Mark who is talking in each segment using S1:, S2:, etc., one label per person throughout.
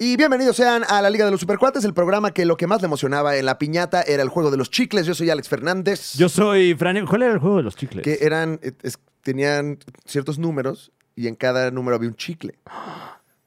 S1: Y bienvenidos sean a la Liga de los Supercuates, el programa que lo que más le emocionaba en la piñata era el juego de los chicles. Yo soy Alex Fernández.
S2: Yo soy Fran. ¿Cuál era el juego de los chicles?
S1: Que eran, eh, es- tenían ciertos números y en cada número había un chicle.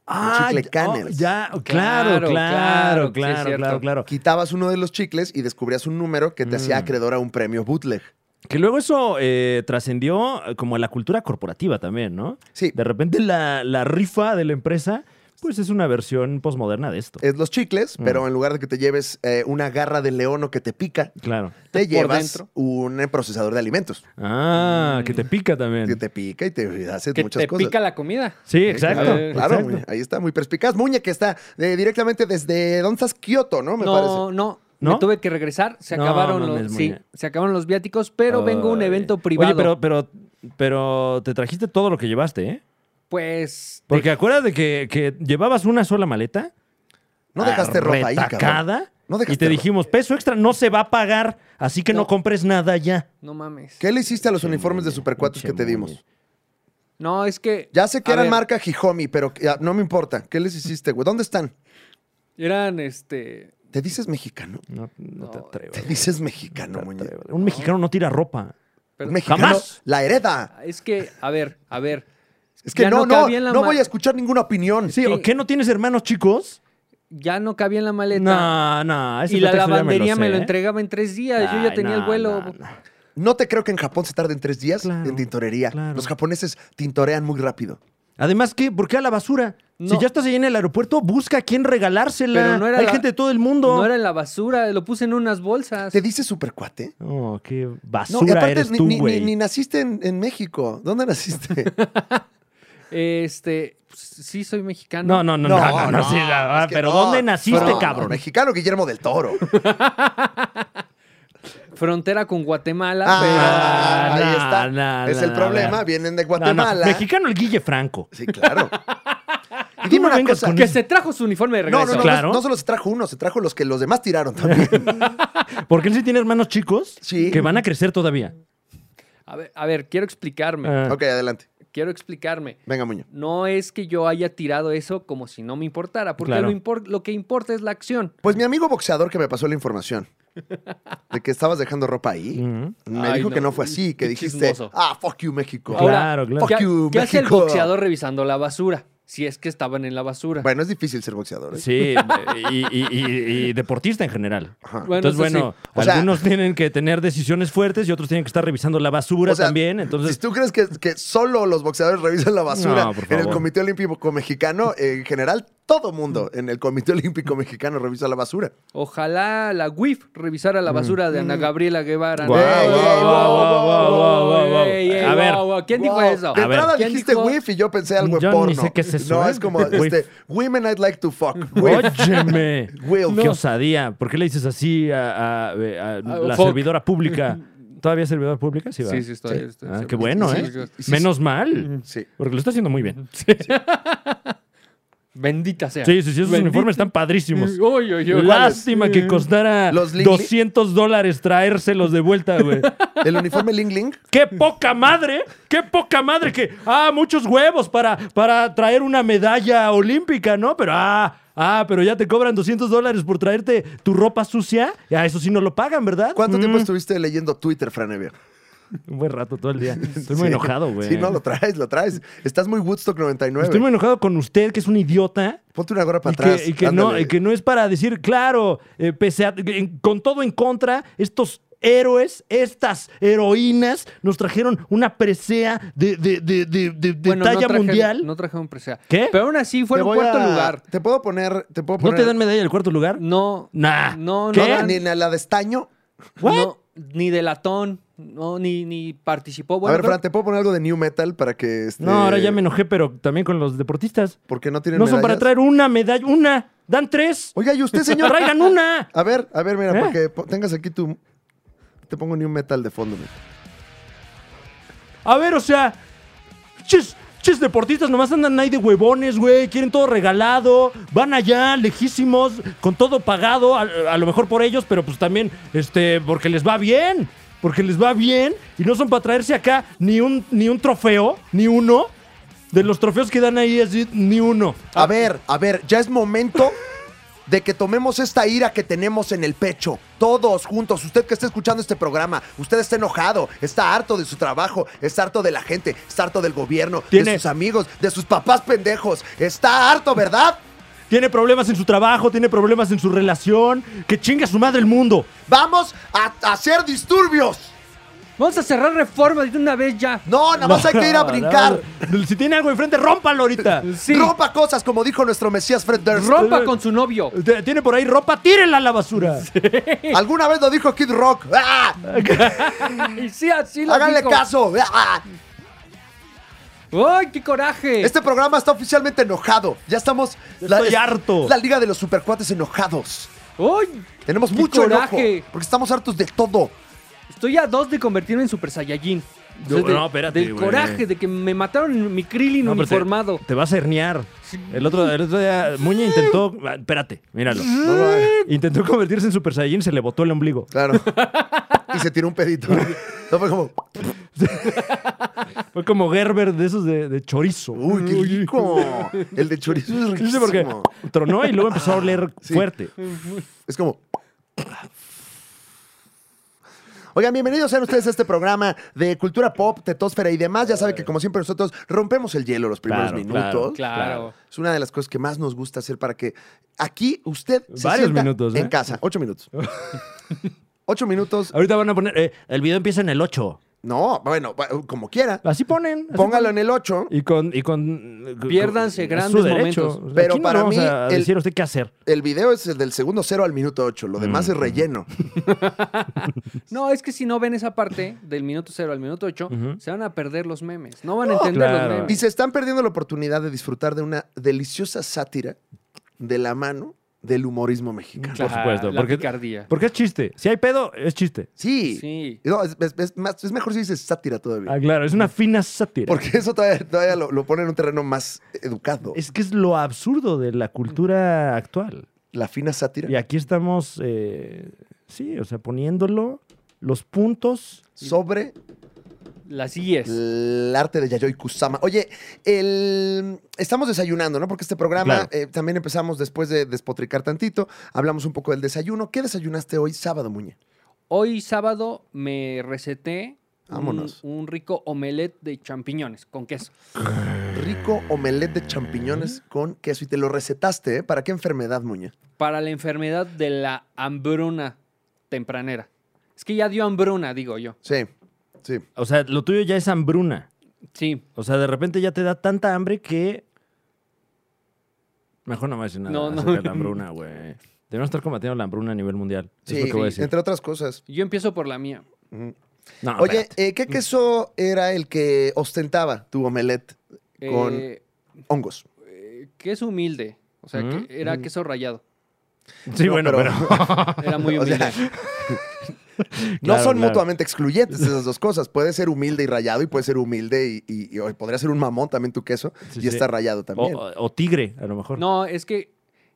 S1: chicle
S2: ya-
S1: Canners.
S2: oh, ya, claro,
S3: Claro,
S2: claro,
S3: claro, sí es
S2: claro,
S3: cierto.
S2: claro, claro.
S1: Quitabas uno de los chicles y descubrías un número que te
S3: Mm.
S1: hacía acreedor a un premio bootleg.
S2: Que luego eso eh, trascendió como a la cultura corporativa también, ¿no?
S1: Sí.
S2: De repente la, la rifa de la empresa, pues es una versión posmoderna de esto.
S1: Es los chicles,
S3: Mm.
S1: pero en lugar de que te lleves eh, una garra de león o que te pica,
S2: Claro.
S1: te
S3: Por
S1: llevas
S3: dentro.
S1: un eh, procesador de alimentos
S2: Ah, que te pica
S1: que
S2: también.
S1: te pica y te hace
S3: Que
S1: muchas
S3: te
S1: cosas.
S3: pica la comida.
S2: Sí, exacto.
S1: Claro, Eh, claro,
S2: exacto.
S1: muy- ahí está, muy perspicaz. Muñe, que está eh, directamente desde. ¿Dónde estás? Kioto, ¿no? Me parece.
S3: No, no,
S2: ¿No?
S3: Me tuve que regresar. Se
S2: No,
S3: acabaron
S2: mames,
S3: los.
S2: muy
S3: Sí,
S2: bien.
S3: se acabaron los viáticos, pero vengo a un
S2: Ay.
S3: evento privado.
S2: Oye, pero, pero, pero te trajiste todo lo que llevaste, ¿eh?
S3: Pues.
S2: Porque acuérdate que, que llevabas una sola maleta.
S1: No dejaste ropa ahí, cabrón.
S2: ah, retacada,
S1: No dejaste
S2: y te
S1: ropa.
S2: dijimos, peso extra no se va a pagar, así que no,
S3: No.
S2: compres nada ya.
S3: No mames.
S1: ¿Qué le hiciste a los uniformes de
S2: Muñe,
S1: Super 4 que
S2: pinche
S1: te dimos?
S2: Muñe.
S3: No, es que.
S1: Ya sé que
S3: a
S1: eran
S3: ver,
S1: marca Hijomi, pero que- ah, no me importa. ¿Qué les hiciste, güey? ¿Dónde están?
S3: Eran este.
S1: ¿Te dices mexicano?
S2: No, no te
S3: No,
S1: Te
S2: atrevas.
S1: dices
S2: no
S1: mexicano,
S2: te
S1: Muñe.
S2: atrevas. Un mexicano no tira ropa.
S1: Un
S3: perdón.
S1: mexicano
S2: ¡Jamás!
S1: la hereda.
S3: Es que, a ver, a ver.
S1: Es que
S3: Ya
S1: no, no,
S3: cabía en la
S1: no
S3: ma-
S1: voy a escuchar ninguna opinión.
S2: Sí, ¿o
S3: Sí.
S2: qué no tienes hermanos chicos?
S3: Ya no cabía en la maleta.
S2: No, no. ese
S3: y la
S2: pretexto ya
S3: lavandería me lo,
S2: sé, ¿eh?
S3: entregaba en tres días. Yo
S2: Ay,
S3: ya tenía
S2: no,
S3: el vuelo.
S2: no, no.
S1: No te creo que en Japón se tarden tres días
S2: Claro,
S1: en tintorería.
S2: claro.
S1: Los japoneses tintorean muy rápido.
S2: Además, ¿qué? ¿Por qué a la basura? Si
S3: No.
S2: ya estás ahí en el aeropuerto, busca a quién regalársela.
S3: Pero no era
S2: Hay
S3: la-
S2: gente de todo el mundo.
S3: No era en la basura, lo puse en unas bolsas.
S1: ¿Te dices supercuate?
S2: No, Oh, qué
S1: No, y
S2: basura
S1: aparte
S2: eres
S1: ni,
S2: tú,
S1: ni- ni-
S2: güey.
S1: ni naciste en, en México. ¿Dónde naciste?
S3: Este, pues, sí soy mexicano.
S2: No, no, no, no, no, no, sí, ah,
S1: es que
S2: pero
S1: no,
S2: ¿dónde naciste,
S1: no,
S2: cabrón?
S1: Mexicano Guillermo del Toro.
S3: Frontera con Guatemala,
S1: Ah,
S2: no,
S1: ahí está.
S2: no,
S1: es
S2: no,
S1: el
S2: no,
S1: problema.
S2: no.
S1: Vienen de
S2: No, no,
S1: Guatemala.
S2: Mexicano el Guille Franco.
S1: Sí, claro. Y dime
S2: no
S1: una
S2: vengas
S1: cosa.
S2: con
S3: pero que se trajo su uniforme de
S1: No,
S3: regreso.
S1: no, no,
S2: Claro.
S1: no, no solo se trajo uno, se trajo los que los demás tiraron también.
S2: Porque él sí tiene hermanos chicos
S1: Sí.
S2: que van a crecer todavía.
S3: A ver, a ver, quiero explicarme.
S2: Ah,
S1: ok, adelante.
S3: Quiero explicarme.
S1: Venga, Muñoz.
S3: No es que yo haya tirado eso como si no me importara, porque
S2: Claro.
S3: lo, impor- lo que importa es la acción.
S1: Pues mi amigo boxeador que me pasó la información de que estabas dejando ropa ahí,
S2: Ujú.
S1: me
S3: Ay,
S1: dijo
S3: no,
S1: que no fue así, que
S3: qué
S1: dijiste,
S3: chismoso.
S1: ah, fuck you, México.
S2: Ahora- Claro, claro.
S3: ¿qué,
S1: Fuck you,
S3: qué hace el
S1: México.
S3: boxeador revisando la basura? Si es que estaban en la basura.
S1: Bueno, es difícil ser boxeador. ¿eh?
S2: Sí, y, y- y- y deportista en general.
S1: Ajá.
S3: Bueno,
S2: entonces,
S3: eso
S2: bueno,
S1: O sea-
S2: algunos tienen que tener decisiones fuertes y otros tienen que estar revisando la basura
S1: O sea,
S2: también. Entonces,
S1: Si tú crees que, que solo los boxeadores revisan la basura
S2: No, por
S1: en el
S2: favor.
S1: Comité Olímpico Mexicano, en general, todo mundo en el Comité Olímpico Mexicano revisa la basura.
S3: Ojalá la WIF revisara
S2: Mm.
S3: la basura de Ana Gabriela Guevara.
S2: Guau,
S3: Ey,
S1: Mm. guau,
S3: ey,
S1: guau,
S3: guau,
S2: guau, guau, guau, guau.
S3: ey, ey,
S2: A ver.
S3: guau, guau. ¿Quién dijo
S1: Wow.
S3: eso?
S1: De
S2: A ver.
S1: entrada
S3: ¿Quién
S1: dijiste
S3: dijo?
S1: whif y yo pensé algo en
S2: Yo ni
S1: porno.
S2: sé qué es eso,
S1: No,
S2: ¿eh?
S1: es como,
S2: Whiff.
S1: este, women I'd like to fuck. Whiff.
S2: óyeme,
S1: Will.
S2: qué osadía. ¿Por qué le dices así a, a- a la
S3: fuck.
S2: servidora pública? ¿Todavía es servidora pública? Sí, va.
S3: Sí, sí, estoy. estoy-
S2: Ah,
S3: estoy-
S2: qué bueno,
S3: sí,
S2: ¿eh?
S3: sí, sí. Mm.
S2: Menos mal.
S1: Sí.
S2: Porque lo está haciendo muy bien.
S3: Bendita sea.
S2: Sí, sí, sí, esos
S3: Bendita-
S2: uniformes están padrísimos.
S3: Uy, uy, uy.
S2: Lástima que costara
S1: Los Lingli.
S2: 200 dólares traérselos de vuelta, güey.
S1: El uniforme Ling Ling.
S2: ¡Qué poca madre! ¡Qué poca madre! Que, ah, muchos huevos para, para traer una medalla olímpica, ¿no? Pero, ah, ah, pero ya te cobran 200 dólares por traerte tu ropa sucia. Ah, eso sí no lo pagan, ¿verdad?
S1: ¿Cuánto
S2: Mm,
S1: tiempo estuviste leyendo Twitter, Franevia?
S2: Un buen rato todo el día. Estoy muy enojado, güey.
S1: Sí, no, lo traes, lo traes. Estás muy Woodstock 99.
S2: Estoy muy enojado con usted, que es un idiota.
S1: Ponte una gorra para
S2: y que,
S1: atrás.
S2: y que no,
S1: ándale.
S2: y que no es para decir, claro, eh, pese a- que en- con todo en contra, estos héroes, estas heroínas, nos trajeron una presea de, de- de- de- de- de
S3: Bueno, no
S2: talla
S3: trajeron-
S2: mundial. No,
S3: No trajeron presea.
S2: ¿Qué?
S3: Pero aún así
S1: Te
S3: fueron
S1: voy
S3: cuarto
S1: a-
S3: lugar.
S1: Te puedo poner. Te puedo poner
S2: te dan medalla del cuarto lugar?
S3: No.
S2: Nah.
S3: No,
S2: ¿Qué?
S3: no. dan-
S1: Ni ni la de estaño.
S2: ¿What?
S3: no, ni de latón, no, ni, ni participó.
S1: a
S3: Bueno,
S1: ver,
S3: creo-
S1: Fran, te puedo poner algo de New Metal para que. este,
S2: No, ahora ya me enojé, pero también con los deportistas.
S1: Porque no
S2: No
S1: tienen
S2: son para
S1: medallas.
S2: traer una medalla, una. Dan tres.
S1: Oiga, y usted, señor.
S2: Traigan una.
S1: A ver, a ver, mira,
S2: ¿Eh?
S1: para que po- tengas aquí tu. Te pongo New Metal de fondo. mira.
S2: A ver, o sea, chis, chis deportistas nomás andan ahí de huevones, güey, quieren todo regalado, van allá lejísimos, con todo pagado, a, a lo mejor por ellos, pero pues también, este, porque les va bien, porque les va bien y no son para traerse acá ni un, ni un trofeo, ni uno. de los trofeos que dan ahí, así, ni uno.
S1: A ver, a ver, ya es momento de que tomemos esta ira que tenemos en el pecho. Todos juntos, usted que está escuchando este programa, usted está enojado, está harto de su trabajo, está harto de la gente, está harto del gobierno,
S2: Tiene-
S1: de sus amigos, de sus papás pendejos. Está harto, ¿verdad?
S2: Tiene problemas en su trabajo, tiene problemas en su relación. Que chinga su madre el mundo.
S1: Vamos a, a hacer disturbios.
S3: Vamos a cerrar reforma de una vez ya.
S1: No, nada más hay que ir a
S2: No,
S1: brincar.
S2: nada más. Si tiene algo enfrente, rómpalo ahorita.
S3: Sí.
S1: Rompa cosas, como dijo nuestro Mesías Fred Durst.
S3: Rompa con su novio.
S2: Te- Tiene por ahí ropa, tírela a la basura.
S1: Alguna vez lo dijo Kid Rock. ¡Ah!
S3: Y sí, así lo
S1: Háganle
S3: dijo.
S1: caso. ¡Ah!
S3: ¡Ay, qué coraje!
S1: Este programa está oficialmente enojado. Ya estamos.
S2: Estoy harto.
S1: es La liga de los supercuates enojados.
S3: ¡Ay!
S1: Tenemos
S3: qué
S1: mucho
S3: coraje!
S1: enojo. Porque estamos hartos de todo.
S3: Estoy a dos de convertirme en Super Saiyajin. O sea,
S2: No,
S3: de-
S2: no, espérate,
S3: Del
S2: güey.
S3: coraje de que me mataron en mi Krillin
S2: No, pero te-
S3: uniformado.
S2: Te, vas a herniar. El otro, el otro día, Muña intentó. ah, Espérate, míralo. Intentó convertirse en Super Saiyajin, se le botó el ombligo.
S1: eh, Claro. y se tiró un pedito. No fue como.
S2: Fue como Gerber de esos de, de chorizo.
S1: ¡Uy, qué rico! El de chorizo es
S2: No sé por qué.
S1: riquísimo.
S2: Tronó y luego empezó a oler
S1: Sí.
S2: fuerte.
S1: Es como. Oigan, bienvenidos sean ustedes a este programa de cultura pop, tetósfera y demás. Ya saben que, como siempre, nosotros rompemos el hielo los primeros
S2: Claro,
S1: minutos.
S3: Claro.
S1: Es una de las cosas que más nos gusta hacer para que aquí usted se
S2: Varios
S1: sienta
S2: minutos, ¿eh?
S1: en casa. Ocho minutos. Ocho minutos.
S2: Ahorita van a poner. eh, el video empieza en el 8.
S1: No, bueno, como quiera.
S2: Así ponen. así
S1: Póngalo
S2: ponen.
S1: en el 8.
S2: Y con. Y con
S3: Piérdanse
S2: es
S3: grandes
S2: su derecho.
S3: momentos.
S2: O sea,
S1: Pero
S2: aquí no
S1: para
S2: le vamos
S1: mí,
S2: A
S1: el-
S2: decir a usted qué hacer.
S1: El video es el del segundo 0 al minuto 8. Lo demás
S2: Mm.
S1: es relleno.
S3: No, es que si no ven esa parte del minuto 0 al minuto 8, se van a perder los memes. No van a entender
S2: claro.
S3: los memes.
S1: Y se están perdiendo la oportunidad de disfrutar de una deliciosa sátira de la mano del humorismo mexicano.
S3: Claro,
S2: por supuesto.
S3: la
S2: porque,
S3: picardía.
S2: porque es chiste. Si hay pedo, es chiste.
S1: Sí.
S3: Sí.
S1: No, es, es- es más- es mejor si dices sátira todavía.
S2: Ah, claro, es una fina sátira.
S1: Porque eso todavía, todavía lo, lo pone en un terreno más educado.
S2: Es que es lo absurdo de la cultura actual.
S1: La fina sátira.
S2: Y aquí estamos, eh, sí, o sea, poniéndolo, los puntos.
S1: Sobre
S3: Las IES.
S1: el arte de Yayoi Kusama. Oye, el... estamos desayunando, ¿no? Porque este programa
S2: Claro.
S1: eh, también empezamos después de despotricar tantito. Hablamos un poco del desayuno. ¿Qué desayunaste hoy sábado, Muñe?
S3: Hoy sábado me receté un-
S1: Vámonos.
S3: Un, rico omelette de champiñones con queso.
S1: Rico omelette de
S2: Mm.
S1: champiñones con queso. Y te lo recetaste, ¿eh? ¿Para qué enfermedad, Muñe?
S3: Para la enfermedad de la hambruna tempranera. Es que ya dio hambruna, digo yo.
S1: Sí, sí.
S2: O sea, lo tuyo ya es hambruna.
S3: Sí.
S2: O sea, de repente ya te da tanta hambre que. Mejor no me decir nada.
S3: No,
S2: No,
S3: no.
S2: la hambruna, güey. Debemos estar combatiendo la hambruna a nivel mundial.
S1: Sí,
S2: es lo que voy a decir.
S1: entre otras cosas.
S3: Yo empiezo por la mía.
S1: Ujú.
S2: No,
S1: Oye,
S2: espérate. Mm.
S1: eh, ¿qué queso era el que ostentaba tu omelette con
S3: Eh,
S1: hongos?
S3: eh, queso humilde. O sea,
S2: ¿Mm?
S3: que era queso rayado.
S2: Sí,
S1: no,
S2: bueno, pero.
S1: pero-
S3: Era muy
S1: O sea,
S3: humilde.
S1: No
S2: Claro,
S1: son
S2: claro.
S1: mutuamente excluyentes esas dos cosas. Puede ser humilde y rayado y puede ser humilde y, y- y- o podría ser un mamón también tu queso
S2: Sí, Oh,
S1: y
S2: sí.
S1: está rayado también.
S2: O, o tigre, a lo mejor.
S3: No, es que,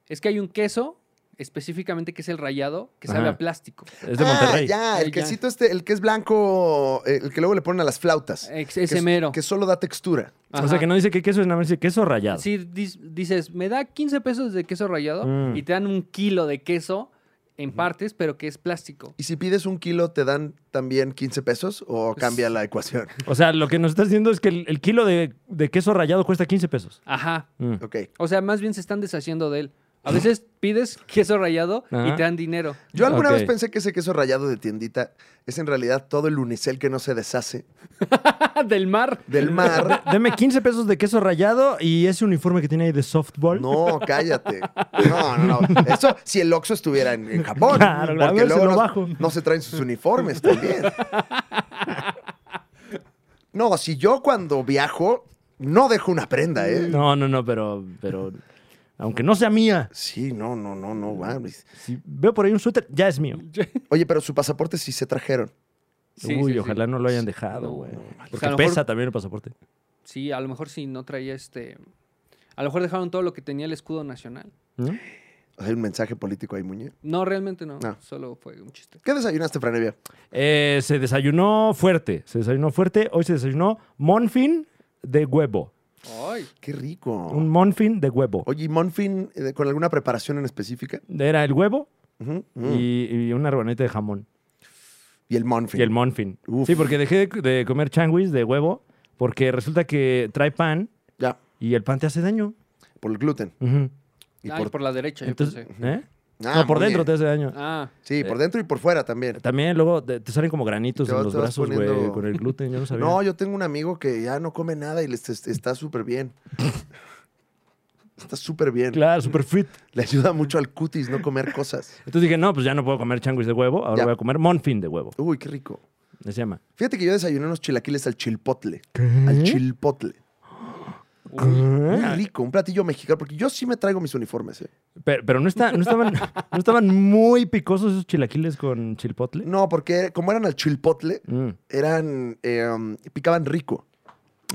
S3: es que hay un queso específicamente que es el rayado que sabe
S2: Ajá.
S3: a plástico.
S2: Es de
S1: Ah,
S2: Monterrey.
S1: ya, el
S3: Eh, ya.
S1: quesito este, el que es blanco, eh, el que luego le ponen a las flautas.
S3: Ex-
S1: que
S3: Eh, ese
S1: es-
S3: mero.
S1: Que solo da textura.
S2: O sea,
S3: Ajá.
S2: que no dice que queso es nada más dice queso rallado.
S3: Sí, dis- dices, me da 15 pesos de queso rallado
S2: Mm.
S3: y te dan un kilo de queso en partes, pero que es plástico.
S1: Y si pides un kilo, ¿te dan también 15 pesos o
S3: Pues
S1: cambia la ecuación?
S2: O sea, lo que nos estás diciendo es que el, el kilo de, de queso rallado cuesta 15 pesos.
S3: Ajá.
S2: Mm.
S1: Ok.
S3: O sea, más bien se están deshaciendo de él. A veces pides queso rallado
S2: Ajá.
S3: y te dan dinero.
S1: Yo alguna
S2: Ok.
S1: vez pensé que ese queso rayado de tiendita es en realidad todo el unicel que no se deshace
S3: Del mar.
S1: del mar.
S2: Deme 15 pesos de queso rallado y ese uniforme que tiene ahí de softball.
S1: No, cállate. No, no, no. Eso si el Oxxo estuviera en, en Japón.
S2: Claro, claro,
S1: porque
S2: se
S1: luego
S2: lo
S1: no,
S2: bajo.
S1: no se traen sus uniformes también. No, si yo cuando viajo no dejo una prenda, ¿eh?
S2: No, no, no, pero, pero aunque no sea mía,
S1: Sí, no, no, no, no. mames.
S2: si veo por ahí un suéter, ya es mío.
S1: Oye, pero su pasaporte sí se trajeron.
S3: Sí,
S2: Uy,
S3: sí, sí.
S2: ojalá no lo hayan dejado,
S3: No,
S2: güey.
S3: no,
S2: Porque
S3: o sea, a lo
S2: pesa
S3: mejor-
S2: también el pasaporte.
S3: Sí, a lo mejor si no traía este... A lo mejor dejaron todo lo que tenía el escudo nacional.
S2: ¿no?
S1: Hay un mensaje político ahí, Muñe.
S3: No, realmente no.
S1: No.
S3: Solo fue un chiste.
S1: ¿Qué desayunaste, Franevia?
S2: Eh, se desayunó fuerte, se desayunó fuerte. Hoy se desayunó Monfin de huevo.
S3: Ay.
S1: Qué rico.
S2: Un monfin de huevo.
S1: Oye, ¿y Monfin eh, con alguna preparación en específica?
S2: Era el huevo
S1: Ujú, mm. y,
S2: y, y una rebaneta de jamón.
S1: el Monfin.
S2: Y el monfin.
S1: Uf.
S2: Sí, porque dejé de, de comer changuis de huevo porque resulta que trae pan
S1: Ya,
S2: y el pan te hace daño.
S1: por el gluten.
S2: Ujú.
S1: Y
S3: Ay,
S1: por...
S3: por... la derecha, yo
S2: Entonces,
S3: pensé.
S2: ¿eh?
S1: Ah,
S2: no, por
S1: muy bien.
S2: dentro te hace daño.
S3: Ah,
S1: Sí,
S2: Eh.
S1: por dentro y por fuera también.
S2: También luego te, te salen como granitos
S1: Te
S2: en
S1: vas-
S2: los
S1: te vas
S2: brazos, güey,
S1: poniendo-
S2: con el gluten, yo no sabía.
S1: No, yo tengo un amigo que ya no come nada y les es- está súper bien. está súper bien.
S2: Claro, super fit.
S1: Le ayuda mucho al cutis no comer cosas.
S2: Entonces dije, no, pues ya no puedo comer changuis de huevo, ahora
S1: Ya.
S2: voy a comer monfin de huevo.
S1: Uy, qué rico.
S2: Se llama.
S1: Fíjate que yo desayuné unos chilaquiles al chilpotle. Al chilpotle.
S3: uy.
S2: ¿Eh?
S1: Muy rico, un platillo mexicano, porque yo sí me traigo mis uniformes. ¿eh?
S2: Pero, pero no, está- no, estaban, no estaban muy picosos esos chilaquiles con chilpotle.
S1: No, porque como eran al chilpotle,
S2: Mm.
S1: eran, eh, um, picaban rico.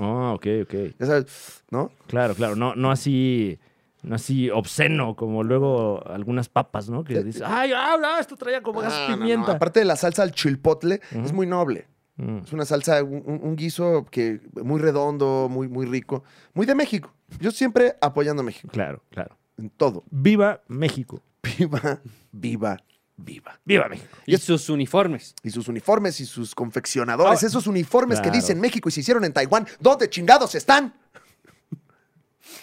S2: Ah, ok, ok.
S1: Ya sabes, ¿no?
S2: Claro, claro. No, no así. No así obsceno, como luego algunas papas, ¿no? Que dices, ay, ah, no, esto traía como gas
S1: Ah, no, no.
S2: pimienta.
S1: Aparte de la salsa al chilpotle, es muy noble.
S2: Mm.
S1: Es una salsa, un, un- un guiso que muy redondo, muy, muy rico. Muy de México. Yo siempre apoyando a México.
S2: Claro, claro.
S1: En todo.
S2: Viva México.
S1: Viva, viva, viva.
S2: Viva México.
S3: Y sus uniformes.
S1: Y sus uniformes y sus confeccionadores.
S2: Ah,
S1: esos uniformes
S2: claro.
S1: que dicen México y se hicieron en Taiwán. ¿Dónde chingados están?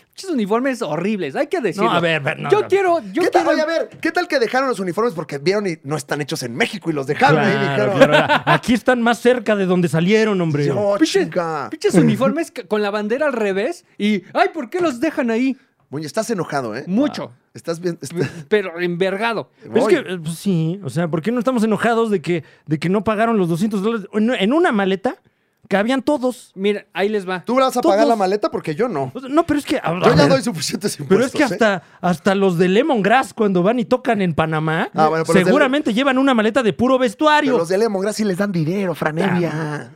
S3: Muchos uniformes horribles, hay que decirlo.
S2: No, a ver, ver, no,
S3: yo
S2: no.
S3: quiero, yo
S1: ¿Qué tal?
S3: quiero.
S1: Oye, a ver, ¿qué tal que dejaron los uniformes porque vieron y no están hechos en México y los dejaron ahí?
S2: Claro,
S1: Dijeron,
S2: claro. Aquí están más cerca de donde salieron, hombre.
S1: "Oh,
S3: Pinches-
S1: chinga".
S3: Pinches uniformes que- con la bandera al revés y, ay, ¿por qué los dejan ahí?
S1: Muñe, estás enojado, ¿eh?
S3: Mucho,
S1: Estás bien. est-
S3: pero envergado.
S2: Pero es
S1: Voy.
S2: que, eh, pues, sí, o sea, ¿por qué no estamos enojados de que, de que no pagaron los 200 dólares? En- En una maleta cabían todos.
S3: Mira, ahí les va.
S1: Tú me vas a pagar
S2: Todos-
S1: la maleta porque yo no.
S2: O sea, no, pero es que. a- a
S1: Yo ya
S2: ver,
S1: doy suficientes impuestos.
S2: Pero es que
S1: ¿eh?
S2: hasta, hasta los de Lemongrass, cuando van y tocan en Panamá,
S1: Ah, bueno, pero los de-
S2: seguramente llevan una maleta de puro
S1: Pero
S2: vestuario.
S1: los de Lemongrass sí les dan dinero, Franevia.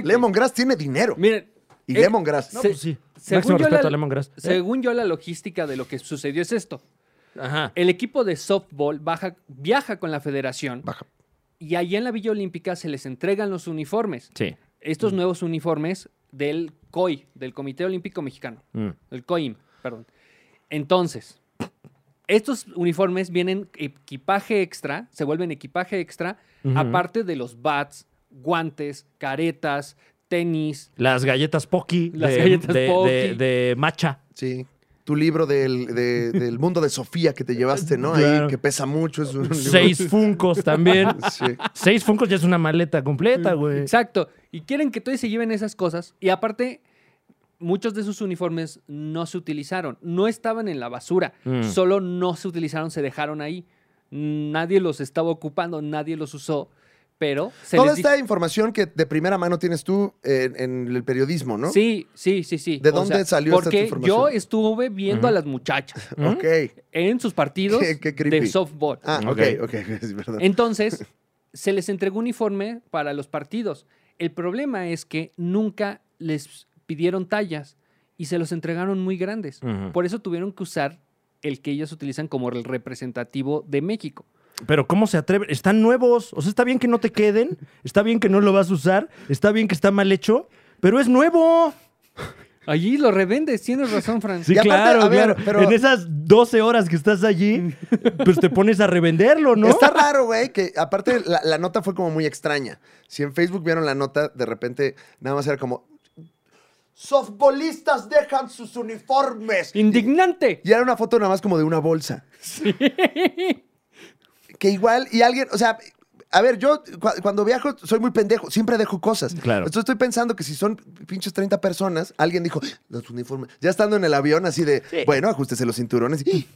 S1: Ah, Lemongrass tiene dinero.
S3: miren.
S1: Y
S3: eh,
S1: Lemongrass.
S2: No,
S1: No,
S3: se-
S2: pues sí.
S3: según
S2: Máximo
S3: yo
S2: respeto
S3: la-
S2: a Lemongrass. ¿Eh?
S3: Según yo, la logística de lo que sucedió es esto.
S2: Ajá.
S3: El equipo de softball baja- viaja con la federación
S1: Baja.
S3: y allá en la Villa Olímpica se les entregan los uniformes.
S2: Sí.
S3: Estos
S1: Mm.
S3: nuevos uniformes del COI, del Comité Olímpico Mexicano.
S2: Mm.
S3: El COIM, perdón. Entonces, estos uniformes vienen equipaje extra, se vuelven equipaje extra,
S2: Ujú.
S3: aparte de los bats, guantes, caretas, tenis.
S2: Las galletas Pocky.
S3: Las
S2: de,
S3: galletas
S2: de-
S3: Pocky.
S2: de- de macha.
S1: Sí. Tu libro del, de- del mundo de Sofía que te llevaste, ¿no?
S2: Claro.
S1: Ahí, que pesa mucho. Es un libro-
S2: Seis funcos también.
S1: Sí.
S2: Seis funcos ya es una maleta completa, güey.
S3: Exacto. Y quieren que todos se lleven esas cosas. Y aparte, muchos de sus uniformes no se utilizaron. No estaban en la basura.
S2: Mm.
S3: Solo no se utilizaron, se dejaron ahí. Nadie los estaba ocupando, nadie los usó. Pero se
S1: Toda
S3: les dijo-
S1: esta información que de primera mano tienes tú en, en el periodismo, ¿no?
S3: Sí, sí, sí, sí.
S1: ¿De dónde salió esta
S3: Porque
S1: información?
S3: yo estuve viendo a las muchachas
S2: ¿Mm?
S1: Ok.
S3: en sus partidos
S1: Qué- qué creepy.
S3: de softball.
S1: Ah, ok,
S2: Ok.
S1: ok. Es verdad.
S3: Entonces, se les entregó uniforme para los partidos. El problema es que nunca les pidieron tallas y se los entregaron muy grandes.
S2: Ujú.
S3: Por eso tuvieron que usar el que ellos utilizan como el representativo de México.
S2: Pero ¿cómo se atreven? Están nuevos. O sea, está bien que no te queden. Está bien que no lo vas a usar. Está bien que está mal hecho. Pero es nuevo.
S3: Allí lo revendes, tienes razón, Fran.
S2: Sí,
S1: Y aparte,
S2: claro,
S1: a ver,
S2: claro.
S1: pero-
S2: En esas 12 horas que estás allí, pues te pones a revenderlo, ¿no?
S1: Está raro, güey, que aparte la, la nota fue como muy extraña. Si en Facebook vieron la nota, de repente nada más era como... Softbolistas dejan sus uniformes.
S3: ¡Indignante!
S1: Y era una foto nada más como de una bolsa. Que igual, y alguien, o sea, a ver, yo cu- cuando viajo soy muy pendejo, siempre dejo cosas.
S2: Claro.
S1: Entonces estoy pensando que si son pinches 30 personas, alguien dijo, los uniformes, ya estando en el avión así de, bueno, ajustese los cinturones y... ¡ih!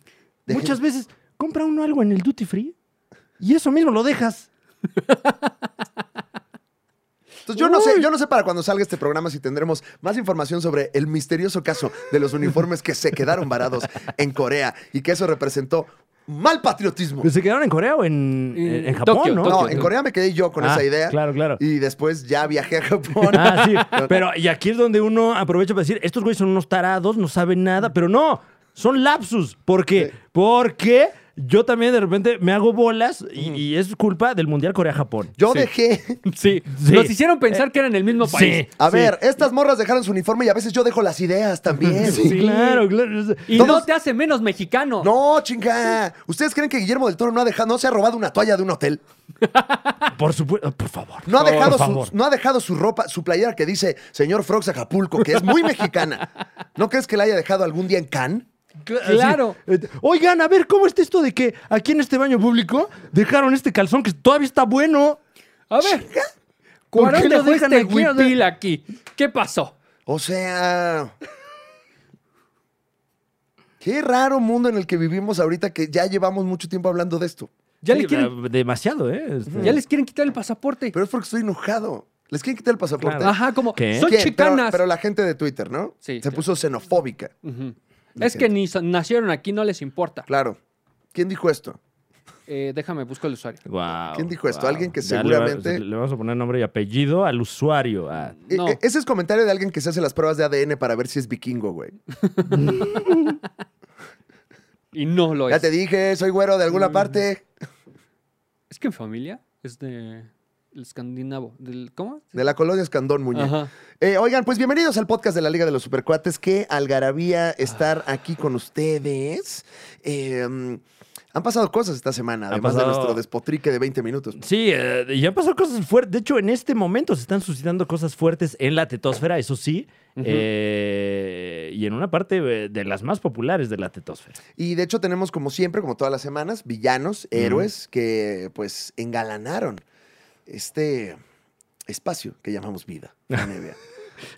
S1: Deje-
S2: Muchas veces compra uno algo en el duty free y eso mismo lo dejas.
S1: Entonces, yo no sé, yo no sé para cuando salga este programa si tendremos más información sobre el misterioso caso de los uniformes que se quedaron varados en Corea y que eso representó mal patriotismo.
S2: ¿Se quedaron en Corea o en, en- en Japón,
S3: Tokio,
S2: no?
S3: Tokio.
S1: Pues, No, en Corea me quedé yo con
S2: Ah,
S1: esa idea.
S2: claro, claro.
S1: Y después ya viajé a Japón.
S2: Ah, sí. Pero y aquí es donde uno aprovecha para decir, estos güeyes son unos tarados, no saben nada, pero no, son lapsus. ¿Por qué? Porque yo también de repente me hago bolas y, y es culpa del Mundial Corea-Japón.
S1: Yo
S3: Sí.
S1: dejé.
S3: Sí.
S2: Sí.
S3: Nos hicieron
S1: Eh,
S3: pensar que eran el mismo país.
S2: Sí.
S1: A ver, estas morras dejaron su uniforme y a veces yo dejo las ideas también.
S2: Sí, claro, claro.
S3: Y
S1: Todos-
S3: no te hace menos mexicano.
S1: No, chinga. ¿Ustedes creen que Guillermo del Toro no ha dejado, no se ha robado una toalla de un hotel?
S2: Ah, Por supuesto, por favor.
S1: No ha
S2: por
S1: dejado, su,
S2: favor.
S1: no ha dejado su ropa, su playera que dice señor Frogs Acapulco, que es muy mexicana. ¿No crees que la haya dejado algún día en Cannes?
S2: Así,
S3: Claro.
S2: eh, Oigan, a ver, ¿cómo está esto de que aquí en este baño público dejaron este calzón que todavía está bueno?
S3: A ver.
S2: ¿Por qué
S3: Cuarón
S2: le
S3: dejó
S2: juegan
S3: este
S2: al huipil?
S3: huipil aquí. ¿Qué pasó?
S1: O sea. Qué raro mundo en el que vivimos ahorita que ya llevamos mucho tiempo hablando de esto.
S3: Ya,
S2: Sí,
S3: le quieren,
S2: eh, Demasiado, ¿eh? Este-
S3: Mm. ya les quieren quitar el pasaporte.
S1: Pero es porque estoy enojado. Les quieren quitar el pasaporte.
S2: Claro.
S3: Ajá, como,
S2: ¿Qué?
S3: son
S1: ¿Quién? Pero-
S3: chicanas.
S1: Pero, la gente de Twitter, ¿no?
S3: Sí,
S1: Se
S3: claro.
S1: puso xenofóbica.
S3: Ujú. Es que ni son- nacieron aquí, no les importa.
S1: Claro. ¿Quién dijo esto?
S3: Eh, déjame, busco el usuario.
S2: Guau,
S1: ¿Quién dijo esto?
S2: guau.
S1: Alguien que
S2: Ya le va-
S1: seguramente-
S2: Le, vamos a poner nombre y apellido al usuario. ah.
S1: E-
S3: No.
S1: e- ese es comentario de alguien que se hace las pruebas de ADN para ver si es vikingo, güey.
S3: Y no lo
S1: Ya
S3: es.
S1: te dije, soy güero de alguna parte.
S3: Es que en familia es de el escandinavo. Del, ¿Cómo?
S1: De la colonia Escandón, Muñe.
S3: Ajá.
S1: Eh, oigan, pues bienvenidos al podcast de la Liga de los Supercuates. Qué algarabía estar aquí con ustedes. Eh, han pasado cosas esta semana,
S2: Han
S1: además de
S2: pasado-
S1: nuestro despotrique de 20 minutos.
S2: Sí, eh, y han pasado cosas fuertes. De hecho, en este momento se están suscitando cosas fuertes en la tetosfera, eso sí.
S3: Ujú.
S2: eh, y en una parte eh, de las más populares de la tetosfera.
S1: Y de hecho tenemos, como siempre, como todas las semanas, villanos, héroes que pues engalanaron este espacio que llamamos vida. la NBA.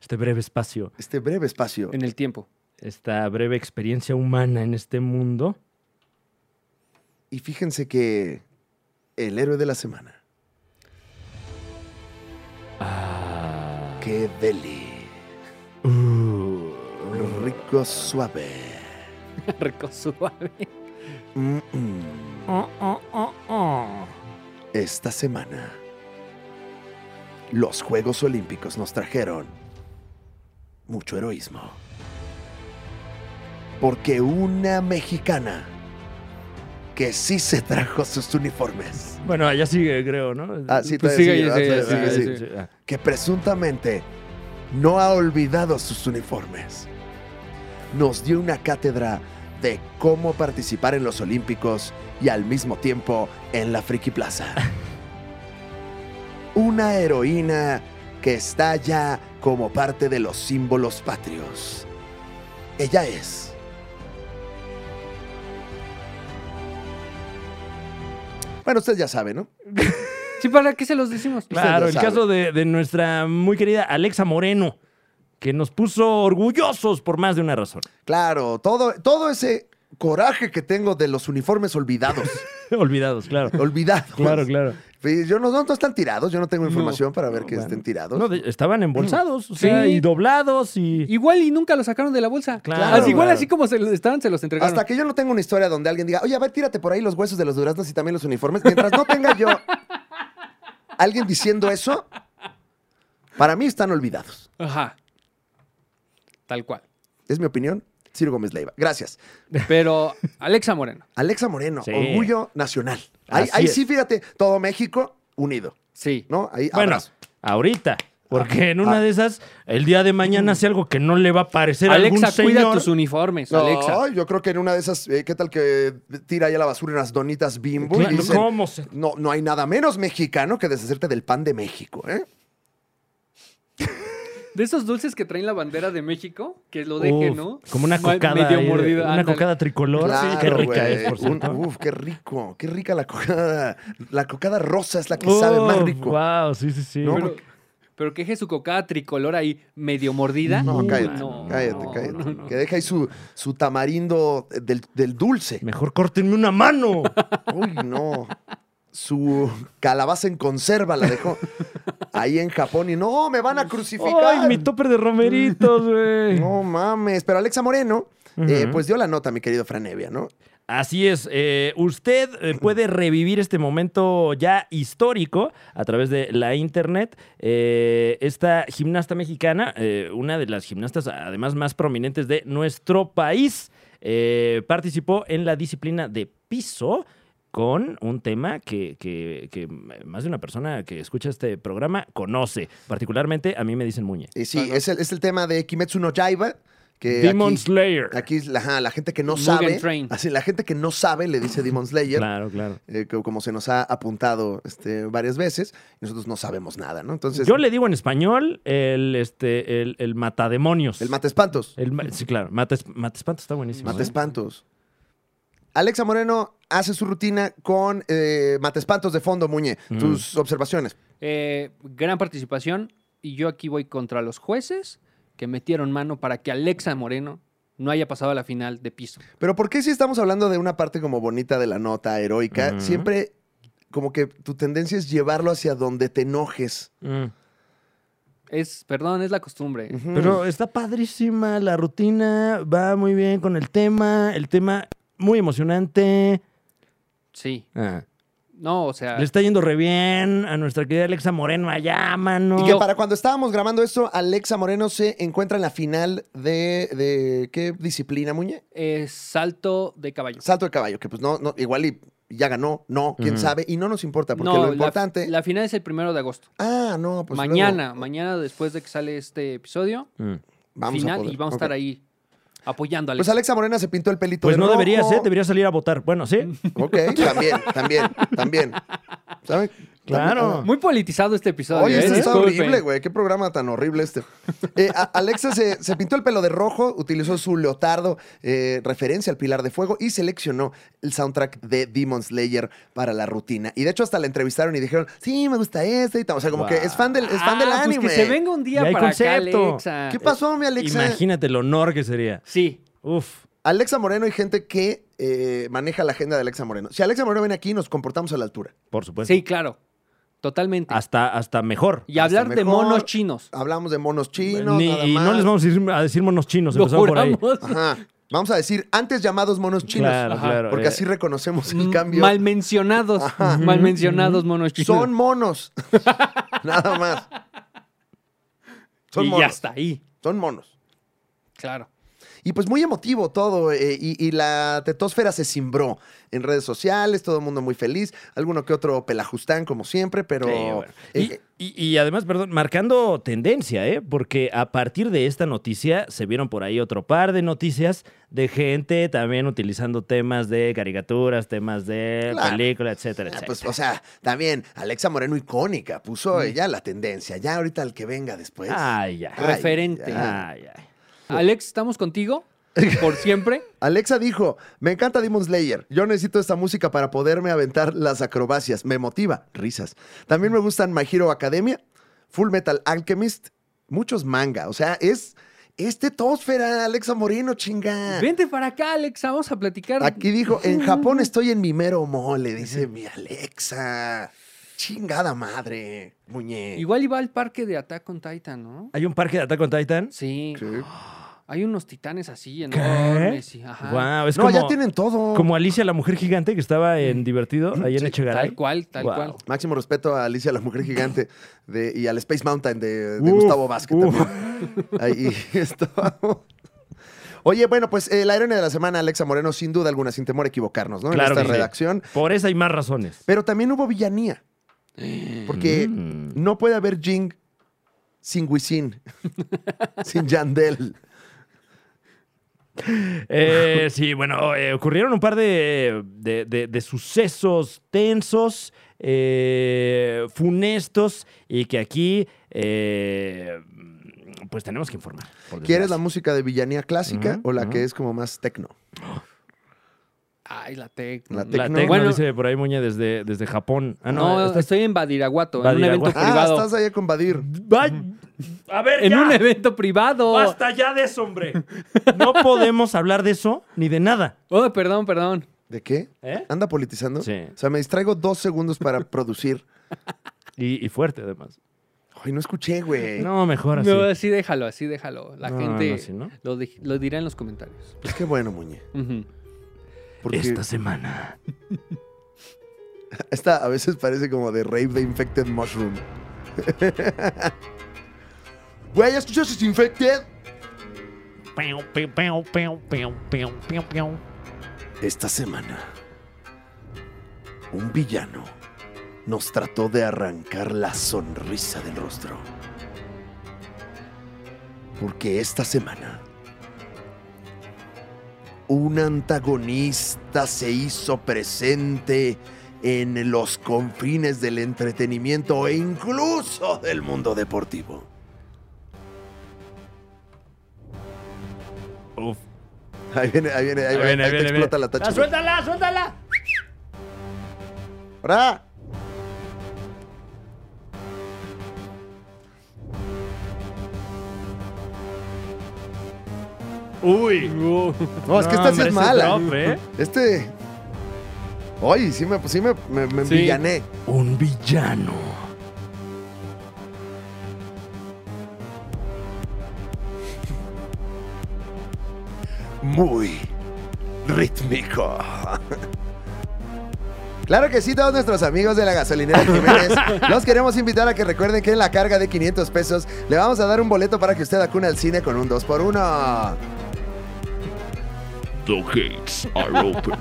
S2: Este breve espacio,
S1: este breve espacio.
S3: En el tiempo.
S2: esta breve experiencia humana en este mundo.
S1: Y fíjense que el héroe de la semana,
S2: Ah,
S1: que deli,
S2: uh,
S1: rico, suave.
S3: Rico suave.
S1: Mm, mm.
S2: oh, oh, oh, oh.
S1: Esta semana, los Juegos Olímpicos nos trajeron mucho heroísmo. Porque una mexicana que sí se trajo sus uniformes,
S2: Bueno, allá sigue, creo, ¿no?
S1: Ah, sí,
S3: Pues
S1: todavía
S3: sigue,
S1: sigue,
S3: sigue,
S1: ah,
S3: sigue,
S1: todavía
S3: sigue,
S1: sigue,
S3: sigue.
S2: Ah.
S1: que presuntamente no ha olvidado sus uniformes, nos dio una cátedra de cómo participar en los Olímpicos y al mismo tiempo en la Friki Plaza. Una heroína que está ya como parte de los símbolos patrios. Ella es. Bueno, usted ya sabe, ¿no?
S3: Sí, ¿para qué se los decimos?
S2: Claro, el
S1: Usted lo
S2: caso de, de nuestra muy querida Alexa Moreno, que nos puso orgullosos por más de una razón.
S1: Claro, todo, todo ese coraje que tengo de los uniformes olvidados.
S2: Olvidados, claro.
S1: olvidados.
S2: Claro, claro.
S1: Pues Yo no, no, no están tirados, yo no tengo
S3: No,
S1: información para ver que
S2: Bueno,
S1: estén tirados.
S2: no, de- estaban embolsados, o sea,
S3: Sí.
S2: y doblados y...
S3: Igual y nunca lo sacaron de la bolsa.
S2: Claro,
S3: así, igual
S2: claro.
S3: así como se los estaban, se los entregaron.
S1: Hasta que yo no tenga una historia donde alguien diga, oye, a ver, tírate por ahí los huesos de los duraznos y también los uniformes. Mientras no tenga yo alguien diciendo eso, para mí están olvidados.
S3: Ajá. Tal cual.
S1: Es mi opinión. Ciro Gómez Leiva. Gracias.
S3: Pero Alexa Moreno.
S1: Alexa Moreno,
S2: Sí.
S1: orgullo nacional. Ahí,
S2: Así
S1: ahí
S2: es.
S1: sí, fíjate, todo México unido,
S3: Sí.
S1: ¿no? Ahí
S2: Bueno,
S1: abrazo.
S2: ahorita, porque en
S1: Ah.
S2: una de esas, el día de mañana hace algo que no le va a parecer a algún
S3: Alexa, cuida
S2: señor.
S3: tus uniformes,
S1: No,
S3: Alexa.
S1: yo creo que en una de esas, eh, ¿qué tal que tira ahí a la basura unas donitas bimbo?
S2: Claro,
S1: y dicen,
S2: ¿cómo se-
S1: No, no hay nada menos mexicano que deshacerte del pan de México, ¿eh?
S3: De esos dulces que traen la bandera de México, que lo deje,
S2: Uf,
S3: ¿no?
S2: Como una
S3: Ma-
S2: cocada,
S3: Medio
S2: ahí,
S3: mordida.
S2: una
S3: ándale.
S2: cocada tricolor. sí, qué rica
S1: güey.
S2: es, por
S1: Un-
S2: cierto.
S1: uf, qué rico, qué rica la cocada. La cocada rosa es la que sabe más rico.
S2: Wow, Oh, sí, sí, sí.
S1: No,
S3: Pero, pero que deje su cocada tricolor ahí medio mordida.
S1: No,
S2: Uy,
S1: cállate,
S2: Uh, no,
S1: cállate,
S2: no,
S1: cállate.
S2: no, no.
S1: Que deja ahí su, su tamarindo del, del dulce.
S2: Mejor córtenme una mano.
S1: Uy, no. Su calabaza en conserva la dejó ahí en Japón y no, me van a crucificar.
S2: Ay, mi topper de romeritos, güey.
S1: No mames, pero Alexa Moreno, eh,
S2: Ujú.
S1: pues dio la nota, mi querido Franevia, ¿no?
S2: Así es, eh, usted eh, puede revivir este momento ya histórico a través de la internet. Eh, esta gimnasta mexicana, eh, una de las gimnastas además más prominentes de nuestro país, eh, participó en la disciplina de piso con un tema que, que- que más de una persona que escucha este programa conoce. Particularmente a mí me dicen Muñe.
S1: Y sí, es, el, es el tema de Kimetsu no Yaiba. Que
S2: Demon
S1: aquí-
S2: Slayer.
S1: Aquí es la, ajá, la gente que no
S3: Mugen
S1: sabe.
S3: Train.
S1: Así, la gente que no sabe le dice Demon Slayer.
S2: Claro, claro.
S1: eh, que como se nos ha apuntado este, varias veces, nosotros no sabemos nada, ¿no? Entonces,
S2: Yo le digo en español el, este, el, el matademonios.
S1: el mata espantos.
S2: El ma- sí, claro. Mates- Matespanto está buenísimo.
S1: Mata
S2: ¿eh?
S1: espantos. Alexa Moreno hace su rutina con eh, mata espantos de fondo, Muñe.
S2: Mm.
S1: Tus observaciones.
S3: Eh, gran participación. Y yo aquí voy contra los jueces que metieron mano para que Alexa Moreno no haya pasado a la final de piso.
S1: Pero ¿por qué si estamos hablando de una parte como bonita de la nota, heroica,
S2: Ujú.
S1: siempre como que tu tendencia es llevarlo hacia donde te enojes?
S2: Mm.
S3: Es, perdón, es la costumbre.
S1: Ujú.
S2: Pero está padrísima la rutina, va muy bien con el tema, el tema muy emocionante.
S3: Sí.
S2: Ah.
S3: No, o sea,
S2: Le está yendo re bien a nuestra querida Alexa Moreno allá, mano.
S1: Y que para cuando estábamos grabando esto, Alexa Moreno se encuentra en la final de, de ¿qué disciplina, Muñe?
S3: es salto de caballo.
S1: Salto de caballo, que pues no, no igual y ya ganó, no, quién
S2: Ujú.
S1: sabe, y no nos importa, porque
S3: No,
S1: lo importante...
S3: La, la final es el primero de agosto.
S1: Ah, no, pues luego
S3: mañana, mañana después de que sale este episodio,
S2: Mm.
S1: vamos
S3: final,
S1: a poder.
S3: y vamos
S1: Ok.
S3: a estar ahí apoyando a
S1: Pues
S3: Alexa.
S1: Alexa Morena se pintó el pelito
S2: Pues
S1: de
S2: no
S1: rojo.
S2: deberías, ¿eh? Deberías salir a votar. Bueno, sí.
S1: Ok, también, también, también. ¿Saben?
S2: Claro.
S3: Muy politizado este episodio.
S1: Oye,
S3: ¿eh?
S1: esto está
S3: Disculpen.
S1: horrible, güey. Qué programa tan horrible este. Eh, a- Alexa se, se pintó el pelo de rojo, utilizó su leotardo, eh, referencia al pilar de fuego, y seleccionó el soundtrack de Demon Slayer para la rutina. Y de hecho, hasta la entrevistaron y dijeron, sí, me gusta este y tal. O sea, como
S2: Wow.
S1: que es fan del, es fan del
S3: Ah, pues
S1: anime.
S3: que se venga un día
S2: Ya hay
S3: para acá,
S2: concepto.
S3: Alexa.
S1: ¿Qué pasó, mi Alexa?
S2: Imagínate el honor que sería.
S3: Sí,
S2: Uf.
S1: Alexa Moreno y gente que eh, maneja la agenda de Alexa Moreno. Si Alexa Moreno viene aquí, nos comportamos a la altura.
S2: Por supuesto.
S3: sí, claro. Totalmente.
S2: Hasta, hasta mejor.
S3: y hablar de
S1: Ah, mejor.
S3: monos
S2: Ah,
S3: chinos.
S1: Hablamos de monos chinos,
S2: Ni-
S1: nada
S2: y
S1: más.
S2: no les vamos a decir, a decir monos chinos.
S3: Lo
S2: pues empezamos por ahí.
S3: juramos.
S1: Ajá. Vamos a decir antes llamados monos chinos.
S2: Claro,
S3: Ajá.
S2: claro.
S1: Porque
S2: eh.
S1: así reconocemos el cambio.
S3: Mal mencionados. Mal mencionados monos chinos.
S1: Son monos. Nada más. Son
S3: y
S1: monos.
S3: ya está ahí.
S1: Son monos.
S3: Claro.
S1: Y pues muy emotivo todo. eh, y, y la tetósfera se cimbró en redes sociales, todo el mundo muy feliz. Alguno que otro pelajustán, como siempre, pero.
S2: Sí, bueno.
S1: eh,
S2: y, y- y además, perdón, marcando tendencia, ¿eh? Porque a partir de esta noticia se vieron por ahí otro par de noticias de gente también utilizando temas de caricaturas, temas de
S1: Claro.
S2: película, etcétera,
S1: Ah,
S2: etcétera.
S1: pues, o sea, también Alexa Moreno icónica
S3: Mm.
S1: puso ella la tendencia. Ya ahorita el que venga después.
S2: Ay, ya.
S1: Ay,
S3: Referente.
S1: ya.
S2: Ay, ay.
S3: Alex, estamos contigo por siempre.
S1: Alexa dijo: Me encanta Demon Slayer. Yo necesito esta música para poderme aventar las acrobacias. Me motiva. Risas. También me gustan My Hero Academia, Full Metal Alchemist, muchos manga. O sea, es. Este tosfera, Alexa Moreno, chinga.
S3: Vente para acá, Alexa. Vamos a platicar.
S1: Ah. Aquí dijo, en Japón estoy en mi mero mole, dice mi Alexa. Chingada madre, muñe.
S3: Igual iba al parque de Attack on Titan, ¿no?
S2: Hay un parque de Attack on Titan.
S3: Sí.
S1: Sí.
S3: Hay unos titanes así enormes. sí, ajá.
S2: Wow, es
S1: no,
S2: como,
S1: ya Mm. tienen todo.
S2: como Alicia la mujer gigante que estaba en Divertido, ahí en Echegaray.
S3: Tal cual, tal
S2: Wow.
S3: cual.
S1: Máximo respeto a Alicia, la mujer gigante, de- y al Space Mountain de, de
S2: Uf,
S1: Gustavo Vázquez
S2: uf.
S1: también. Ahí estábamos. Oye, bueno, pues eh, la ironía de la semana, Alexa Moreno, sin duda alguna, sin temor a equivocarnos, ¿no? en
S2: Claro
S1: esta
S2: que sí.
S1: redacción.
S2: Por esa hay más razones.
S1: Pero también hubo villanía. Porque
S2: Mm.
S1: no puede haber Jing sin Wisin, sin Yandel.
S2: Eh, sí, bueno, eh, ocurrieron un par de, de- de- de sucesos tensos, eh, funestos, y que aquí, eh, pues tenemos que informar. por
S1: ¿Quieres la
S2: desgracia.
S1: música de villanía clásica
S2: Ujú,
S1: o la
S2: ujú.
S1: que es como más tecno?
S3: Ay, la tecno.
S1: La
S2: La
S1: tecno?
S2: tecno,
S3: Bueno-
S2: dice por ahí Muñe desde, desde Japón. Ah, no,
S3: no,
S2: esta es-
S3: estoy en Badiraguato, en un
S2: Badiraguato.
S3: evento
S1: Ah,
S3: privado.
S1: estás allá con Badir.
S2: Va- A ver,
S3: En
S2: ya,
S3: un evento privado.
S2: basta ya de eso, hombre. No podemos hablar de eso ni de nada.
S3: Oh, perdón, perdón.
S1: ¿De qué?
S2: ¿Eh?
S1: ¿Anda politizando?
S2: Sí.
S1: O sea, me distraigo dos segundos para producir.
S2: Y, y fuerte, además.
S1: Ay, no escuché, güey.
S2: No, mejor así.
S3: No, así déjalo, así déjalo. La
S2: No,
S3: gente
S2: no, sí, ¿no?
S3: Lo, di- lo dirá en los comentarios.
S1: Pues qué bueno, Muñe.
S3: Ujú.
S1: Porque
S2: Esta semana.
S1: esta a veces parece como de Rave de Infected Mushroom. Güey, ¿ya escuchaste Infected? Esta semana, un villano nos trató de arrancar la sonrisa del rostro. Porque esta semana, un antagonista se hizo presente en los confines del entretenimiento e incluso del mundo deportivo.
S2: Uf.
S1: Ahí viene, ahí viene, ahí,
S2: Ahí
S1: va,
S2: viene,
S1: ahí
S2: ahí
S1: te
S2: viene,
S1: explota
S2: viene.
S1: la tacha.
S2: ¡Ah, ¡Suéltala, suéltala!
S1: ¡Ra!
S2: ¡Uy!
S1: No, es que esta sí
S2: hombre,
S1: es
S2: ese
S1: mala.
S2: drop, ¿eh?
S1: Este. Ay, sí me, sí me, me, me
S3: Sí.
S1: envillané.
S2: Un villano.
S1: Muy rítmico. Claro que sí, todos nuestros amigos de la gasolinera Jiménez. los queremos invitar a que recuerden que en la carga de 500 pesos le vamos a dar un boleto para que usted acune al cine con un 2x1.
S4: The gates are open.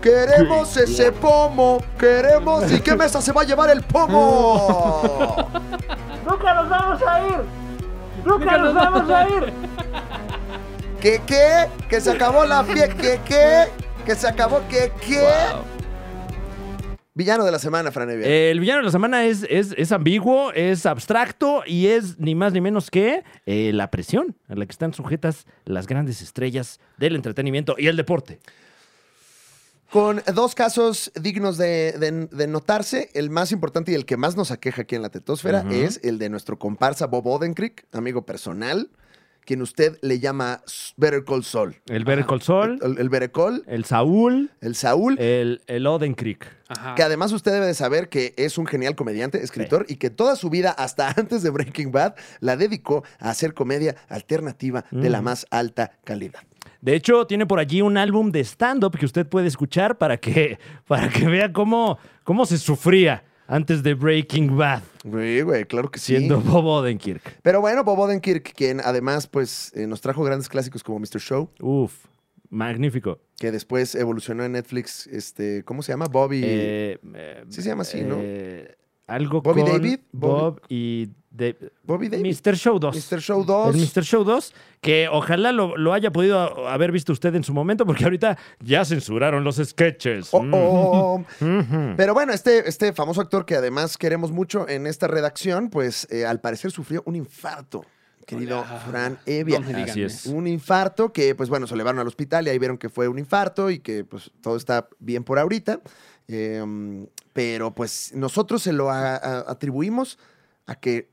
S1: Queremos ese pomo, queremos. ¿Y qué mesa se va a llevar el pomo?
S2: ¡Nunca nos vamos a ir! ¡Nunca nos vamos a ir!
S1: ¿Qué qué? ¿Que se acabó la fiesta? ¿Qué qué? ¿Que se acabó qué qué? Villano de la semana, Fran Evia.
S2: El villano de la semana es, es, es ambiguo, es abstracto y es ni más ni menos que eh, la presión a la que están sujetas las grandes estrellas del entretenimiento y el deporte.
S1: Con dos casos dignos de, de- de notarse, el más importante y el que más nos aqueja aquí en la tetosfera
S2: Ujú.
S1: es el de nuestro comparsa Bob Odenkirk, amigo personal, quien usted le llama S- Better Call Saul. Eh.
S2: El Better Sol,
S1: El, el Better Call,
S2: el Saúl,
S1: el Saúl,
S2: el, el Oden Creek.
S3: Ajá.
S1: que además usted debe de saber que es un genial comediante, escritor, y que toda su vida, hasta antes de Breaking Bad, la dedicó a hacer comedia alternativa de la
S2: Mm.
S1: más alta calidad.
S2: De hecho, tiene por allí un álbum de stand-up que usted puede escuchar para que, para que vea cómo, cómo se sufría antes de Breaking Bad,
S1: Güey, güey, claro que sí.
S2: siendo Bob Odenkirk.
S1: Pero bueno, Bob Odenkirk, quien además pues eh, nos trajo grandes clásicos como Mr. Show,
S2: Uf, magnífico.
S1: que después evolucionó en Netflix, este, ¿cómo se llama? Bobby.
S2: Eh, eh,
S1: Sí se llama así, ¿no?
S2: eh, algo
S1: Bobby
S2: con
S1: David,
S2: Bob y Dave-
S1: Bobby Davis.
S2: Mr. Show 2.
S1: Mr. Show 2.
S2: El Mr. Show 2, que ojalá lo, lo haya podido haber visto usted en su momento, porque ahorita ya censuraron los sketches.
S1: Oh,
S2: Mm.
S1: oh.
S2: Ujú.
S1: Pero bueno, este, este famoso actor que además queremos mucho en esta redacción, pues eh, al parecer sufrió un infarto, querido
S3: Hola.
S1: Fran Evia.
S3: No me digan
S2: Así es.
S3: eso.
S1: Un infarto que, pues bueno, se le llevaron al hospital y ahí vieron que fue un infarto y que pues todo está bien por ahorita. Eh, pero pues nosotros se lo a- a- atribuimos a que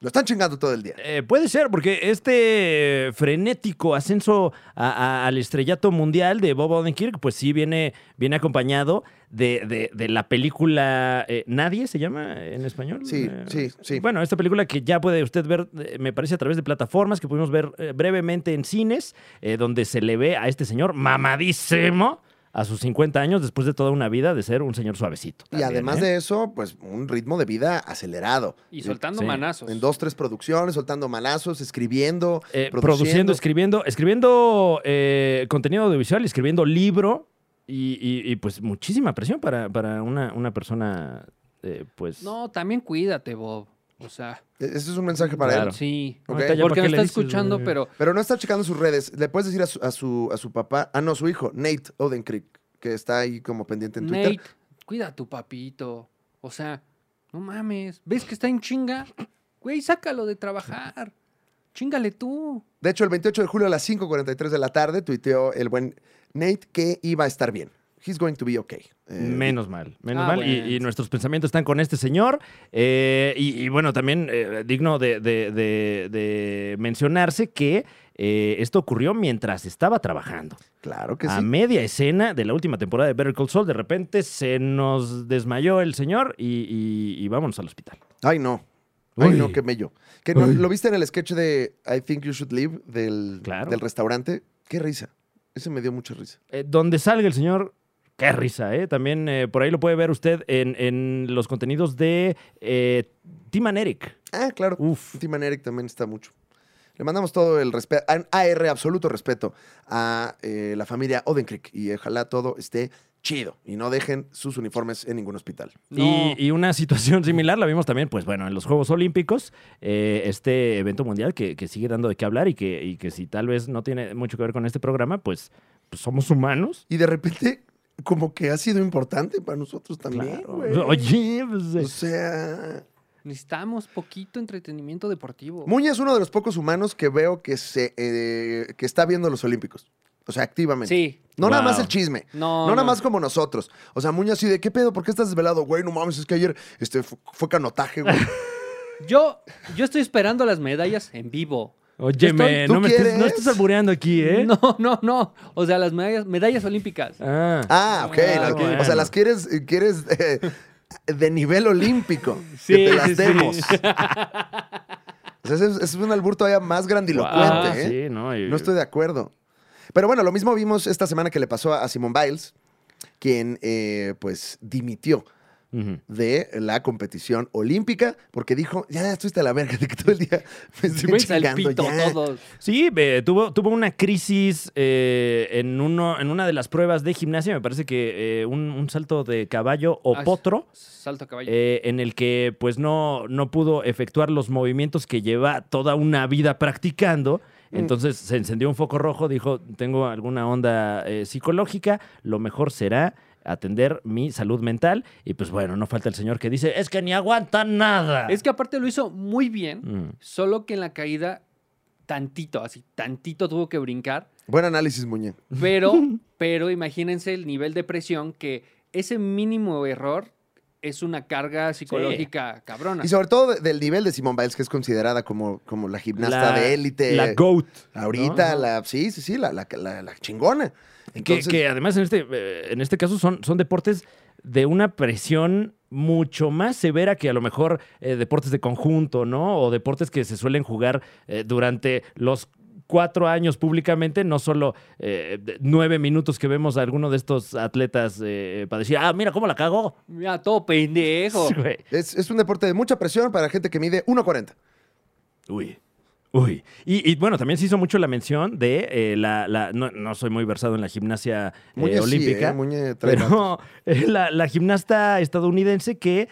S1: lo están chingando todo el día.
S2: Eh, puede ser, porque este eh, frenético ascenso a- a- al estrellato mundial de Bob Odenkirk, pues sí viene, viene acompañado de, de- de la película eh, Nadie, ¿se llama en español?
S1: Sí,
S2: Eh,
S1: sí, sí.
S2: Bueno, esta película que ya puede usted ver, eh, me parece, a través de plataformas que pudimos ver eh, brevemente en cines, eh, donde se le ve a este señor mamadísimo a sus 50 años después de toda una vida de ser un señor suavecito. ¿eh?
S1: Y además de eso, pues un ritmo de vida acelerado.
S3: Y soltando
S2: Sí.
S3: manazos.
S1: En dos, tres producciones, soltando malazos, escribiendo,
S2: Eh, produciendo,
S1: produciendo.
S2: escribiendo, escribiendo eh, contenido audiovisual, y escribiendo libro y, y- y, pues muchísima presión para, para una, una persona, eh, pues...
S3: No, también cuídate, Bob. O sea,
S1: E-, Ese es un mensaje para
S2: Claro.
S1: él.
S3: sí.
S1: Ok.
S2: Ahorita ya, ¿para
S3: Porque
S2: qué
S3: me
S2: le
S3: está
S2: dices, eh,
S3: escuchando,
S2: güey?
S3: pero
S1: Pero no está checando sus redes. Le puedes decir a su, a su, a su papá, ah, no, su hijo, Nate Odenkirk, que está ahí como pendiente en Twitter.
S3: Nate, cuida a tu papito. O sea, no mames. ¿Ves que está en chinga? Güey, sácalo de trabajar. Chingale tú.
S1: De hecho, el 28 de julio a las 5.43 de la tarde tuiteó el buen Nate que iba a estar bien. He's going to be okay. Eh,
S2: Menos mal, menos
S3: Ah,
S2: mal. Y-
S3: bueno.
S2: Y, nuestros pensamientos están con este señor. Eh, y, y bueno, también eh, digno de, de- de- de mencionarse que eh, esto ocurrió mientras estaba trabajando.
S1: Claro que
S2: a
S1: sí.
S2: media escena de la última temporada de Better Call Saul, de repente se nos desmayó el señor y, y- y vámonos al hospital.
S1: Ay, no. Ay,
S2: Uy.
S1: no, qué mello. Que no-
S2: Uy.
S1: ¿Lo viste en el sketch de I Think You Should Leave del,
S2: Claro.
S1: del restaurante? Qué risa. Ese me dio mucha risa.
S2: Eh, donde salga el señor, qué risa, ¿eh? También eh, por ahí lo puede ver usted en, en los contenidos de eh, Tim and Eric.
S1: Ah, claro.
S2: Uf.
S1: Tim and Eric también está mucho. Le mandamos todo el respeto, AR, absoluto respeto a eh, la familia Odenkirk y ojalá todo esté chido y no dejen sus uniformes en ningún hospital.
S2: Y, y una situación similar la vimos también, pues bueno, en los Juegos Olímpicos, eh, este evento mundial que, que sigue dando de qué hablar y que, y que si tal vez no tiene mucho que ver con este programa, pues, pues somos humanos.
S1: Y de repente, como que ha sido importante para nosotros también,
S2: Claro.
S1: güey.
S2: Oye, pues, eh,
S1: O sea,
S3: Necesitamos poquito entretenimiento deportivo.
S1: Muña es uno de los pocos humanos que veo que se eh, que está viendo los Olímpicos. O sea, activamente.
S3: Sí.
S1: No nada
S2: Wow.
S1: más el chisme.
S3: No,
S1: No, nada
S3: no.
S1: más como nosotros. O sea, Muña así de, ¿qué pedo? ¿Por qué estás desvelado? Güey, no mames, es que ayer este, fu- fue canotaje, güey.
S3: Yo, yo estoy esperando las medallas en vivo.
S2: óyeme,
S1: ¿Tú
S2: no me estés, no
S1: quieres?
S2: estés albureando aquí, ¿eh?
S3: No, no, no. O sea, las medallas, medallas olímpicas.
S2: Ah.
S1: Ah, ok.
S3: Ah,
S1: la-
S2: bueno.
S1: O sea, las quieres, quieres eh, de nivel olímpico. que te las
S3: sí, sí.
S1: demos. O sea, ese es, es un albur todavía más grandilocuente,
S3: Ah,
S2: Guau,
S1: ¿eh?
S2: sí, no, y-
S1: No estoy de acuerdo. Pero bueno, lo mismo vimos esta semana que le pasó a, a Simone Biles, quien eh, pues dimitió
S2: Ujú.
S1: de la competición olímpica porque dijo, ya estuviste a la verga de que todo el día me estoy
S3: Güey,
S1: chingando
S3: salpito
S1: ya".
S3: todos.
S2: Sí, eh, tuvo, tuvo una crisis eh, en, uno, en una de las pruebas de gimnasia, me parece que eh, un, un salto de caballo o
S3: Ah,
S2: potro,
S3: Salto a caballo.
S2: eh, en el que pues no, no pudo efectuar los movimientos que lleva toda una vida practicando. Entonces se encendió un foco rojo, dijo, tengo alguna onda eh, psicológica, lo mejor será atender mi salud mental. Y pues bueno, no falta el señor que dice, es que ni aguanta nada.
S3: Es que aparte lo hizo muy bien,
S2: Mm.
S3: solo que en la caída tantito, así, tantito tuvo que brincar.
S1: Buen análisis, Muñe.
S3: Pero, pero imagínense el nivel de presión que ese mínimo error es una carga psicológica cabrona.
S1: Y sobre todo de- del nivel de Simone Biles, que es considerada como, como la gimnasta de élite.
S2: La GOAT.
S1: Ahorita,
S2: ¿no?
S1: la, sí, sí, sí, la, la- la- la chingona.
S2: Que,
S1: Entonces,
S2: que además en este, eh, en este caso son, son deportes de una presión mucho más severa que a lo mejor eh, deportes de conjunto, ¿no? O deportes que se suelen jugar eh, durante los cuatro años públicamente, no solo eh, de- nueve minutos que vemos a alguno de estos atletas eh, para decir, ah, mira cómo la cagó.
S3: Mira, todo pendejo.
S2: Sí, güey.
S1: es, es un deporte de mucha presión para gente que mide 1.40.
S2: Eh, Uy. Uy, y, y, bueno, también se hizo mucho la mención de eh, la, la- no, no soy muy versado en la gimnasia eh,
S1: Muñe sí,
S2: olímpica,
S1: ¿eh? Muñe trae más.
S2: Pero eh, la, la gimnasta estadounidense que eh,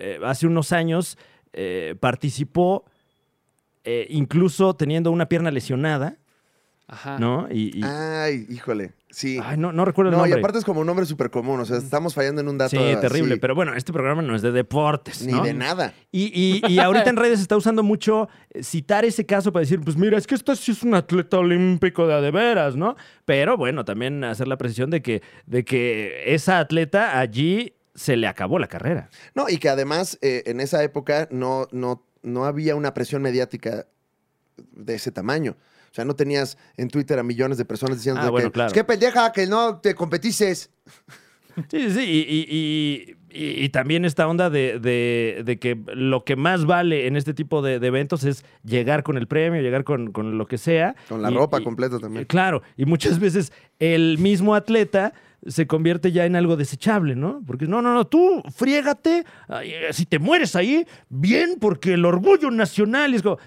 S2: eh, hace unos años eh, participó eh, incluso teniendo una pierna lesionada,
S3: Ajá.
S2: ¿no? Y, y-
S1: Ay, híjole. Ah, Sí.
S2: ay, no, no recuerdo el
S1: no, y
S2: nombre. Mm.
S1: aparte es como un nombre súper común. O sea, estamos fallando en un dato.
S2: sí,
S1: así,
S2: terrible. Pero bueno, este programa no es de deportes,
S1: Ni
S2: ¿no?
S1: de nada.
S2: Y, y- y ahorita en redes se está usando mucho eh, citar ese caso para decir, pues mira, es que esto sí es un atleta olímpico de a de veras, ¿no? Pero bueno, también hacer la precisión de que, de que esa atleta allí se le acabó la carrera.
S1: No, y que además eh, en esa época no, no, no había una presión mediática de ese tamaño. O sea, no tenías en Twitter a millones de personas diciendo
S2: Ah, bueno,
S1: que,
S2: claro.
S1: "Es que pendeja que no te competices.
S2: Sí, sí, sí. Y, y- y- y- y también esta onda de, de- de que lo que más vale en este tipo de, de eventos es llegar con el premio, llegar con, con lo que sea.
S1: Con la
S2: Y-
S1: ropa
S2: y-
S1: completa también.
S2: y- Claro, y muchas veces el mismo atleta se convierte ya en algo desechable, ¿no? Porque no, no, no, tú friégate, ay, eh, si te mueres ahí, bien, porque el orgullo nacional y es como,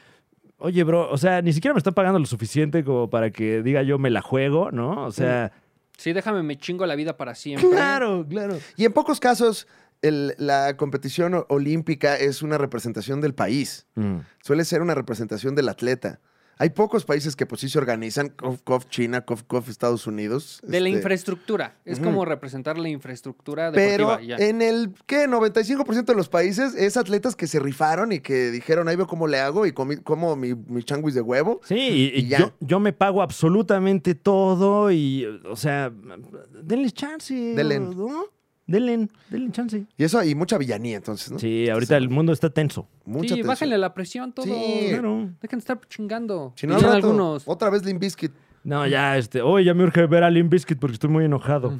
S2: oye, bro, o sea, ni siquiera me están pagando lo suficiente como para que diga yo me la juego, ¿no? O sea,
S3: Sí, déjame, me chingo la vida para siempre.
S2: claro, claro.
S1: Y en pocos casos el- la competición o- olímpica es una representación del país.
S2: Mm.
S1: Suele ser una representación del atleta. Hay pocos países que pues sí se organizan, cof, cof, China, cof, cof, Estados Unidos.
S3: De la
S1: este,
S3: infraestructura. Es
S1: Ujú.
S3: como representar la infraestructura deportiva.
S1: Pero
S3: y ya.
S1: en el, ¿qué? 95% de los países es atletas que se rifaron y que dijeron, ahí veo cómo le hago y comí- como mi, mi changuis de huevo.
S2: Sí, y, y
S1: ya.
S2: yo, yo me pago absolutamente todo y, o sea, denle chance.
S1: Denle.
S2: ¿no? Denle, denle chance.
S1: Y eso, y mucha villanía entonces, eh, ¿no?
S2: Sí, ahorita el mundo está tenso.
S1: Mucha
S3: sí,
S1: tensión.
S3: bájenle la presión todo.
S1: Sí.
S2: Claro.
S3: Dejen de estar chingando.
S1: Si no, al
S3: Dicen
S1: rato,
S3: algunos.
S1: otra vez Limp Bizkit.
S2: No, ya, este, hoy ya me urge ver a Limp Bizkit porque estoy muy enojado.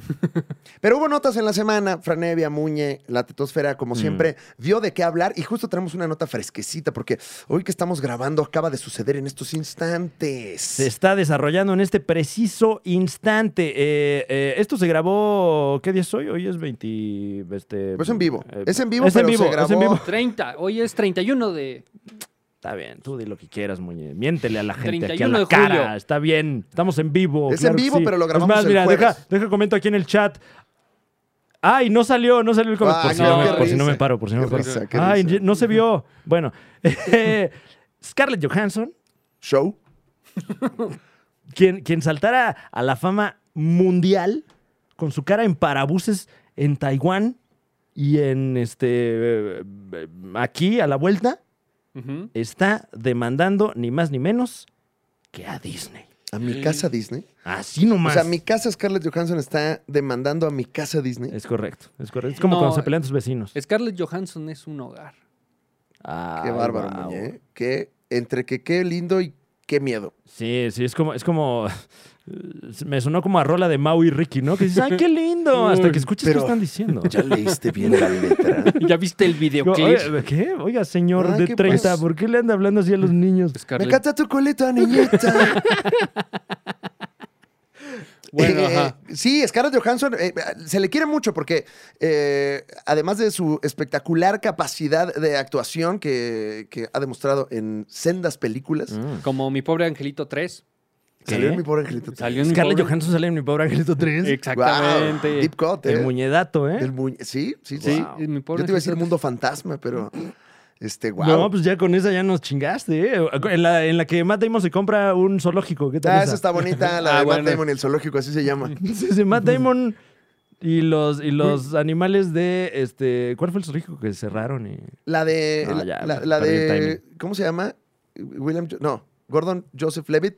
S1: Pero hubo notas en la semana, Franevia, Muñe, la tetosfera, como siempre, dio de qué hablar y justo tenemos una nota fresquecita porque hoy que estamos grabando acaba de suceder en estos instantes.
S2: Se está desarrollando en este preciso instante. Eh, eh, esto se grabó, ¿qué día es hoy? Hoy es 20... Este,
S1: Pero es en Pues vivo.
S2: eh,
S1: Es en vivo, pero se grabó.
S3: 30. Hoy es 31 de.
S2: Está bien, tú di lo que quieras, Muñe. Miéntele a la gente aquí a
S3: 31
S2: la
S3: de
S2: cara.
S3: julio.
S2: Está bien, estamos en vivo.
S1: Es en
S2: que
S1: vivo, pero lo
S2: Es
S1: grabamos
S2: más,
S1: el
S2: mira,
S1: jueves.
S2: deja, deja comento aquí en el chat. Ay, no salió, no salió el comentario.
S1: Ay,
S2: por, si
S3: no,
S2: no me-
S3: qué
S2: por si no
S1: Ah, risa.
S2: me paro, por si no me
S1: Qué
S2: paro.
S1: risa, qué
S2: Ay,
S1: risa.
S2: no se vio. Bueno, eh, Scarlett Johansson
S1: Show.
S2: quien, quien saltara a la fama mundial con su cara en parabuses en Taiwán y en este eh, eh, aquí a la vuelta
S3: Ujú.
S2: está demandando ni más ni menos que a Disney.
S1: A mi casa Disney.
S2: Así
S1: O
S2: nomás.
S1: sea, mi casa Scarlett Johansson está demandando a mi casa Disney.
S2: Es correcto, es correcto. Es como
S3: No,
S2: cuando se pelean tus vecinos.
S3: Scarlett Johansson es un hogar.
S1: Qué
S2: Ay,
S1: bárbaro,
S2: guau.
S1: Muñe, ¿eh? Qué, entre que qué lindo y qué miedo.
S2: Sí, sí, es como, es como. Me sonó como a rola de Mau y Ricky, ¿no? Que dices, ¡ay, qué lindo! Hasta que escuches
S1: pero-
S2: qué están diciendo.
S1: Ya leíste bien la letra.
S3: ¿Ya viste el
S2: Yo,
S3: videoclip?
S2: Oiga, ¿Qué? Oiga, señor
S1: Ay,
S2: de
S1: Ah, ¿qué pues?
S2: 30,
S1: pasó?
S2: ¿por qué le anda hablando así a los niños?
S1: Me
S3: Scarlett.
S1: encanta tu coleta, niñita.
S3: Bueno,
S1: Eh,
S3: ajá.
S1: Sí, Scarlett Johansson eh, se le quiere mucho porque eh, además de su espectacular capacidad de actuación que, que ha demostrado en sendas películas,
S3: Como mi pobre Angelito 3.
S1: salió
S2: ¿Qué?
S1: en mi pobre angelito.
S3: Salió en Mi
S2: Scarlett
S3: Pobre-
S2: Johansson sale en Mi Pobre Angelito 3.
S3: Exactamente.
S1: Wow, deep cut,
S2: El
S1: eh.
S2: muñedato, ¿eh?
S1: Del muñe- sí, sí, sí.
S3: Sí, mi pobre
S1: Yo te iba a decir
S3: Angelito
S1: mundo fantasma, pero este, wow.
S2: No, pues ya con esa ya nos chingaste, ¿eh? En la, en la que Matt Damon se compra un zoológico. ¿Qué tal?
S1: Ah,
S2: esa?
S1: esa está bonita, la
S3: Ah,
S1: de Matt
S3: bueno.
S1: Damon y el zoológico, así se llama.
S2: Sí, sí, Matt Damon y los, y los animales de. este ¿Cuál fue el zoológico que cerraron? Eh, y-
S1: La de.
S2: No,
S1: la-
S2: ya,
S1: la,
S2: perdí
S1: la
S2: el
S1: de. ¿Cómo se llama? William. Jo- No, Gordon Joseph Levitt.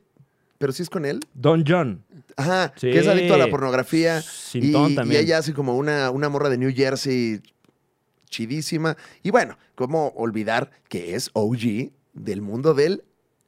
S1: Pero sí es con él.
S2: Don John.
S1: Ajá.
S2: Sí.
S1: Que es adicto a la pornografía. Y,
S2: Sintón
S1: y
S2: también.
S1: ella hace como una, una morra de New Jersey chidísima. Y bueno, ¿cómo olvidar que es OG del mundo del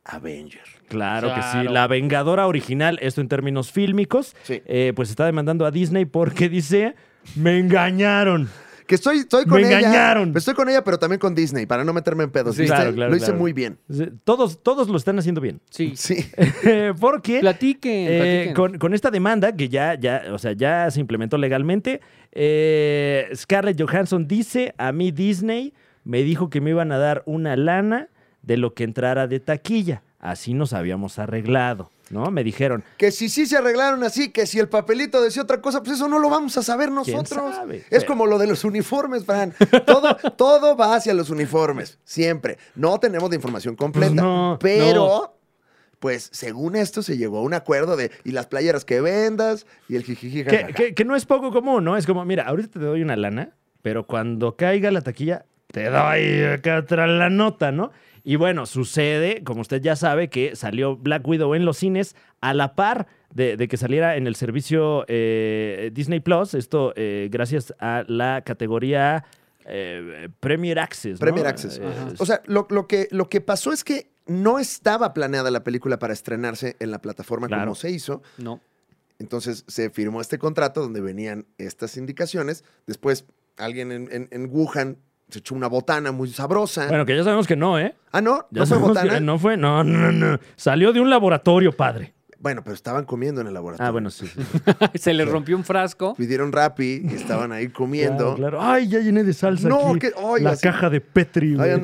S1: Avenger?
S2: Claro, que sí.
S3: Claro.
S2: La Vengadora original, esto en términos fílmicos,
S1: Sí.
S2: eh, pues está demandando a Disney porque dice: Me engañaron.
S1: Que estoy, estoy con
S2: Me
S1: ella.
S2: engañaron.
S1: Estoy con ella, pero también con Disney, para no meterme en pedos.
S2: Sí,
S1: ¿viste?
S2: claro, claro,
S1: Lo hice
S2: claro.
S1: muy bien.
S2: Todos, todos lo están haciendo bien.
S3: Sí.
S1: Sí.
S2: Eh, porque
S3: Platiquen,
S2: eh,
S3: platiquen.
S2: con, con esta demanda que ya, ya, o sea, ya se implementó legalmente, eh, Scarlett Johansson dice, a mí Disney me dijo que me iban a dar una lana de lo que entrara de taquilla. Así nos habíamos arreglado, ¿no? Me dijeron,
S1: Que si sí se arreglaron así, que si el papelito decía otra cosa, pues eso no lo vamos a saber
S2: ¿Quién
S1: nosotros.
S2: sabe?
S1: Es
S2: Pero-
S1: como lo de los uniformes, Fran. Todo, todo va hacia los uniformes, siempre. No tenemos la información completa.
S2: Pues no,
S1: pero,
S2: no.
S1: pues según esto, se llegó a un acuerdo de y las playeras que vendas y el jijiji.
S2: que,
S1: jajaja.
S2: que- que no es poco común, ¿no? Es como, mira, ahorita te doy una lana, pero cuando caiga la taquilla, te doy acá otra la nota, ¿no? Y bueno, sucede, como usted ya sabe, que salió Black Widow en los cines a la par de, de que saliera en el servicio eh, Disney Plus. Esto eh, gracias a la categoría eh, Premier Access. ¿no?
S1: Premier Access.
S2: Eh,
S3: Ajá.
S1: O sea, lo, lo que, lo que pasó es que no estaba planeada la película para estrenarse en la plataforma
S2: Claro.
S1: como se hizo.
S3: No.
S1: Entonces se firmó este contrato donde venían estas indicaciones. Después alguien en, en- en Wuhan se echó una botana muy sabrosa.
S2: bueno, que ya sabemos que no, ¿eh?
S1: ah, no, no
S2: Ya
S1: fue
S2: sabemos que
S1: botana.
S2: no fue, no, no, no. Salió de un laboratorio, padre.
S1: Bueno, pero estaban comiendo en el laboratorio.
S2: Ah, bueno, sí. sí.
S3: Se le rompió un frasco.
S1: Pidieron Rappi y estaban ahí comiendo.
S2: Claro, claro. Ay, ya llené de salsa
S1: No,
S2: aquí
S1: que- ay,
S2: la
S1: así.
S2: caja de Petri. güey.
S1: Ay,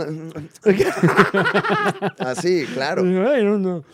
S1: anda- Así, claro.
S2: Ay, no, no.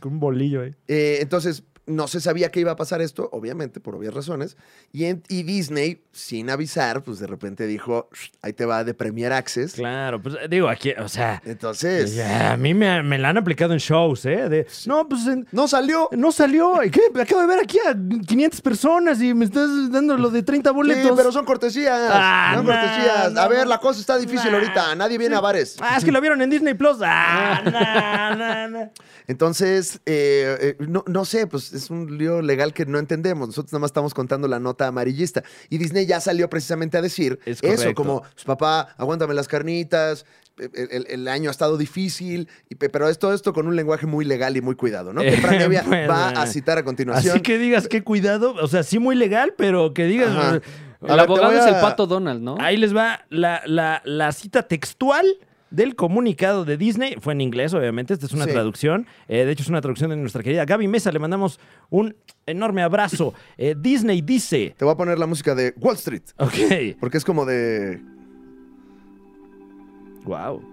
S2: Con un bolillo ahí.
S1: Eh, entonces, no se sabía que iba a pasar esto, obviamente, por obvias razones. Y, en- y Disney, sin avisar, pues de repente dijo, "Shh, ahí te va de Premier Access.
S2: Claro, pues digo, aquí, o sea,
S1: Entonces,
S2: ya, a mí me, me la han aplicado en shows, ¿eh? De, no, pues en-
S1: no salió.
S2: no salió. ¿y ¿Qué? Acabo de ver aquí a 500 personas y me estás dando lo de 30 boletos.
S1: Sí, pero son cortesías.
S2: Ah,
S1: son
S2: no,
S1: cortesías.
S2: no,
S1: a ver,
S2: no.
S1: la cosa está difícil
S2: Nah.
S1: ahorita. Nadie viene a bares.
S2: Ah, es que lo vieron en Disney Plus. Ah, na, na, na.
S1: Entonces, eh, eh, no, no sé, pues es un lío legal que no entendemos. Nosotros nada más estamos contando la nota amarillista. Y Disney ya salió precisamente a decir
S2: Es
S1: eso,
S2: correcto.
S1: como, pues, papá, aguántame las carnitas, eh, el, el año ha estado difícil, y pe- pero esto, esto con un lenguaje muy legal y muy cuidado, ¿no? Que Fran
S2: Eh,
S1: Evia
S2: pues,
S1: va
S2: eh.
S1: a citar a continuación.
S2: Así que digas qué cuidado. O sea, sí muy legal, pero que digas... eh,
S1: Ajá.
S3: El
S1: A ver, te
S3: abogado
S1: voy
S3: es el
S1: a-
S3: pato Donald, ¿no?
S2: Ahí les va la, la- la cita textual del comunicado de Disney. Fue en inglés, obviamente. Esta es una
S1: Sí.
S2: traducción. Eh, de hecho, es una traducción de nuestra querida Gaby Mesa. Le mandamos un enorme abrazo. Eh, Disney dice.
S1: Te voy a poner la música de Wall Street,
S2: Ok.
S1: porque es como de...
S2: Wow.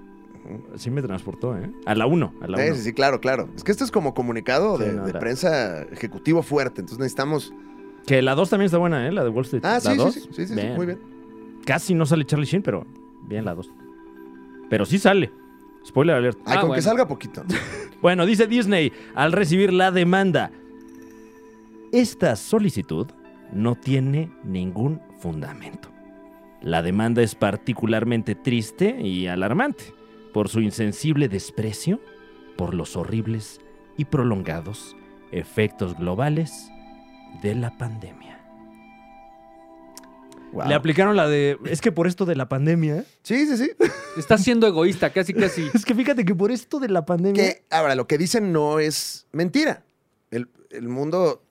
S2: Sí me transportó, ¿eh? A la 1, a la 1.
S1: Sí, sí, sí, claro, claro. Es que esto es como comunicado
S2: Sí,
S1: de,
S2: no,
S1: de
S2: la-
S1: prensa ejecutivo fuerte, entonces necesitamos...
S2: Que la 2 también está buena, ¿eh? La de Wall Street.
S1: Ah,
S2: La
S1: sí, sí,
S2: dos,
S1: sí, sí, sí, sí, muy bien.
S2: Casi no sale Charlie Sheen, pero bien la 2. Pero sí sale. Spoiler alert.
S1: Ay,
S3: Ah,
S1: con que
S3: bueno.
S1: salga poquito.
S2: Bueno, dice Disney, al recibir la demanda, esta solicitud no tiene ningún fundamento. La demanda es particularmente triste y alarmante por su insensible desprecio, por los horribles y prolongados efectos globales de la pandemia.
S1: Wow.
S2: Le aplicaron la de, es que por esto de la pandemia,
S1: Sí, sí, sí.
S3: Está siendo egoísta, casi, casi.
S2: es que fíjate que por esto de la pandemia...
S1: Que, ahora, lo que dicen no es mentira. El, el mundo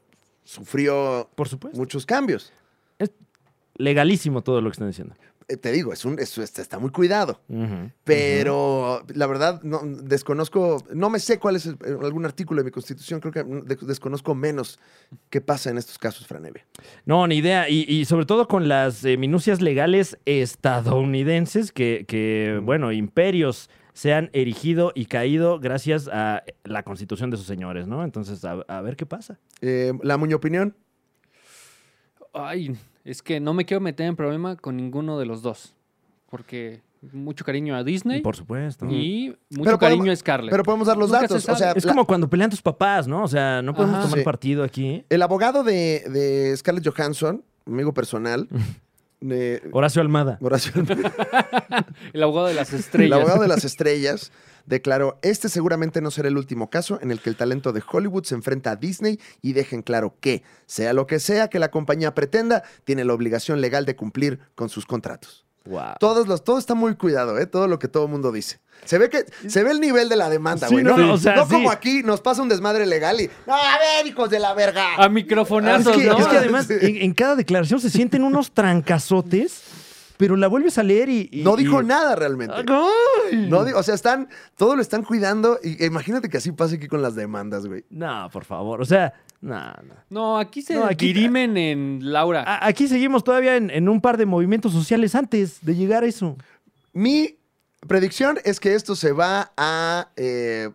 S1: sufrió
S2: Por supuesto.
S1: muchos cambios.
S2: Legalísimo todo lo que están diciendo.
S1: Eh, Te digo, es un, es- está está muy cuidado. Pero la verdad, no, desconozco, no me sé cuál es el- eh, algún artículo de mi constitución, creo que mm, de- desconozco menos qué pasa en estos casos, Franevia.
S2: No, ni idea. Y, y sobre todo con las eh, minucias legales estadounidenses que, que, bueno, imperios se han erigido y caído gracias a la constitución de sus señores, ¿no? Entonces, a, a ver qué pasa.
S1: Eh, la muña opinión,
S3: Ay, es que no me quiero meter en problema con ninguno de los dos. Porque mucho cariño a Disney
S2: Por supuesto.
S3: y mucho
S1: Pero podemos-
S3: cariño a Scarlett.
S1: pero podemos dar los
S3: Nunca se
S1: datos. O
S3: sabe.
S1: sea,
S2: es
S1: la-
S2: como cuando pelean tus papás, ¿no? O sea, no podemos
S3: Ajá.
S2: tomar
S1: Sí.
S2: partido aquí. ¿eh?
S1: el abogado de, de Scarlett Johansson, amigo personal, eh,
S2: Horacio Almada.
S1: Horacio
S3: El abogado de las
S1: El
S3: estrellas.
S1: abogado de las estrellas declaró, este seguramente no será el último caso en el que el talento de Hollywood se enfrenta a Disney y dejen claro que, sea lo que sea que la compañía pretenda, tiene la obligación legal de cumplir con sus contratos.
S2: Wow.
S1: Todos los, todo está muy cuidado, ¿eh? todo lo que todo el mundo dice. Se ve, que, se ve el nivel de la demanda,
S2: Sí,
S1: güey.
S2: no,
S1: no
S2: o sea,
S1: no
S2: sí.
S1: como aquí nos pasa un desmadre legal y... No, a ver, hijos de la verga.
S3: A microfonazos,
S1: Es que-
S3: ¿no?
S2: Es que además,
S1: Sí.
S2: en, en cada declaración se sienten unos trancazotes, pero la vuelves a leer y... y-
S1: no dijo
S2: y-
S1: nada realmente.
S2: ¡Ay!
S1: No, di- o sea, están, todo lo están cuidando y imagínate que así pase aquí con las demandas, güey.
S2: No, por favor. O sea, no, no.
S3: No, aquí se
S2: No, aquí-
S3: dirimen en Laura.
S2: A- Aquí seguimos todavía en, en un par de movimientos sociales antes de llegar a eso.
S1: Mi predicción es que esto se va a, eh,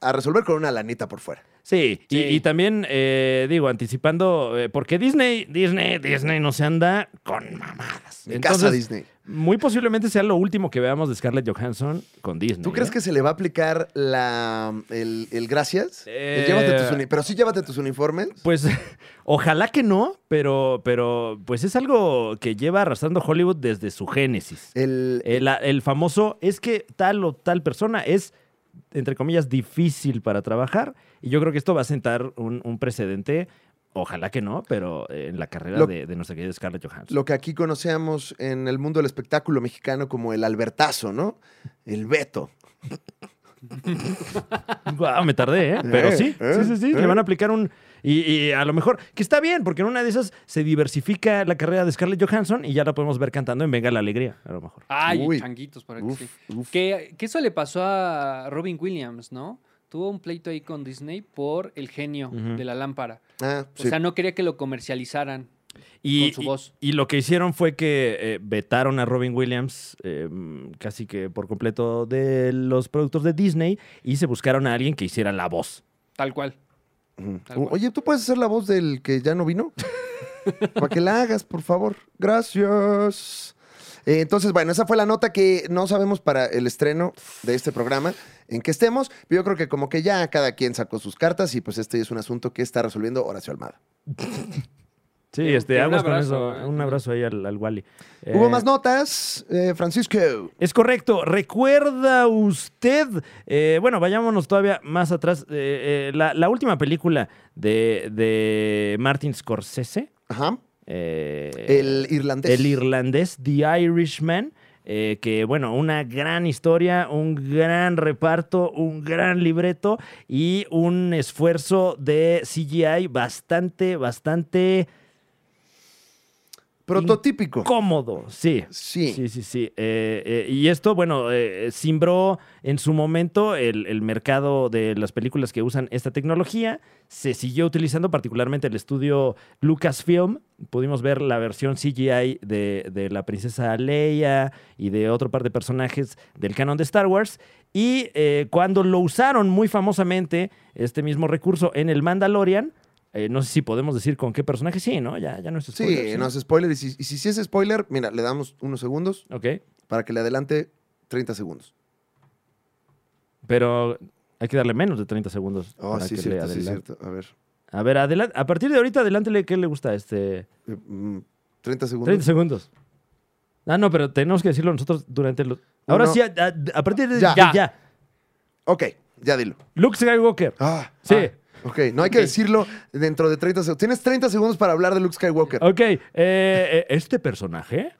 S1: a resolver con una lanita por fuera.
S2: Sí, y-
S3: Sí.
S2: Y, también, eh, digo, anticipando, eh, porque Disney, Disney, Disney no se anda con mamadas.
S1: Mi
S2: Entonces,
S1: casa Disney.
S2: muy posiblemente sea lo último que veamos de Scarlett Johansson con Disney.
S1: ¿Tú crees
S2: ¿eh?
S1: que se le va a aplicar la, el, el gracias?
S2: Eh.
S1: El llévate tus uni- pero sí llévate tus uniformes.
S2: Pues ojalá que no, pero, pero pues es algo que lleva arrastrando Hollywood desde su génesis.
S1: El,
S2: El, eh, el famoso es que tal o tal persona es, entre comillas, difícil para trabajar. Y yo creo que esto va a sentar un, un precedente, ojalá que no, pero eh, en la carrera
S1: Lo-
S2: de, de nuestra querida Scarlett Johansson.
S1: lo que aquí conocemos en el mundo del espectáculo mexicano como el albertazo, ¿no? El veto.
S2: Guau, me tardé, ¿eh? Pero sí,
S1: eh,
S2: sí, sí, sí,
S1: eh.
S2: Le van a aplicar un. Y, y a lo mejor, que está bien, porque en una de esas se diversifica la carrera de Scarlett Johansson y ya la podemos ver cantando en Venga la Alegría, a lo mejor.
S3: Ay,
S1: Uy.
S3: changuitos para
S1: Uf,
S3: que sí.
S1: uf.
S3: Que, que eso le pasó a Robin Williams, ¿no? Tuvo un pleito ahí con Disney por el genio
S2: Ujú.
S3: de la lámpara.
S1: Ah,
S3: O
S1: sí.
S3: sea, no quería que lo comercializaran.
S2: Y,
S3: Con su voz.
S2: y- y lo que hicieron fue que eh, vetaron a Robin Williams eh, casi que por completo de los productos de Disney y se buscaron a alguien que hiciera la voz.
S3: Tal cual.
S1: Ujú.
S3: tal cual.
S1: Oye, ¿tú puedes hacer la voz del que ya no vino? Para que la hagas, por favor. Gracias. Eh, entonces, bueno, esa fue la nota que no sabemos para el estreno de este programa en que estemos. Yo creo que como que ya cada quien sacó sus cartas y pues este es un asunto que está resolviendo Horacio Almada.
S2: Sí,
S3: Que-
S2: este,
S3: que un
S2: aguas
S3: abrazo,
S2: con
S3: eh.
S2: eso. Un abrazo ahí al, al Wally.
S1: Hubo
S2: Eh,
S1: más notas, eh, Francisco.
S2: Es correcto. Recuerda usted, eh, bueno, vayámonos todavía más atrás. eh, eh, la, la última película de, de Martin Scorsese.
S1: Ajá.
S2: eh,
S1: El irlandés.
S2: El irlandés, The Irishman. eh, que bueno, una gran historia, un gran reparto, un gran libreto y un esfuerzo de CGI bastante, bastante
S1: Prototípico.
S2: Cómodo, sí.
S1: Sí.
S2: Sí, sí, sí. Eh, eh, y esto, bueno, eh, simbró en su momento el, el mercado de las películas que usan esta tecnología. Se siguió utilizando, particularmente el estudio Lucasfilm. Pudimos ver la versión CGI de, de la princesa Leia y de otro par de personajes del canon de Star Wars. Y eh, cuando lo usaron muy famosamente, este mismo recurso, en el Mandalorian, eh, no sé si podemos decir con qué personaje. Sí, ¿no? Ya, ya no es
S1: Sí,
S2: spoiler.
S1: no es spoiler. Y si, y si sí es spoiler, mira, le damos unos segundos
S2: Ok.
S1: para que le adelante 30 segundos.
S2: Pero hay que darle menos de 30 segundos.
S1: Oh,
S2: para
S1: sí,
S2: que le
S1: cierto, sí,
S2: adelan-
S1: cierto. A ver.
S2: A ver, adelan- a partir de ahorita, adelántele qué le gusta a este.
S1: eh, mm, 30 segundos.
S2: 30 segundos. Ah, no, pero tenemos que decirlo nosotros durante los. Ahora
S1: Uno.
S2: sí, a, a- a partir de.
S1: Ya.
S2: Ya. ya,
S1: Ok, ya dilo.
S2: Luke Skywalker.
S1: Ah,
S2: sí.
S1: ok, no hay que decirlo dentro de 30 segundos. Tienes 30 segundos para hablar de Luke Skywalker.
S2: Ok. eh, eh, este personaje,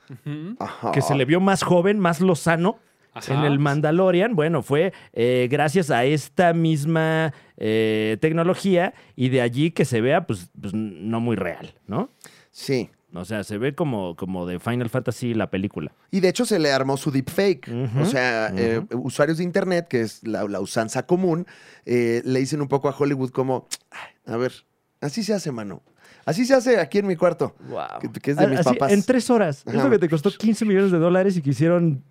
S1: Ajá.
S2: que se le vio más joven, más lozano.
S3: Ajá.
S2: En el Mandalorian, bueno, fue eh, gracias a esta misma eh, tecnología y de allí que se vea, pues, pues no muy real, ¿no?
S1: Sí.
S2: O sea, se ve como, como de Final Fantasy la película.
S1: Y de hecho se le armó su deepfake.
S2: Ujú,
S1: O sea, eh, usuarios de Internet, que es la, la usanza común, eh, le dicen un poco a Hollywood como, "Ay, a ver, así se hace, mano. Así se hace aquí en mi cuarto.
S2: Wow.
S1: Que- que es de mis papás.
S2: Ah, En tres horas.
S1: Ajá.
S2: Eso que te costó 15 millones de dólares y que hicieron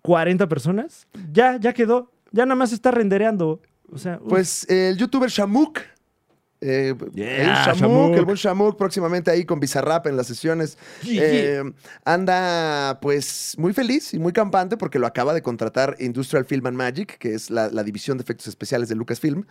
S2: 40 personas. Ya, ya quedó. Ya nada más está rendereando. O sea, uf.
S1: Pues eh, el youtuber Shamuk. eh,
S2: Yeah,
S1: el Shamuk,
S2: Shamuk.
S1: el buen Shamuk, próximamente ahí con Bizarrap en las sesiones.
S2: Yeah,
S1: eh, anda pues muy feliz y muy campante porque lo acaba de contratar Industrial Film and Magic, que es la, la división de efectos especiales de Lucasfilm,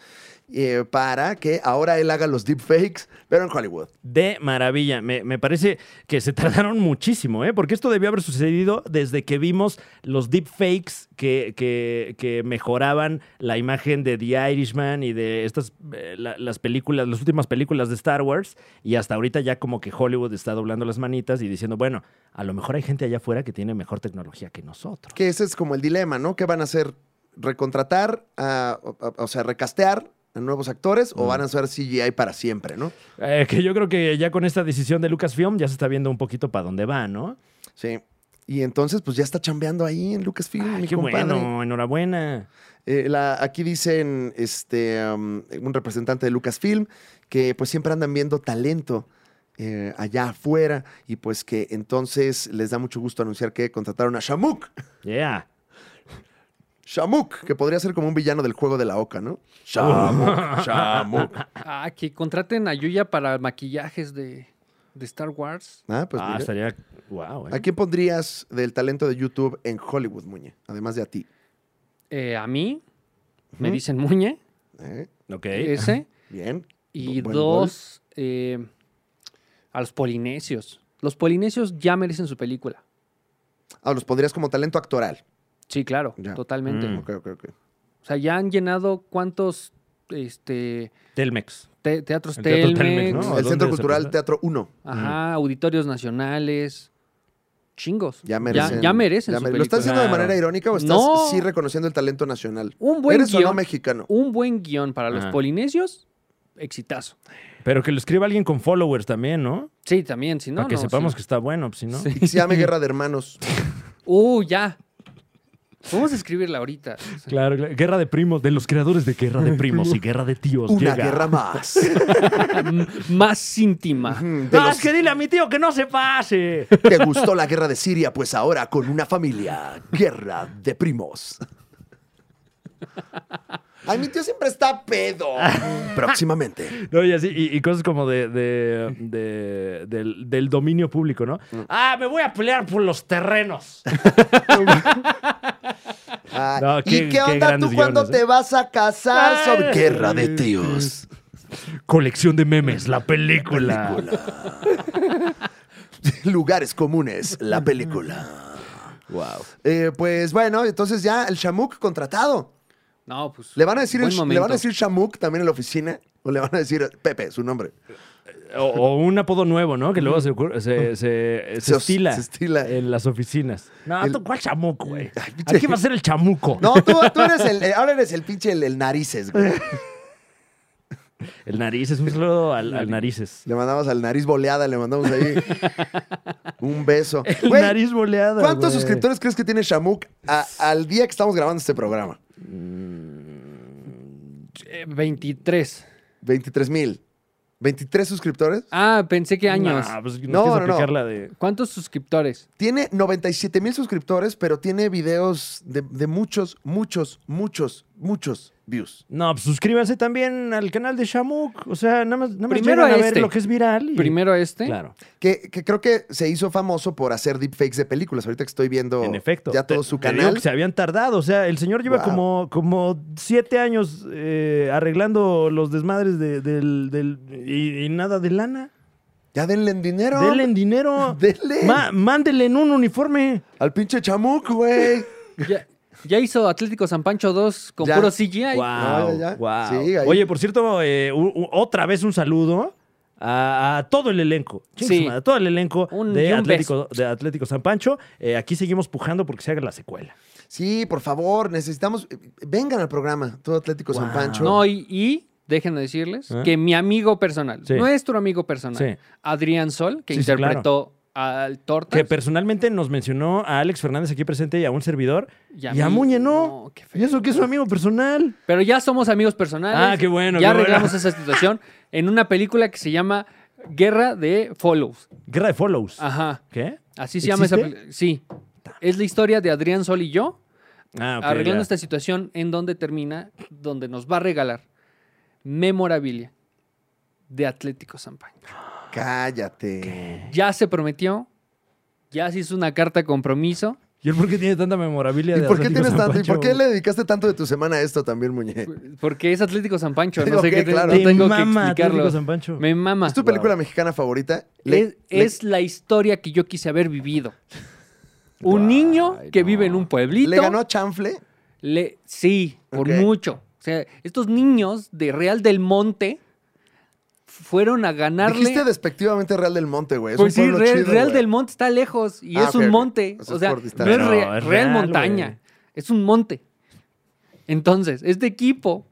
S1: eh, para que ahora él haga los deepfakes, pero en Hollywood.
S2: de maravilla. Me, me parece que se tardaron muchísimo, ¿eh? Porque esto debió haber sucedido desde que vimos los deepfakes que, que, que mejoraban la imagen de The Irishman y de estas eh, la- las películas, las últimas películas de Star Wars. Y hasta ahorita ya como que Hollywood está doblando las manitas y diciendo, bueno, a lo mejor hay gente allá afuera que tiene mejor tecnología que nosotros.
S1: Que ese es como el dilema, ¿no? ¿Qué van a hacer? ¿Recontratar, a- o- o- o sea, recastear a nuevos actores o van a hacer CGI para siempre, ¿no?
S2: Eh, que yo creo que ya con esta decisión de Lucasfilm ya se está viendo un poquito para dónde va, ¿no?
S1: Sí. Y entonces, pues ya está chambeando ahí en Lucasfilm,
S2: Ay,
S1: Ah, mi
S2: Ah, qué
S1: compadre.
S2: bueno, enhorabuena.
S1: Eh, la- aquí dicen este, um, un representante de Lucasfilm que pues siempre andan viendo talento eh, allá afuera y pues que entonces les da mucho gusto anunciar que contrataron a Shamuk.
S2: Yeah.
S1: Shamuk, que podría ser como un villano del juego de la oca, ¿no?
S3: Ah, que contraten a Yuya para maquillajes de, de Star Wars.
S1: Ah, pues
S2: ah,
S1: mira.
S2: estaría. ¿eh? Wow,
S1: ¿A quién pondrías del talento de YouTube en Hollywood, Muñe? Además de a ti.
S3: Eh, a mí me
S1: Ujú.
S3: dicen Muñe,
S1: ¿Eh?
S2: Ok.
S3: ese.
S1: Bien.
S3: Y
S1: Bu- buen gol.
S3: dos, eh, a los polinesios. Los polinesios ya merecen su película.
S1: Ah, los pondrías como talento actoral.
S3: Sí, claro,
S1: Ya.
S3: totalmente.
S2: Mm.
S1: Ok, ok, ok.
S3: O sea, ya han llenado cuántos este,
S2: Telmex.
S3: te- teatros
S2: El Teatro
S3: Telmex,
S2: Telmex, ¿no? ¿A
S1: El
S2: dónde
S1: Centro
S2: se
S1: Cultural
S2: puso?
S1: Teatro 1.
S3: ajá, auditorios nacionales, chingos.
S1: Ya merecen.
S3: Ya, ya merecen
S1: ya
S3: su
S1: mere- ¿Lo estás
S3: película.
S1: haciendo de
S2: Claro.
S1: manera irónica o estás
S3: No.
S1: sí reconociendo el talento nacional?
S3: Un buen
S1: ¿Eres o no
S3: guión.
S1: mexicano?
S3: Un buen guión para los
S2: Ajá.
S3: polinesios, exitazo.
S2: Pero que lo escriba alguien con followers también, ¿no?
S3: Sí, también, si no,
S2: Para que
S3: no,
S2: sepamos
S3: sí.
S2: que está bueno, pues, si no.
S3: Sí.
S1: Y que se llame Guerra de Hermanos.
S3: Uh, ya. Podemos escribirla ahorita.
S2: Claro, claro. Guerra de primos, de los creadores de Guerra de Primos y Guerra de Tíos.
S1: Una
S2: Pues llega.
S1: guerra más.
S3: M- Más íntima.
S1: Mm, de
S2: ¡Ah,
S1: los-
S2: es que dile a mi tío que no se pase!
S1: ¿Te gustó la guerra de Siria? Pues ahora con una familia. Guerra de primos. Ay, mi tío siempre está pedo. Próximamente.
S2: No, y así, y, y cosas como de, de- de- del, del dominio público, ¿no? Ah, me voy a pelear por los terrenos.
S1: Ah,
S2: No, qué-
S1: ¿Y
S2: qué
S1: qué onda tú
S2: grandes
S1: cuando
S2: guiones, ¿eh?
S1: te vas a casar? Sobre...
S2: Ay.
S1: Guerra de tíos.
S2: Colección de memes, la película.
S1: Lugares comunes, la película.
S2: Wow.
S1: Eh, pues bueno, entonces ya el Shamuk contratado.
S3: No, pues.
S1: ¿Le van a decir, el-
S3: buen
S1: ¿le van
S3: momento.
S1: a decir Shamuk también en la oficina? ¿O le van a decir Pepe, su nombre?
S2: O, o un apodo nuevo, ¿no? Que luego se, ocurre- se, se, se
S1: Se os-
S2: estila
S1: se estila.
S2: en las oficinas. No,
S1: El-
S2: tú, ¿cuál chamuco, güey?
S1: pinche-
S2: Aquí va a ser el chamuco.
S1: No, tú, tú eres el, eh, ahora eres el pinche el, el narices, güey.
S2: El narices, un saludo al, al narices.
S1: Le mandamos al nariz boleada, le mandamos ahí un beso.
S2: El
S1: Güey,
S2: nariz boleada.
S1: ¿Cuántos
S2: güey.
S1: suscriptores crees que tiene Shamuk a- al día que estamos grabando este programa?
S3: Eh, 23.
S1: 23 mil. ¿23 suscriptores?
S3: Ah, pensé que años.
S2: Nah, pues,
S1: No,
S2: no,
S1: no, no.
S2: de.
S3: ¿Cuántos suscriptores?
S1: Tiene 97 mil suscriptores, pero tiene videos de, de muchos, muchos, muchos, muchos views.
S2: No, pues suscríbanse también al canal de Shamuk. O sea, nada más, nada más
S3: Primero
S2: llegan a
S3: a
S2: ver
S3: este.
S2: lo que es viral. y-
S3: Primero este.
S2: Claro.
S1: Que, que creo que se hizo famoso por hacer deepfakes de películas. Ahorita que estoy viendo
S2: En efecto.
S1: ya todo
S2: Te-
S1: su
S2: te digo
S1: canal.
S2: que se habían tardado. O sea, el señor lleva
S1: Wow.
S2: como, como siete años eh, arreglando los desmadres de- del. del- y, y nada de lana.
S1: Ya denle en dinero.
S2: Denle en dinero.
S1: Denle.
S2: Ma- mándenle en un uniforme.
S1: Al pinche Chamuk, güey.
S3: Ya, ya hizo Atlético San Pancho 2 con
S1: Ya.
S3: puro CGI.
S2: Guau,
S1: ya, ya.
S2: guau.
S1: Sí, ahí.
S2: Oye, por cierto, eh, u- u- otra vez un saludo a, a todo el elenco. Chingue
S3: Sí.
S2: su madre, A todo el elenco
S3: Un- y
S2: de,
S3: un
S2: Atlético, de Atlético San Pancho. Eh, aquí seguimos pujando porque se haga la secuela.
S1: Sí, por favor, necesitamos. Vengan al programa, todo Atlético San
S2: Wow.
S1: Pancho.
S3: No, y, y déjenme decirles
S2: ¿Eh?
S3: que mi amigo personal,
S2: Sí.
S3: nuestro amigo personal,
S2: Sí.
S3: Adrián Sol, que
S2: Sí, sí,
S3: interpretó al Tortas.
S2: Que personalmente nos mencionó a Alex Fernández aquí presente y a un servidor. Y a,
S3: mí,
S2: Muñe no.
S3: qué feo.
S2: y eso que es su amigo personal.
S3: Pero ya somos amigos personales.
S2: Ah, qué bueno,
S3: Ya
S2: qué bueno.
S3: arreglamos esa situación en una película que se llama Guerra de Follows.
S2: Guerra de Follows.
S3: Ajá.
S2: ¿Qué?
S3: Así se llama esa
S2: ¿Existe?
S3: película. Sí. Es la historia de Adrián Sol y yo
S2: Ah, ok,
S3: arreglando este-
S2: ya.
S3: esta situación en donde termina, donde nos va a regalar memorabilia de Atlético San Pancho.
S1: Cállate.
S3: Ya se prometió, ya se hizo una carta de compromiso.
S2: ¿Y él por qué tiene tanta memorabilia?
S1: ¿Y
S2: de
S1: por qué
S2: Atlético
S1: tienes
S2: San
S1: tanto? ¿Y
S2: Pancho? Pues,
S1: por qué le dedicaste tanto de tu semana a esto también, Muñe?
S3: Porque es Atlético San Pancho, no
S1: Ok,
S3: sé qué te-
S1: claro.
S3: no
S2: Te
S3: tengo que
S2: mama
S3: explicarlo.
S2: Atlético San Pancho.
S3: Me mama.
S1: ¿Es tu película mexicana favorita? Le-
S3: Es,
S1: le-
S3: es la historia que yo quise haber vivido. Un niño que vive en un pueblito.
S1: ¿Le ganó a Chanfle?
S3: le- sí, por
S1: Ok.
S3: mucho. O sea, estos niños de Real del Monte fueron a ganarle.
S1: Dijiste despectivamente Real del Monte, güey. Es
S3: Pues
S1: un
S3: sí,
S1: pueblo
S3: Real,
S1: chido,
S3: Real
S1: güey.
S3: del Monte está lejos y
S1: Ah,
S3: es
S1: ok,
S3: un
S1: ok.
S3: monte.
S1: O sea,
S3: O
S1: es
S3: sea,
S1: por
S3: no
S1: distancia.
S3: es, re-
S2: No, es
S3: Real
S2: real,
S3: Montaña,
S2: güey.
S3: es un monte. Entonces, este equipo,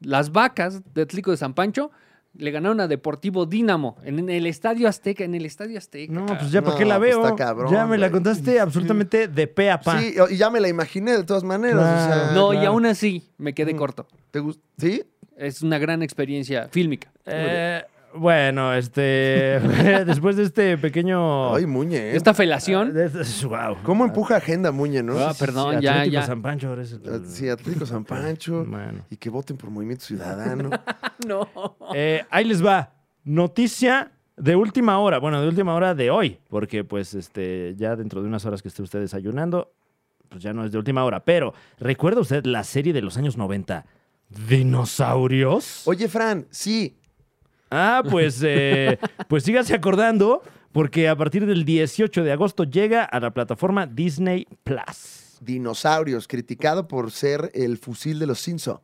S3: las vacas de Atlético de San Pancho, le ganaron a Deportivo Dínamo en, en el Estadio Azteca, en el Estadio Azteca.
S2: No, pues ya para qué
S1: No,
S2: la
S1: pues
S2: veo.
S1: está cabrón,
S2: ya me la
S1: güey.
S2: contaste absolutamente de pe a pa.
S1: Sí, y ya me la imaginé de todas maneras. o sea,
S2: Claro.
S3: no, y
S2: claro.
S3: aún así me quedé
S1: Mm.
S3: corto.
S1: ¿Te gust- ¿Sí?
S3: Es una gran experiencia fílmica.
S2: Eh, bueno, este. después de este pequeño.
S1: Ay, Muñe. ¿eh?
S3: Oh. Esta felación.
S2: de- de- wow.
S1: ¿Cómo empuja agenda, Muñe, no?
S3: Ah, perdón, ya,
S2: Atlético
S3: ya.
S2: San Pancho ahora es el-
S1: Sí, Atlético San Pancho.
S2: Mano.
S1: Y que voten por Movimiento Ciudadano.
S3: No.
S2: Eh, ahí les va. Noticia de última hora. Bueno, de última hora de hoy. Porque, pues, este, ya dentro de unas horas que esté usted desayunando, pues ya no es de última hora. Pero, ¿recuerda usted la serie de los años 90? ¿Dinosaurios?
S1: Oye, Fran, sí.
S2: Ah, pues, eh, pues sígase acordando, porque a partir del 18 de agosto llega a la plataforma Disney Plus.
S1: Dinosaurios, criticado por ser el fusil de los Simpson.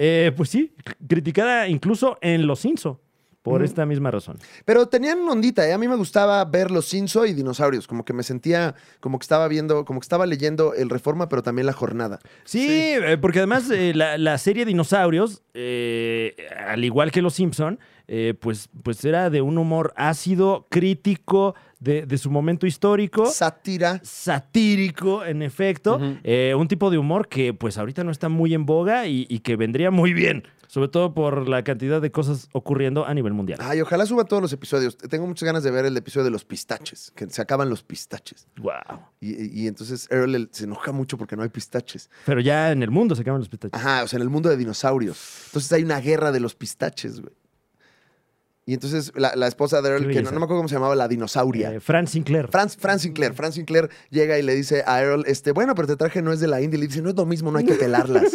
S2: Eh, pues sí, criticada incluso en Los Inso, por esta misma razón.
S1: Pero tenían una ondita, ¿eh? A mí me gustaba ver los Cinzo y dinosaurios. Como que me sentía, como que estaba viendo, como que estaba leyendo el Reforma, pero también la jornada.
S2: Sí, eh, porque además eh, la, la serie Dinosaurios, eh, al igual que Los Simpson, eh, pues, pues era de un humor ácido, crítico de, de su momento histórico.
S1: Sátira.
S2: satírico, en efecto,
S3: Ujú.
S2: eh, un tipo de humor que pues ahorita no está muy en boga y, y que vendría muy bien, sobre todo por la cantidad de cosas ocurriendo a nivel mundial.
S1: Ay, ojalá suba todos los episodios. Tengo muchas ganas de ver el episodio de los pistaches, que se acaban los pistaches.
S2: Wow.
S1: Y, y entonces Earl el- se enoja mucho porque no hay pistaches.
S2: Pero ya en el mundo se acaban los pistaches.
S1: Ajá, o sea, en el mundo de dinosaurios. Entonces hay una guerra de los pistaches, güey. Y entonces la, la esposa de
S2: Qué
S1: Earl, que no,
S2: belleza.
S1: no me acuerdo cómo se llamaba, la dinosauria.
S2: Eh, Fran Sinclair.
S1: Franz, Franz Sinclair. Franz Sinclair llega y le dice a Earl, este, bueno, pero te traje no es de la India. Y le dice, no es lo mismo, no hay que pelarlas.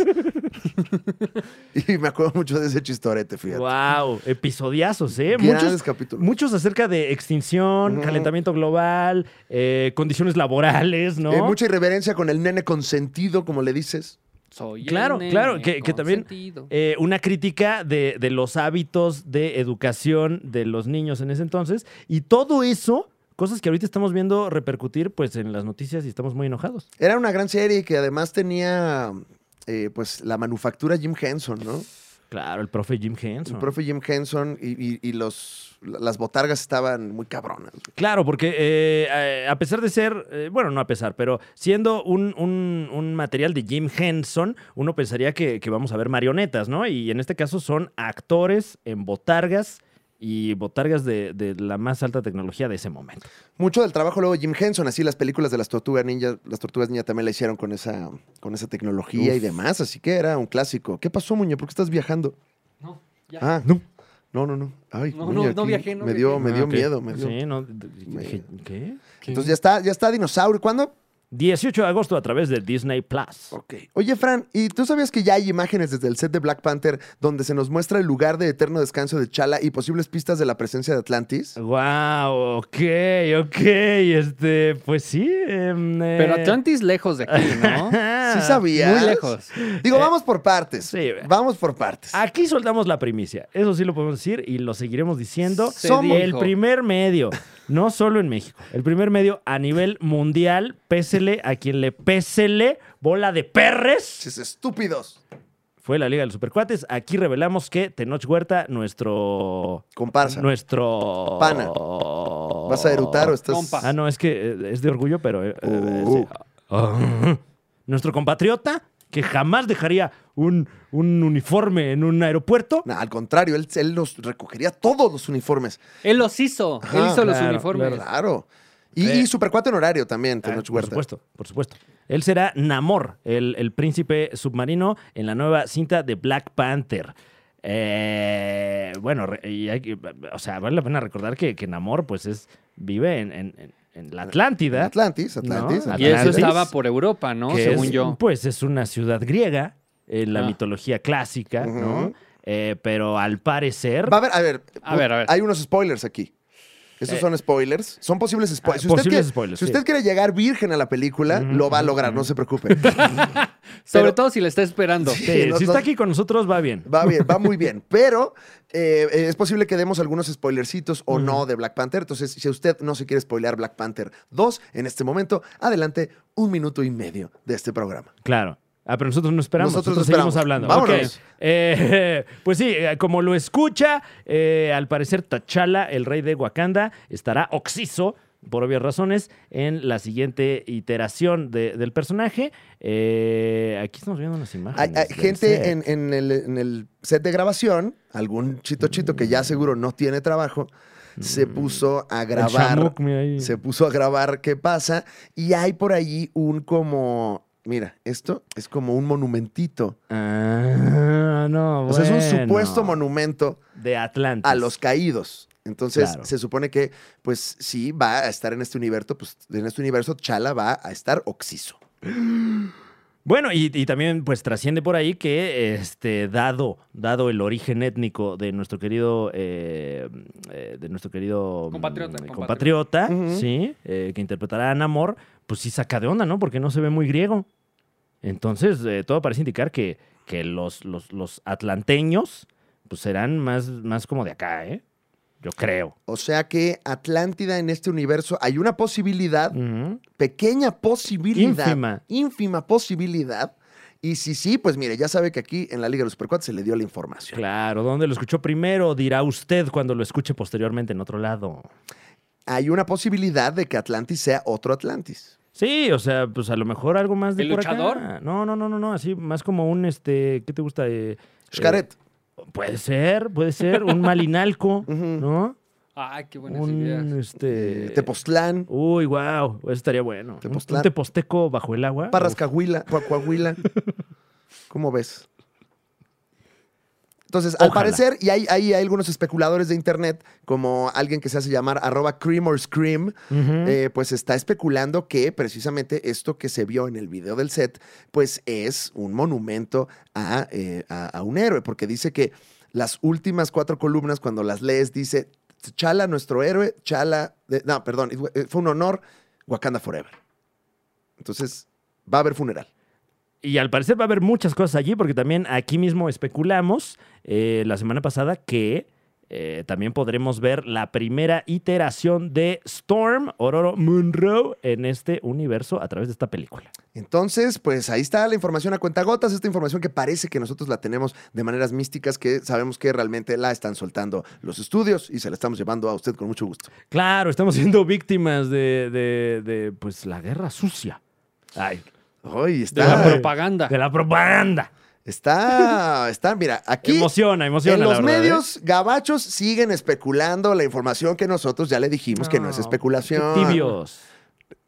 S1: y me acuerdo mucho de ese chistorete, fíjate.
S2: Wow, episodiazos, ¿eh?
S1: Grandes
S2: Muchos,
S1: capítulos.
S2: muchos acerca de extinción,
S1: Ujú.
S2: calentamiento global, eh, condiciones laborales, ¿no?
S1: Eh, mucha irreverencia con el nene consentido, como le dices.
S3: Soy
S2: Claro,
S3: el nene
S2: claro, que- que también-
S3: consentido.
S2: Eh, una crítica de, de los hábitos de educación de los niños en ese entonces. Y todo eso, cosas que ahorita estamos viendo repercutir pues en las noticias y estamos muy enojados.
S1: Era una gran serie que además tenía, eh, pues, la manufactura Jim Henson, ¿no?
S2: Claro, el profe Jim Henson.
S1: El profe Jim Henson y, y- y los, las botargas estaban muy cabronas. güey.
S2: Claro, porque eh, eh, a pesar de ser, eh, bueno, no a pesar, pero siendo un, un- un material de Jim Henson, uno pensaría que, que vamos a ver marionetas, ¿no? Y en este caso son actores en botargas y botargas de, de la más alta tecnología de ese momento.
S1: Mucho del trabajo luego de Jim Henson, así las películas de las tortugas ninja, las tortugas ninja también la hicieron con esa, con esa tecnología y
S2: Uf.
S1: demás, así que era un clásico. ¿Qué pasó, Muñe? ¿Por qué estás viajando?
S3: No, ya.
S1: Ah,
S2: No.
S1: No, no, no. Ay,
S3: No,
S1: Muñe,
S3: no, no
S1: aquí
S3: viajé, no
S1: me dio,
S3: viajé.
S1: me dio
S2: Ah, ok.
S1: miedo, me dio.
S2: Sí, no,
S1: Me-
S2: dije, ¿qué?
S1: Entonces ya está, ya está dinosaurio. ¿Cuándo?
S2: 18 de agosto a través de Disney Plus.
S1: Ok. Oye, Fran, ¿y tú sabías que ya hay imágenes desde el set de Black Panther donde se nos muestra el lugar de eterno descanso de Chala y posibles pistas de la presencia de Atlantis?
S2: Wow, ok, ok, este, pues sí. em, eh,
S3: Pero Atlantis lejos de aquí, ¿no?
S2: Ah,
S1: ¿Sí sabías?
S3: Muy lejos.
S1: Digo, vamos por partes.
S2: sí. Ah,
S1: Vamos por partes.
S2: Aquí soltamos la primicia, eso sí lo podemos decir y lo seguiremos diciendo.
S3: Se
S1: Somos
S2: El
S3: dijo.
S2: primer medio, no solo en México, el primer medio a nivel mundial, pésele a quien le pésele, bola de perres.
S1: Chis estúpidos.
S2: Fue la Liga de los Supercuates. Aquí revelamos que Tenoch Huerta, nuestro.
S1: Comparsa.
S2: Nuestro.
S1: Pana. ¿Vas a erutar o estás...?
S3: Compa.
S2: Ah, no, es que eh, es de orgullo, pero. eh, eh,
S1: Uh.
S2: es de- Ah. Nuestro compatriota, que jamás dejaría un, un uniforme en un aeropuerto.
S1: No, al contrario, él, él los recogería todos los uniformes.
S3: Él los hizo.
S1: Ajá,
S3: Él hizo los
S2: claro,
S3: uniformes.
S1: Ah, Claro. Y,
S2: Eh.
S1: y Supercuate en horario también,
S2: Ah,
S1: Tenoch
S2: por
S1: Huerta.
S2: supuesto, por supuesto. Él será Namor, el, el príncipe submarino en la nueva cinta de Black Panther. Eh, bueno, re- y hay que- o sea, vale la pena recordar que, que Namor, pues, es vive en, en- en- en la Atlántida.
S1: Atlantis, Atlantis.
S2: No,
S3: Y eso
S2: Atlantis.
S3: estaba por Europa, ¿no?
S2: que
S3: Según
S2: es,
S3: yo.
S2: Pues es una ciudad griega en la
S3: Ah.
S2: mitología clásica, ¿no?
S1: Ujú.
S2: Eh, pero al parecer.
S1: Va a haber, a ver,
S3: A ver, a ver.
S1: Hay unos spoilers aquí. Esos
S2: Eh.
S1: son spoilers. Son posibles
S2: Ah,
S1: spoilers. Si,
S2: posibles
S1: usted, quiere,
S2: spoilers,
S1: si
S2: sí.
S1: usted quiere llegar virgen a la película,
S2: Ujú,
S1: lo va a
S2: ujú,
S1: lograr, no se preocupe.
S3: Sobre
S1: pero-
S3: todo si le está esperando.
S2: Sí,
S1: sí, no-
S2: eh, si
S1: no-
S2: está aquí con nosotros, va bien.
S1: Va bien, va muy bien. Pero eh, eh, es posible que demos algunos spoilercitos o no de Black Panther. Entonces, si usted no se quiere spoilear Black Panther 2 en este momento, adelante un minuto y medio de este programa.
S2: Claro. Ah, pero nosotros no esperamos. Nosotros,
S1: Nosotros no
S2: seguimos hablando.
S1: esperamos. Vámonos.
S2: Ok. Eh, pues sí, eh, como lo escucha, eh, al parecer T'Challa, el rey de Wakanda, estará oxiso, por obvias razones, en la siguiente iteración de- del personaje. Eh, aquí estamos viendo unas
S1: Hay,
S2: imágenes.
S1: hay
S2: del set.
S1: gente en, en el, en el set de grabación, algún chito chito que ya seguro no tiene trabajo, se puso a
S2: Mm. El
S1: grabar.
S2: Shamuuk, mira ahí.
S1: se puso a grabar qué pasa y hay por ahí un como, mira, esto es como un monumentito.
S2: Ah, no,
S1: O sea, es un
S2: bueno.
S1: supuesto monumento
S2: De Atlantis.
S1: a los caídos. Entonces,
S2: Claro.
S1: se supone que, pues, sí, va a estar en este universo, pues, en este universo, Chala va a estar oxiso.
S2: Bueno, y, y también pues trasciende por ahí que este dado dado el origen étnico de nuestro querido eh, eh, de nuestro querido mm,
S3: Compatriota,
S2: compatriota,
S1: Ujú.
S2: sí, eh, que interpretará a Namor, pues sí saca de onda, ¿no? Porque no se ve muy griego. Entonces eh, todo parece indicar que, que los, los, los atlanteños pues serán más, más como de acá, ¿eh? Yo creo.
S1: O sea que Atlántida en este universo hay una posibilidad,
S2: Ujú.
S1: pequeña posibilidad,
S2: Mm. Ínfima.
S1: ínfima posibilidad. Y si sí, pues mire, ya sabe que aquí en la Liga de los Supercuates se le dio la información.
S2: Claro, ¿dónde lo escuchó primero? Dirá usted cuando lo escuche posteriormente en otro lado.
S1: Hay una posibilidad de que Atlantis sea otro Atlantis.
S2: Sí, o sea, pues a lo mejor algo más de
S3: ¿El
S2: por acá.
S3: luchador?
S2: No, no, no, no, no, así más como un este, ¿qué te gusta? Eh,
S1: Xcaret.
S2: eh, puede ser, puede ser un malinalco,
S1: Ujú.
S2: ¿no?
S3: Ay, qué buenas ideas.
S2: Un este
S1: Eh, Tepoztlán,
S2: Uy, wow, eso estaría bueno. Un- Un
S1: Tepoztlán.
S2: teposteco bajo el agua.
S1: Parras Cahuila, Cua- Coahuila. ¿Cómo ves? Entonces, al
S2: Ojalá.
S1: parecer, y hay, hay- hay algunos especuladores de internet, como alguien que se hace llamar arroba cream or scream,
S2: Ujú.
S1: eh, pues está especulando que precisamente esto que se vio en el video del set, pues es un monumento a, eh, a- a un héroe, porque dice que las últimas cuatro columnas, cuando las lees, dice, Chala, nuestro héroe, Chala, de- no, perdón, eh, fue un honor, Wakanda Forever. Entonces, va a haber funeral.
S2: Y al parecer va a haber muchas cosas allí, porque también aquí mismo especulamos eh, la semana pasada que eh, también podremos ver la primera iteración de Storm, Ororo Munro, en este universo a través de esta película.
S1: Entonces, pues ahí está la información a cuentagotas, esta información que parece que nosotros la tenemos de maneras místicas, que sabemos que realmente la están soltando los estudios y se la estamos llevando a usted con mucho gusto.
S2: Claro, estamos siendo víctimas de, de- de, pues, la guerra sucia. Ay,
S1: Ay,
S3: De la
S1: está,
S3: propaganda.
S2: de la propaganda.
S1: está, está, mira, aquí
S2: Emociona, emociona.
S1: en los
S2: la verdad, ¿eh?
S1: medios gabachos siguen especulando la información que nosotros ya le dijimos que no es
S2: No,
S1: especulación.
S2: Tibios.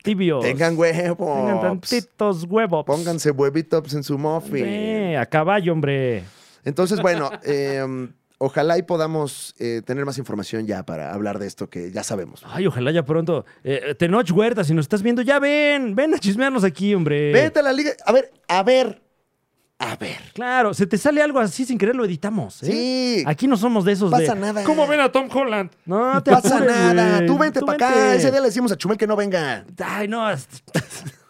S2: Tibios.
S1: Tengan huevos.
S2: Tengan tantitos huevos.
S1: Pónganse huevitos en su muffin.
S2: Sí, a caballo, hombre.
S1: Entonces, bueno, eh, ojalá y podamos eh, tener más información ya para hablar de esto que ya sabemos.
S2: Ay, ojalá ya pronto. Eh, Tenoch Huerta, si nos estás viendo, ya ven. Ven a chismearnos aquí, hombre.
S1: Vete a la liga. A ver, a ver, a ver.
S2: Claro, se te sale algo así sin querer, lo editamos. ¿eh?
S1: Sí,
S2: Aquí no somos de esos
S1: pasa
S2: de...
S1: nada.
S3: a Tom Holland?
S2: No te
S1: No pasa
S2: apures,
S1: nada.
S2: güey.
S1: Tú vente para acá.
S2: vente.
S1: Ese día le decimos a Chumel que no venga.
S2: Ay, no.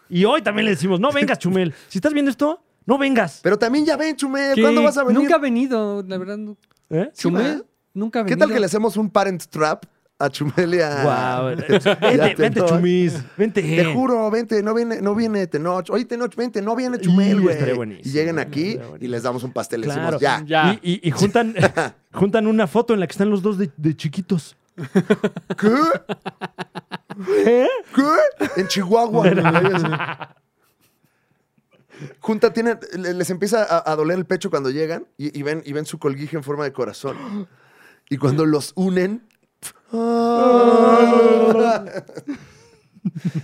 S2: Y hoy también le decimos, no vengas, Chumel. Si estás viendo esto, no vengas.
S1: Pero también ya ven, Chumel. ¿Cuándo vas a venir?
S3: Nunca ha venido, la verdad. no.
S2: ¿Eh?
S3: Chumel,
S1: va.
S3: nunca ha
S1: ¿Qué
S3: venido.
S1: tal que le hacemos un parent trap a Chumel y a...
S2: Guau.
S1: Ah, Ya
S2: Vente,
S1: te
S2: vente,
S1: entró. ¿eh?
S2: Chumis. Vente.
S1: Te juro, vente, no viene, no viene Tenoch. Oye, Tenoch, vente, no viene Chumel,
S2: Y
S1: güey.
S2: estaría
S1: Y
S2: buenísimo.
S1: lleguen aquí
S2: Estaría
S1: y les damos un pastel. Les
S2: Claro.
S1: decimos, ya.
S3: Ya.
S2: Y, y- y juntan, juntan una foto en la que están los dos de, de chiquitos.
S1: ¿Qué?
S2: ¿Eh?
S1: ¿Qué? En Chihuahua. güey, así. Junta, tiene, le- les empieza a, a doler el pecho cuando llegan y, y ven, y ven su colguije en forma de corazón. Y cuando los unen.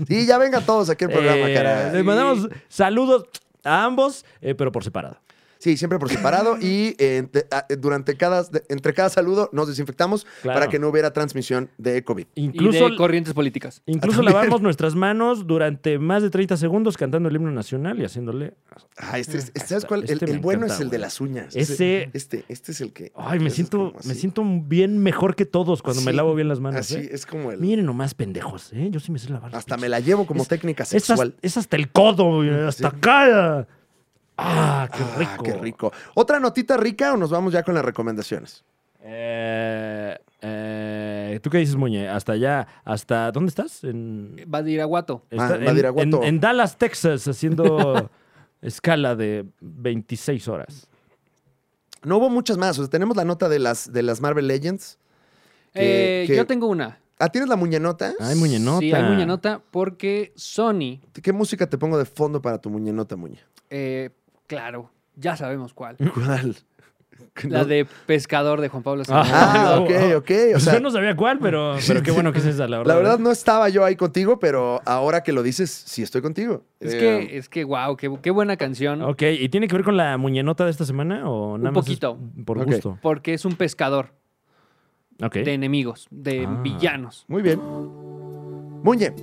S1: Y ya vengan todos aquí al programa,
S2: Eh,
S1: caray.
S2: Les mandamos saludos a ambos, eh, pero por separado.
S1: Sí, siempre por separado y eh, ente- a- durante cada, de- entre cada saludo nos desinfectamos
S2: Claro.
S1: para que no hubiera transmisión de COVID.
S2: Incluso,
S3: Y de corrientes políticas.
S2: incluso lavamos nuestras manos durante más de 30 segundos cantando el himno nacional y haciéndole...
S1: Ay, este, es- ¿Sabes cuál?
S2: este
S1: el
S2: me
S1: el bueno
S2: encanta,
S1: es el de
S2: güey.
S1: las uñas.
S2: Ese-
S1: Este, este es el que.
S2: Ay,
S1: ese
S2: me
S1: es
S2: siento,
S1: como
S2: me
S1: así. Ah,
S2: siento bien mejor que todos cuando me
S1: Sí,
S2: lavo bien las manos.
S1: Así,
S2: ¿eh?
S1: es como el.
S2: Miren nomás, pendejos, ¿eh? Yo sí me sé lavar. las
S1: hasta
S2: pinches-
S1: me la llevo como
S2: Es-
S1: técnica
S2: es, hasta-
S1: sexual. Mm,
S2: es hasta el codo, güey, hasta acá. Ah, qué
S1: Ah,
S2: rico.
S1: qué rico. ¿Otra notita rica o nos vamos ya con las recomendaciones?
S2: Eh, eh, ¿Tú qué dices, Muñe? Hasta allá, hasta... ¿Dónde estás? En...
S3: Badiraguato.
S1: Ah,
S2: en- en,
S1: Badiraguato.
S2: en Dallas, Texas, haciendo escala de 26 horas.
S1: No hubo muchas más. O sea, tenemos la nota de las, de las Marvel Legends. Que-
S3: Eh,
S1: que-
S3: Yo tengo una.
S1: Ah, ¿tienes la muñenota?
S2: Ay, muñenota.
S3: Sí, hay muñenota porque Sony,
S1: ¿Qué música te pongo de fondo para tu muñenota, muñe?
S3: eh, claro, ya sabemos cuál.
S1: ¿Cuál? Que
S3: La
S1: no-
S3: de Pescador de Juan Pablo Saramago.
S1: Ah, ok, ok. O
S2: Pues
S1: sea,
S2: yo no sabía cuál, pero, pero qué bueno que es esa, la verdad.
S1: la verdad no estaba yo ahí contigo, pero ahora que lo dices, sí estoy contigo.
S3: Es
S1: Eh,
S3: que, es que, wow, qué, qué buena canción.
S2: Ok, ¿y tiene que ver con la muñenota de esta semana o nada más es
S3: poquito.
S2: por
S1: Ok.
S2: gusto?
S3: Porque es un pescador
S2: Ok.
S3: de enemigos, de
S2: Ah.
S3: villanos.
S1: Muy bien. Muñe,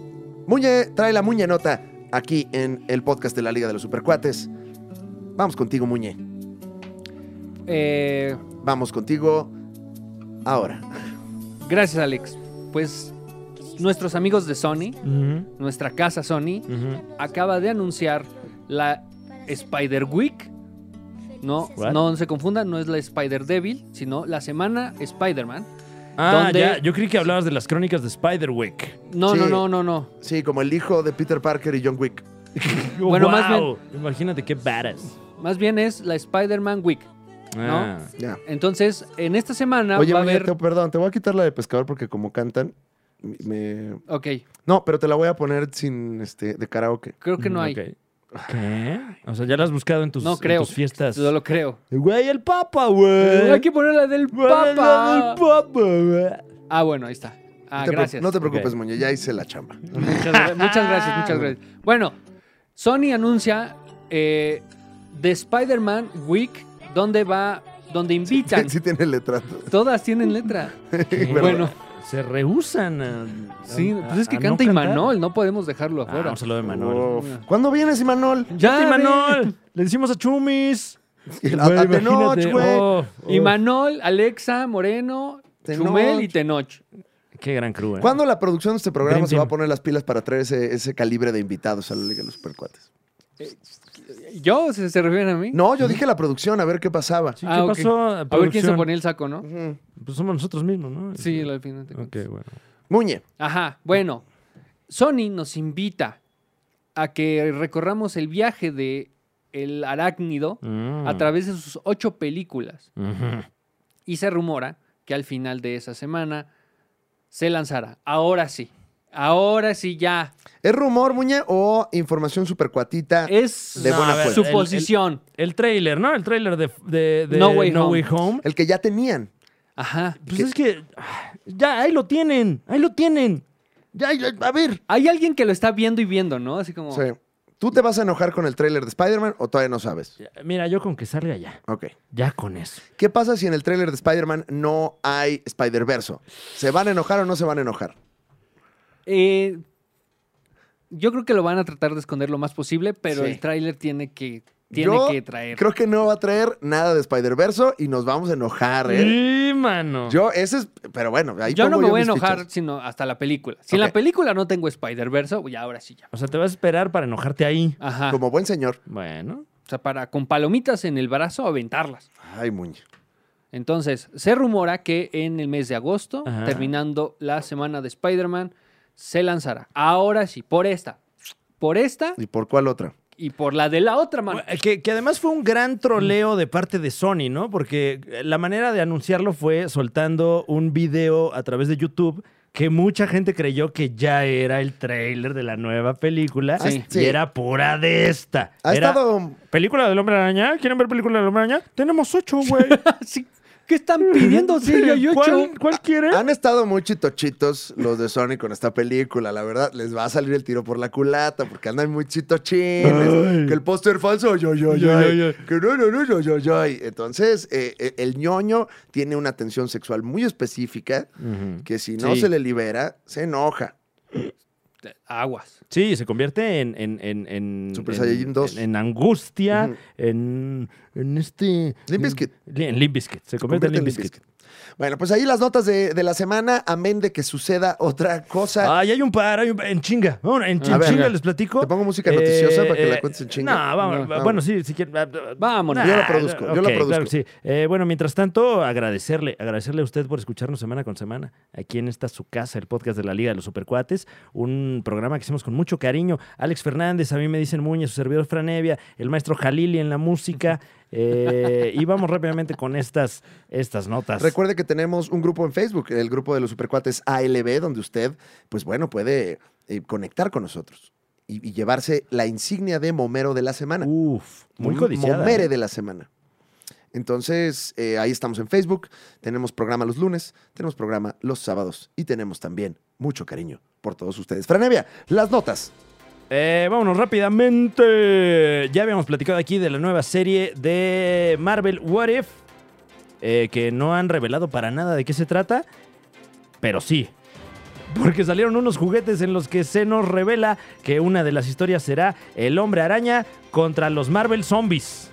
S1: Muñe, trae la Muñe nota aquí en el podcast de la Liga de los Supercuates. Vamos contigo, Muñe.
S3: Eh,
S1: Vamos contigo ahora.
S3: gracias, Alex. Pues nuestros amigos de Sony,
S2: Ujú,
S3: nuestra casa Sony,
S2: ujú.
S3: acaba de anunciar la Spider Week. No,
S2: What?
S3: no se confundan, no es la Spider Devil, sino la semana Spider-Man.
S2: Ah,
S3: ¿Dónde?
S2: ya, yo creí que hablabas de las crónicas de Spider-Wick.
S3: No, no,
S1: Sí.
S3: no, no, no.
S1: Sí, como el hijo de Peter Parker y John Wick.
S3: Bueno, más
S2: Guau, Imagínate qué badass.
S3: Más bien es la Spider-Man Week.
S2: Ah.
S1: Ya.
S3: Entonces, en esta semana
S1: Oye,
S3: va a
S1: Muñe,
S3: haber.
S1: te- perdón, te voy a quitar la de pescador porque como cantan, me...
S3: Ok,
S1: No, pero te la voy a poner sin, este, de karaoke.
S3: creo que no hay.
S2: Mm, Ok. ¿Qué? O sea, ya las has buscado en tus,
S3: No
S2: en
S3: creo.
S2: tus fiestas.
S3: Yo lo creo.
S2: Güey, el papa, güey.
S3: Hay que poner la del Papa. Ah, bueno, ahí está. Ah,
S1: No te preocu-
S3: gracias.
S1: No te preocupes,
S2: Ok.
S1: Muñe, ya hice la chamba.
S3: Muchas, gra- muchas gracias,
S2: Ah,
S3: muchas gracias. Bueno, Sony anuncia eh, The Spider-Man Week, donde va, donde invitan.
S1: Sí tiene letrato.
S3: Todas tienen letra.
S2: Bueno.
S3: Bueno.
S2: Se rehusan a-
S3: Sí,
S2: a-
S3: pues es que
S2: Ah, a no
S3: canta
S2: cantar.
S3: Imanol, no podemos dejarlo
S2: Ah,
S3: afuera.
S2: un saludo de Imanol.
S1: Uf. ¿Cuándo vienes, Imanol?
S2: ¡Canta
S3: ve.
S2: Imanol! Le decimos a Chumis.
S1: A- a
S2: Güey,
S1: Tenoch,
S2: imagínate.
S1: güey.
S2: Oh, oh.
S3: Imanol, Alexa, Moreno,
S1: Tenoch.
S3: Chumel y Tenoch.
S2: Qué gran crew, eh.
S1: ¿Cuándo la producción de este programa
S2: Dream
S1: se va a
S2: Team.
S1: poner las pilas para traer ese, ese calibre de invitados a la Liga de los Supercuates?
S3: ¿Yo? ¿Se, se refieren a mí?
S1: No, yo dije la producción, a ver qué pasaba.
S2: Sí, ¿qué
S3: Ah, ok.
S2: pasó?
S3: A ver quién se
S2: producción?
S3: ponía el saco, ¿no?
S1: Ujú.
S2: Pues somos nosotros mismos, ¿no?
S3: Sí, al final de
S2: Ok,
S3: cuentas.
S2: bueno.
S1: Muñe.
S3: Ajá, bueno. Sony nos invita a que recorramos el viaje de el arácnido
S1: Mm.
S2: Mm.
S3: a través de sus ocho películas.
S2: Ujú.
S3: Y se rumora que al final de esa semana se lanzará. Ahora sí. Ahora sí ya.
S1: ¿Es rumor, Muñe, o información supercuatita?
S3: Es
S1: Ah, De buena
S2: a ver,
S1: fuente.
S2: el-
S3: suposición.
S2: El, tráiler, ¿no? El tráiler de, de- de
S3: No Way Home.
S2: Home.
S1: El que ya tenían.
S3: Ajá.
S2: Pues
S1: ¿Qué?
S2: es que. ah, Ya, ahí lo tienen. Ahí lo tienen. Ya, ya, a ver.
S3: Hay alguien que lo está viendo y viendo, ¿no? Así como.
S1: Sí. ¿Tú te vas a enojar con el tráiler de Spider-Man o todavía no sabes?
S2: Mira, yo con que salga ya.
S1: Ok.
S2: Ya con eso.
S1: ¿Qué pasa si en el tráiler de Spider-Man no hay Spider-Verso? ¿Se van a enojar o no se van a enojar?
S3: eh, yo creo que lo van a tratar de esconder lo más posible, pero
S1: Sí.
S3: el tráiler tiene que, tiene
S1: Yo
S3: que traer.
S1: Creo que no va a traer nada de Spider-Verso y nos vamos a enojar, ¿eh?
S2: Sí, mano.
S1: Yo, ese es. Pero bueno, ahí
S3: yo no
S1: pongo
S3: me voy a
S1: mis
S3: enojar
S1: fichas.
S3: sino hasta la película. Si en
S1: Ok.
S3: la película no tengo Spider-Verse, ya ahora sí ya.
S2: O sea, te vas a esperar para enojarte ahí.
S3: Ajá.
S1: Como buen señor.
S2: Bueno.
S3: O sea, para con palomitas en el brazo aventarlas.
S1: Ay, Muñe.
S3: Entonces, se rumora que en el mes de agosto,
S2: Ajá.
S3: terminando la semana de Spider-Man, se lanzará. Ahora sí, por esta. Por esta
S1: ¿Y por cuál otra?
S3: y por la de la otra mano.
S2: Bueno, Que, que además fue un gran troleo de parte de Sony, ¿no? Porque eh, la manera de anunciarlo fue soltando un video a través de YouTube que mucha gente creyó que ya era el tráiler de la nueva película
S1: Sí.
S2: y era pura de esta.
S1: Ha
S2: Era,
S1: estado.
S2: ¿Película del Hombre Araña? ¿Quieren ver película del Hombre Araña? Tenemos ocho, güey.
S3: Sí. ¿Qué están pidiendo? Sí, yo, yo,
S2: ¿Cuál,
S3: yo.
S2: ¿Cuál quieren?
S1: Han estado muy chitochitos los de Sony con esta película, la verdad. Les va a salir el tiro por la culata porque andan muy chitochines.
S2: Ay.
S1: Que el póster falso, yo, yo, yo.
S2: Yo, yo, yo.
S1: Que no, no, no, yo, yo, yo. Entonces, eh, eh, el ñoño tiene una tensión sexual muy específica
S2: Ujú.
S1: que si no
S2: Sí.
S1: se le libera, se enoja.
S3: Aguas.
S2: Sí, se convierte en. en, en, en-
S1: Super
S2: en-
S1: Saiyajin 2.
S2: En, en angustia,
S1: Ujú.
S2: en, en este.
S1: Limp Bizkit.
S2: En, en Limp Bizkit. Se, convierte, en Limp Bizkit.
S1: Bueno, pues ahí las notas de, de la semana, amén de que suceda otra cosa.
S2: Ay, hay un par, hay un par. En chinga. Vamos, en,
S1: A
S2: en
S1: ver,
S2: chinga
S1: venga.
S2: les platico. Eh,
S1: Te pongo música noticiosa para que la cuentes en chinga.
S2: No, vamos,
S1: No.
S2: bueno, sí, si quieren.
S3: Vámonos.
S1: Yo la produzco, yo la
S2: ok,
S1: produzco.
S2: claro que sí. Eh, bueno, mientras tanto, agradecerle, agradecerle a usted por escucharnos semana con semana. Aquí en esta su casa, el podcast de la Liga de los Supercuates, un programa que hicimos con mucho cariño. Alex Fernández, a mí me dicen Muñez, su servidor Franevia, el maestro Jalili en la música. Eh, y vamos rápidamente con estas, estas notas.
S1: Recuerde que tenemos un grupo en Facebook, el grupo de los supercuates ALB, donde usted, pues bueno, puede eh, conectar con nosotros y, y llevarse la insignia de momero de la semana.
S2: Uf, Uh, muy
S1: Mom-
S2: codiciada.
S1: Momere
S2: eh.
S1: de la semana. Entonces, eh, ahí estamos en Facebook, tenemos programa los lunes, tenemos programa los sábados y tenemos también mucho cariño por todos ustedes. Franevia, las notas.
S2: Eh, vámonos rápidamente. Ya habíamos platicado aquí de la nueva serie de Marvel What If, eh, que no han revelado para nada de qué se trata, pero sí. Porque salieron unos juguetes en los que se nos revela que una de las historias será el hombre araña contra los Marvel Zombies.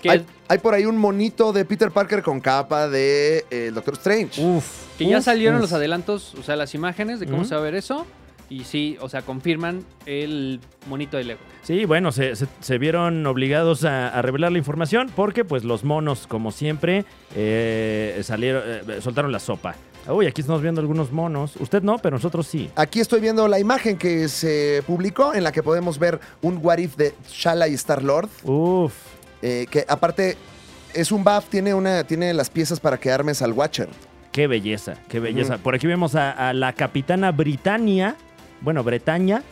S3: Que,
S1: Hay, hay por ahí un monito de Peter Parker con capa de eh, el Doctor
S2: Uh,
S1: Strange.
S2: Uf.
S3: que ya
S2: uf,
S3: salieron
S2: uf.
S3: los adelantos, o sea, las imágenes de cómo
S2: Ujú.
S3: se va a ver eso. Y sí, o sea, confirman el monito de Lego.
S2: Sí, bueno, se, se- se vieron obligados a, a revelar la información porque pues los monos, como siempre, eh, salieron, eh, soltaron la sopa. Uy, aquí estamos viendo algunos monos. Usted no, pero nosotros sí.
S1: Aquí estoy viendo la imagen que se publicó en la que podemos ver un What If de Shala y Star-Lord,
S2: Uf.
S1: eh, que aparte es un buff, tiene, una, tiene las piezas para que armes al Watcher.
S2: Qué belleza, qué belleza. Por aquí vemos a, a la capitana Britannia, bueno, Bretaña,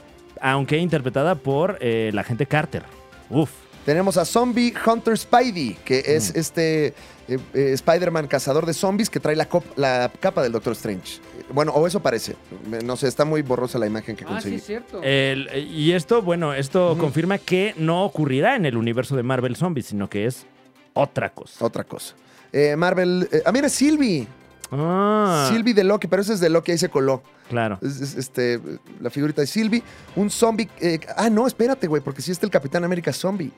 S2: aunque interpretada por eh, la gente Carter. Uf.
S1: Tenemos a Zombie Hunter Spidey, que es este eh, eh, Spider-Man cazador de zombies que trae la, cop- la capa del Doctor Strange. Eh, Bueno, o eso parece. Me- No sé, está muy borrosa la imagen que
S3: Ah, sí,
S1: conseguí.
S3: es cierto.
S2: El- y esto, bueno, esto confirma que no ocurrirá en el universo de Marvel Zombies, sino que es otra cosa.
S1: Otra cosa. Eh, Marvel. eh, ah, mira, Sylvie.
S2: Ah,
S1: Sylvie de Loki, pero ese es de Loki, ahí se coló.
S2: claro.
S1: Es- es- este, eh, la figurita de Sylvie. Un zombie. eh, ah, no, espérate, güey, porque sí está el Capitán América Zombie.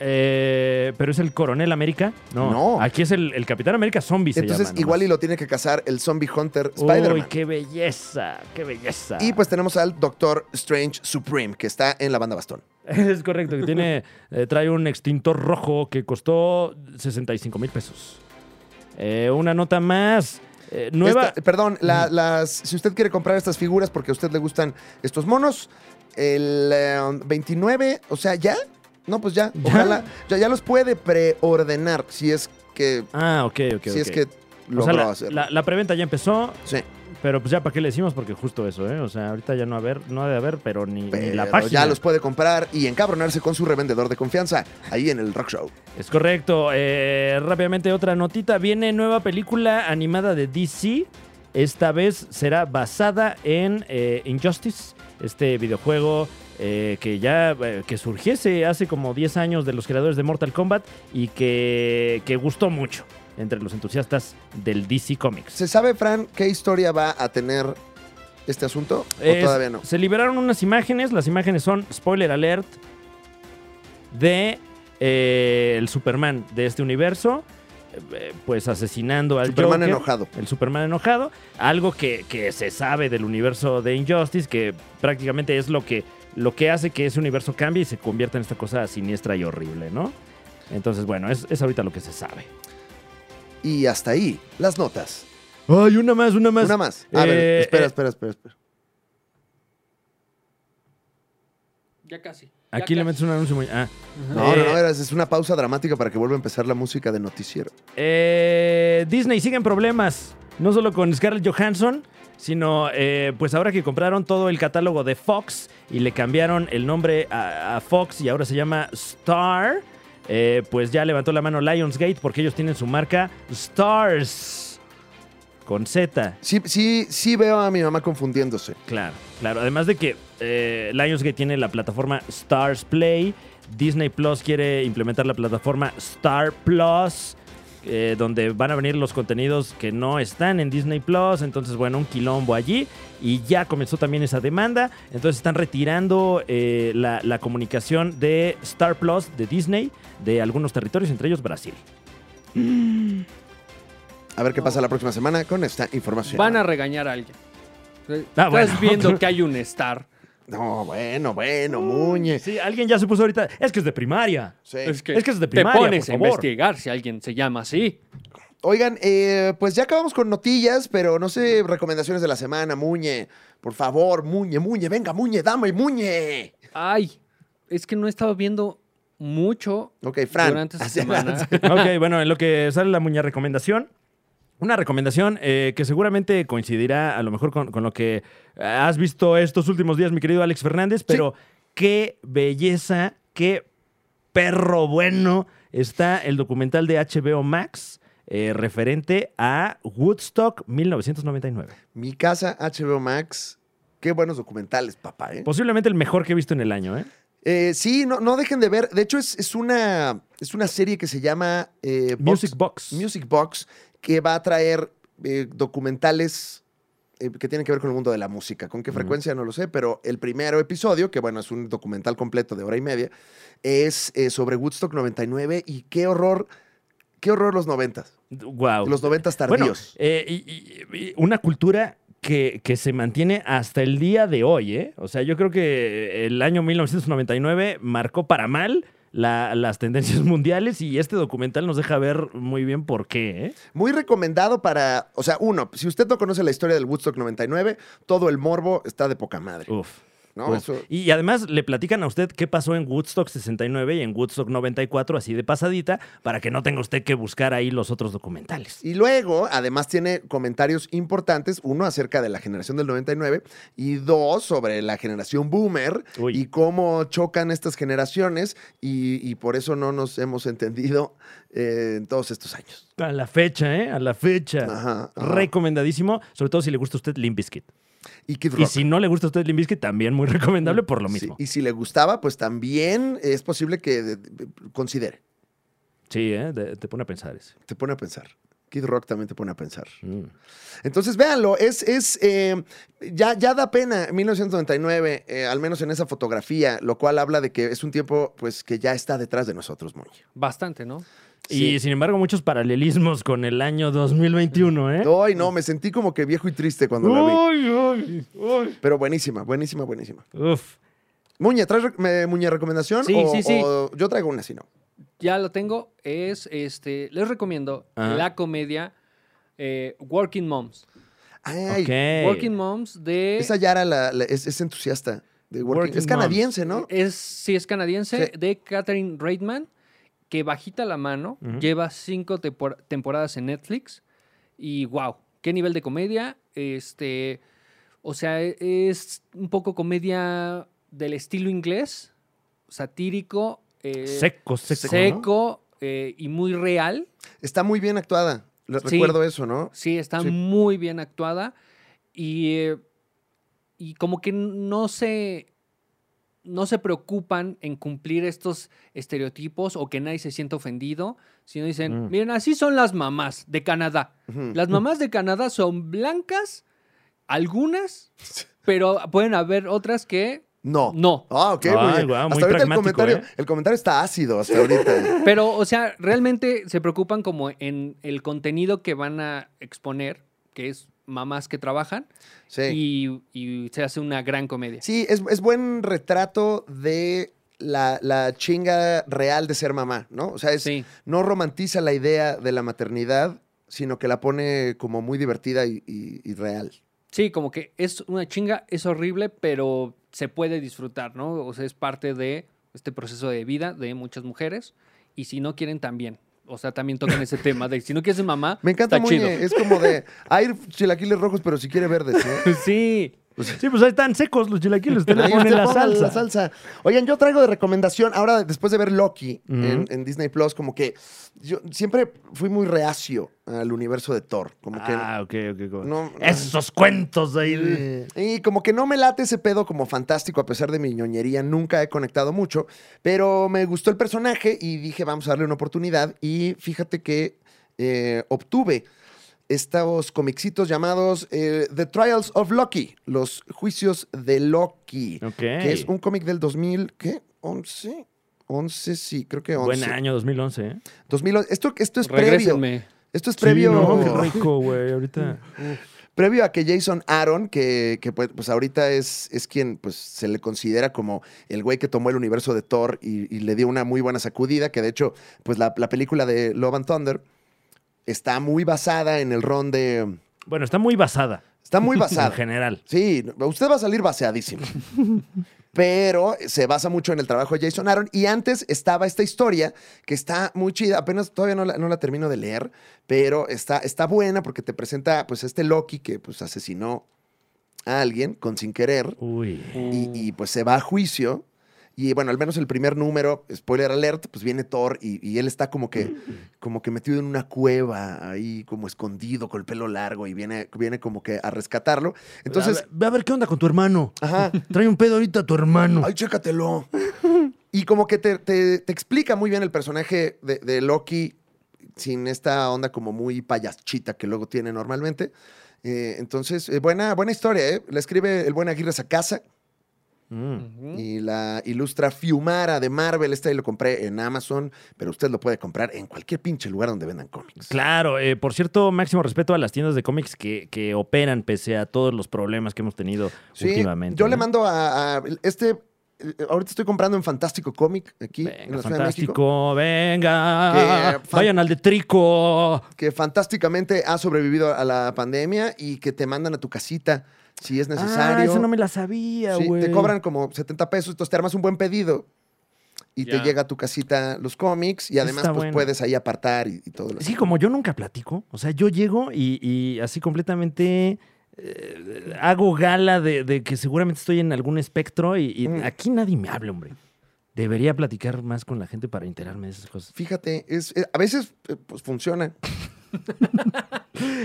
S2: Eh, pero es el Coronel América. No.
S1: No.
S2: Aquí es el, el Capitán América Zombie. se
S1: Entonces,
S2: llama
S1: igual y
S2: nomás.
S1: lo tiene que cazar el Zombie Hunter
S2: Uy,
S1: Spider-Man. pues,
S2: qué belleza, qué belleza.
S1: Y pues tenemos al Doctor Strange Supreme, que está en la banda bastón.
S2: Es correcto, que tiene, eh, trae un extintor rojo que costó 65 mil pesos. Eh, una nota más. eh, nueva.
S1: Esta- Este, perdón, la- las, si usted quiere comprar estas figuras porque a usted le gustan estos monos, el eh, 29, o sea, ya. No, pues ya.
S2: ¿Ya?
S1: Ojalá. Ya, ya los puede preordenar si es que.
S2: Ah, ok, ok.
S1: si es
S2: ok.
S1: que
S2: O
S1: logró
S2: sea, la,
S1: hacerlo.
S2: la- la preventa ya empezó,
S1: Sí,
S2: pero pues ya para qué le decimos, porque justo eso, ¿eh? O sea, ahorita ya no, haber, no ha de haber, pero ni, ni
S1: pero
S2: la página.
S1: ya los puede comprar y encabronarse con su revendedor de confianza ahí en el Rock Show.
S2: Es correcto. Eh, rápidamente, otra notita. Viene nueva película animada de DC. Esta vez será basada en eh, Injustice, este videojuego eh, que ya eh, que surgiese hace como 10 años de los creadores de Mortal Kombat y que, que gustó mucho entre los entusiastas del DC Comics.
S1: ¿Se sabe, Fran, qué historia va a tener este asunto? ¿O
S2: Es-
S1: todavía no?
S2: Se liberaron unas imágenes. Las imágenes son, spoiler alert, de eh, el Superman de este universo. eh, Pues asesinando al
S1: Superman
S2: Joker.
S1: enojado.
S2: El Superman enojado. Algo que, que se sabe del universo de Injustice, que prácticamente es lo que, lo que hace que ese universo cambie y se convierta en esta cosa siniestra y horrible, ¿no? Entonces, bueno, es, es ahorita lo que se sabe.
S1: Y hasta ahí, las notas.
S2: Ay, una más, una más.
S1: Una más. A
S2: eh,
S1: ver, espera,
S2: eh.
S1: espera, espera, espera.
S3: Ya casi.
S2: Aquí le metes un anuncio muy. Ah.
S1: No,
S2: Eh,
S1: no, no, era- es una pausa dramática para que vuelva a empezar la música de noticiero.
S2: Eh, Disney sigue en problemas, no solo con Scarlett Johansson, sino eh, pues ahora que compraron todo el catálogo de Fox y le cambiaron el nombre a, a Fox y ahora se llama Star, eh, pues ya levantó la mano Lionsgate porque ellos tienen su marca Stars con Z.
S1: Sí, sí, sí veo a mi mamá confundiéndose.
S2: Claro, claro. Además de que eh, Lionsgate tiene la plataforma Stars Play, Disney Plus quiere implementar la plataforma Star Plus, eh, donde van a venir los contenidos que no están en Disney Plus. Entonces, bueno, un quilombo allí. Y ya comenzó también esa demanda. Entonces están retirando eh, la, la comunicación de Star Plus de Disney de algunos territorios, entre ellos Brasil.
S1: A ver qué pasa la próxima semana con esta información.
S3: Van a regañar a alguien. Estás
S2: Ah, bueno.
S3: viendo que hay un star.
S1: No, bueno, bueno, Muñe.
S2: Sí, alguien ya se puso ahorita. Es que es de primaria.
S1: Sí.
S2: Es que es de primaria,
S3: Te pones
S2: por
S3: a
S2: favor.
S3: investigar si alguien se llama así.
S1: Oigan, eh, pues ya acabamos con notillas, pero no sé, recomendaciones de la semana, Muñe. Por favor, Muñe, Muñe, venga, Muñe, dame, Muñe.
S3: Ay, es que no he estado viendo mucho
S1: Ok, Fran.
S3: durante esta semana.
S2: Ok, bueno, en lo que sale la muña recomendación. Una recomendación eh, que seguramente coincidirá a lo mejor con, con lo que eh, has visto estos últimos días, mi querido Alex Fernández, pero qué belleza, qué perro bueno está el documental de HBO Max eh, referente a Woodstock 1999.
S1: Mi casa, HBO Max. Qué buenos documentales, papá, ¿eh?
S2: Posiblemente el mejor que he visto en el año, ¿eh?
S1: Eh, sí, no, no dejen de ver. De hecho, es, es una, es una serie que se llama eh, Box-
S2: Music Box.
S1: Music Box, que va a traer eh, documentales eh, que tienen que ver con el mundo de la música. Con qué
S2: Ujú.
S1: frecuencia no lo sé, pero el primer episodio, que bueno, es un documental completo de hora y media, es eh, sobre Woodstock 99 y qué horror, qué horror los 90,
S2: Wow.
S1: los 90
S2: Bueno,
S1: tardíos.
S2: eh, y- y- y una cultura que, que se mantiene hasta el día de hoy, ¿eh? O sea, yo creo que el año 1999 marcó para mal la- las tendencias mundiales y este documental nos deja ver muy bien por qué, ¿eh?
S1: Muy recomendado para, o sea, uno, si usted no conoce la historia del Woodstock 99, todo el morbo está de poca madre.
S2: Uf.
S1: ¿no?
S2: uf.
S1: Eso-
S2: Y, y además le platican a usted qué pasó en Woodstock 69 y en Woodstock 94, así de pasadita, para que no tenga usted que buscar ahí los otros documentales.
S1: Y luego, además, tiene comentarios importantes, uno acerca de la generación del 99 y dos sobre la generación boomer
S2: Uy.
S1: y cómo chocan estas generaciones y, y por eso no nos hemos entendido eh, en todos estos años.
S2: A la fecha, ¿eh? A la fecha.
S1: Ajá, ajá.
S2: Recomendadísimo, sobre todo si le gusta a usted Limp Bizkit.
S1: Y Kid
S2: Y
S1: Rock.
S2: si no le gusta a usted Limp Bizkit, también muy recomendable por lo
S1: Sí,
S2: mismo. Sí,
S1: y si le gustaba, pues también es posible que de- de- considere.
S2: ¿eh? te, te pone a pensar eso.
S1: Te pone a pensar. Kid Rock también te pone a pensar.
S2: Mm.
S1: Entonces, véanlo, es, es eh, ya, ya da pena 1999, eh, al menos en esa fotografía, lo cual habla de que es un tiempo pues que ya está detrás de nosotros, muy.
S3: Bastante, ¿no?
S2: Y sin embargo, muchos paralelismos con el año 2021, ¿eh?
S1: Ay, no, me sentí como que viejo y triste cuando la vi.
S2: uy, uy, uy.
S1: Pero buenísima, buenísima, buenísima.
S2: Uf.
S1: Muñe, ¿traes re- me- Muñe recomendación?
S3: Sí,
S1: O-
S3: sí, sí.
S1: o- yo traigo una, si no.
S3: Ya lo tengo. Es este. Les recomiendo
S2: Ajá.
S3: la comedia eh, Working Moms.
S1: Ay,
S2: Ok.
S3: Working Moms de.
S1: esa Yara la- la- es, es entusiasta. De working.
S2: Working
S1: es canadiense, ¿no?
S3: Es, sí, es canadiense,
S1: Sí.
S3: de Catherine Reitman, que bajita la mano,
S2: Ujú.
S3: lleva cinco tempor- temporadas en Netflix. Y wow, qué nivel de comedia. Este, o sea, e-, es un poco comedia del estilo inglés, satírico, eh,
S2: Seco, seco. ¿no?
S3: seco, eh, y muy real.
S1: Está muy bien actuada. Les
S3: Sí.
S1: recuerdo eso, ¿no?
S3: Sí, está
S1: Sí.
S3: muy bien actuada. Y, eh, y como que no se, no se preocupan en cumplir estos estereotipos o que nadie se sienta ofendido, sino dicen,
S2: Mm.
S3: miren, así son las mamás de Canadá.
S1: Ujú.
S3: Las mamás de Canadá son blancas, algunas, pero pueden haber otras que
S1: No.
S3: no.
S1: Ah, ok,
S2: Ay,
S1: muy bien.
S2: guau, muy
S1: hasta ahorita el
S2: pragmático,
S1: comentario,
S2: ¿eh?
S1: el comentario está ácido hasta ahorita.
S3: Pero, o sea, realmente se preocupan como en el contenido que van a exponer, que es mamás que trabajan,
S1: Sí.
S3: y, y se hace una gran comedia.
S1: Sí, es, es buen retrato de la, la chinga real de ser mamá, ¿no? O sea, es,
S3: Sí.
S1: no romantiza la idea de la maternidad, sino que la pone como muy divertida y, y- y real.
S3: Sí, como que es una chinga, es horrible, pero se puede disfrutar, ¿no? O sea, es parte de este proceso de vida de muchas mujeres. Y si no quieren, también. O sea, también tocan ese tema de si no quieres ser mamá,
S1: Me encanta eh,
S3: está
S1: Muñe,
S3: chido.
S1: es como de, hay chilaquiles rojos, pero si quiere verdes, ¿no?
S3: Sí.
S2: Sí, pues ahí están secos los chilaquiles. Usted le
S1: Ahí
S2: pone
S1: usted
S2: la
S1: ponga
S2: salsa.
S1: la salsa. Oigan, yo traigo de recomendación, ahora después de ver Loki
S2: Ujú.
S1: en, en Disney Plus, como que yo siempre fui muy reacio al universo de Thor. Como que.
S2: Ah, ok, ok. ok.
S1: No-
S2: Esos cuentos ahí. de-
S1: eh, Y como que no me late ese pedo como fantástico, a pesar de mi ñoñería, nunca he conectado mucho, pero me gustó el personaje y dije, vamos a darle una oportunidad. Y fíjate que eh, obtuve estos comicitos llamados eh, The Trials of Loki, los juicios de Loki
S2: Ok.
S1: que es un cómic del 2000, ¿qué? ¿11? 11, sí, creo que 11.
S2: Buen año, 2011, ¿eh?
S1: 2011. Esto, esto es previo.
S3: Regrésenme.
S1: Esto es
S2: Sí,
S1: previo,
S2: no, qué rico, güey, ahorita.
S1: previo a que Jason Aaron, que, que, pues, pues, ahorita es, es quien pues, se le considera como el güey que tomó el universo de Thor y, y le dio una muy buena sacudida, que de hecho, pues la, la película de Love and Thunder está muy basada en el ron de...
S2: Bueno, está muy basada.
S1: Está muy
S2: En
S1: basada.
S2: general.
S1: Sí, usted va a salir baseadísimo. Pero se basa mucho en el trabajo de Jason Aaron. Y antes estaba esta historia que está muy chida. Apenas todavía no la, no la termino de leer, pero está, está buena porque te presenta pues este Loki que pues asesinó a alguien con sin querer
S2: Uy.
S3: Oh.
S1: y, y, pues se va a juicio. Y bueno, al menos el primer número, spoiler alert, pues viene Thor y, y él está como que, como que metido en una cueva ahí, como escondido, con el pelo largo y viene, viene como que a rescatarlo.
S2: A
S1: Entonces,
S2: ver- ve a ver qué onda con tu hermano.
S1: ajá,
S2: Trae un pedo ahorita a tu hermano.
S1: Ay, chécatelo. y como que te, te- te explica muy bien el personaje de, de Loki sin esta onda como muy payachita que luego tiene normalmente. Eh, entonces, eh, buena, buena historia, ¿eh? La escribe el buen Aguirre Sacasa
S2: Mm.
S3: Ujú.
S1: y la ilustra Fiumara de Marvel. Este lo compré en Amazon, pero usted lo puede comprar en cualquier pinche lugar donde vendan cómics.
S2: Claro, eh, por cierto, máximo respeto a las tiendas de cómics que, que operan pese a todos los problemas que hemos tenido
S1: Sí,
S2: últimamente.
S1: yo le
S2: ¿no?
S1: mando a, a este... eh, Ahorita estoy comprando en Fantástico Comic aquí en
S2: Venga,
S1: la Ciudad de México.
S2: fantástico, venga.
S1: Que, eh, fan-
S2: Vayan al de Trico.
S1: que fantásticamente ha sobrevivido a la pandemia y que te mandan a tu casita si es
S2: Ah,
S1: necesario.
S2: eso no me la sabía,
S1: Sí,
S2: güey.
S1: te cobran como 70 pesos, entonces te armas un buen pedido y
S3: Ya.
S1: te llega a tu casita los cómics y además
S2: Está
S1: pues
S2: bueno.
S1: puedes ahí apartar y, y todo lo
S2: Sí, como yo nunca platico. O sea, yo llego y, y así completamente eh, hago gala de, de que seguramente estoy en algún espectro y, y
S1: Mm.
S2: aquí nadie me habla, hombre. Debería platicar más con la gente para enterarme de esas cosas.
S1: Fíjate, es, eh, a veces eh, pues funciona.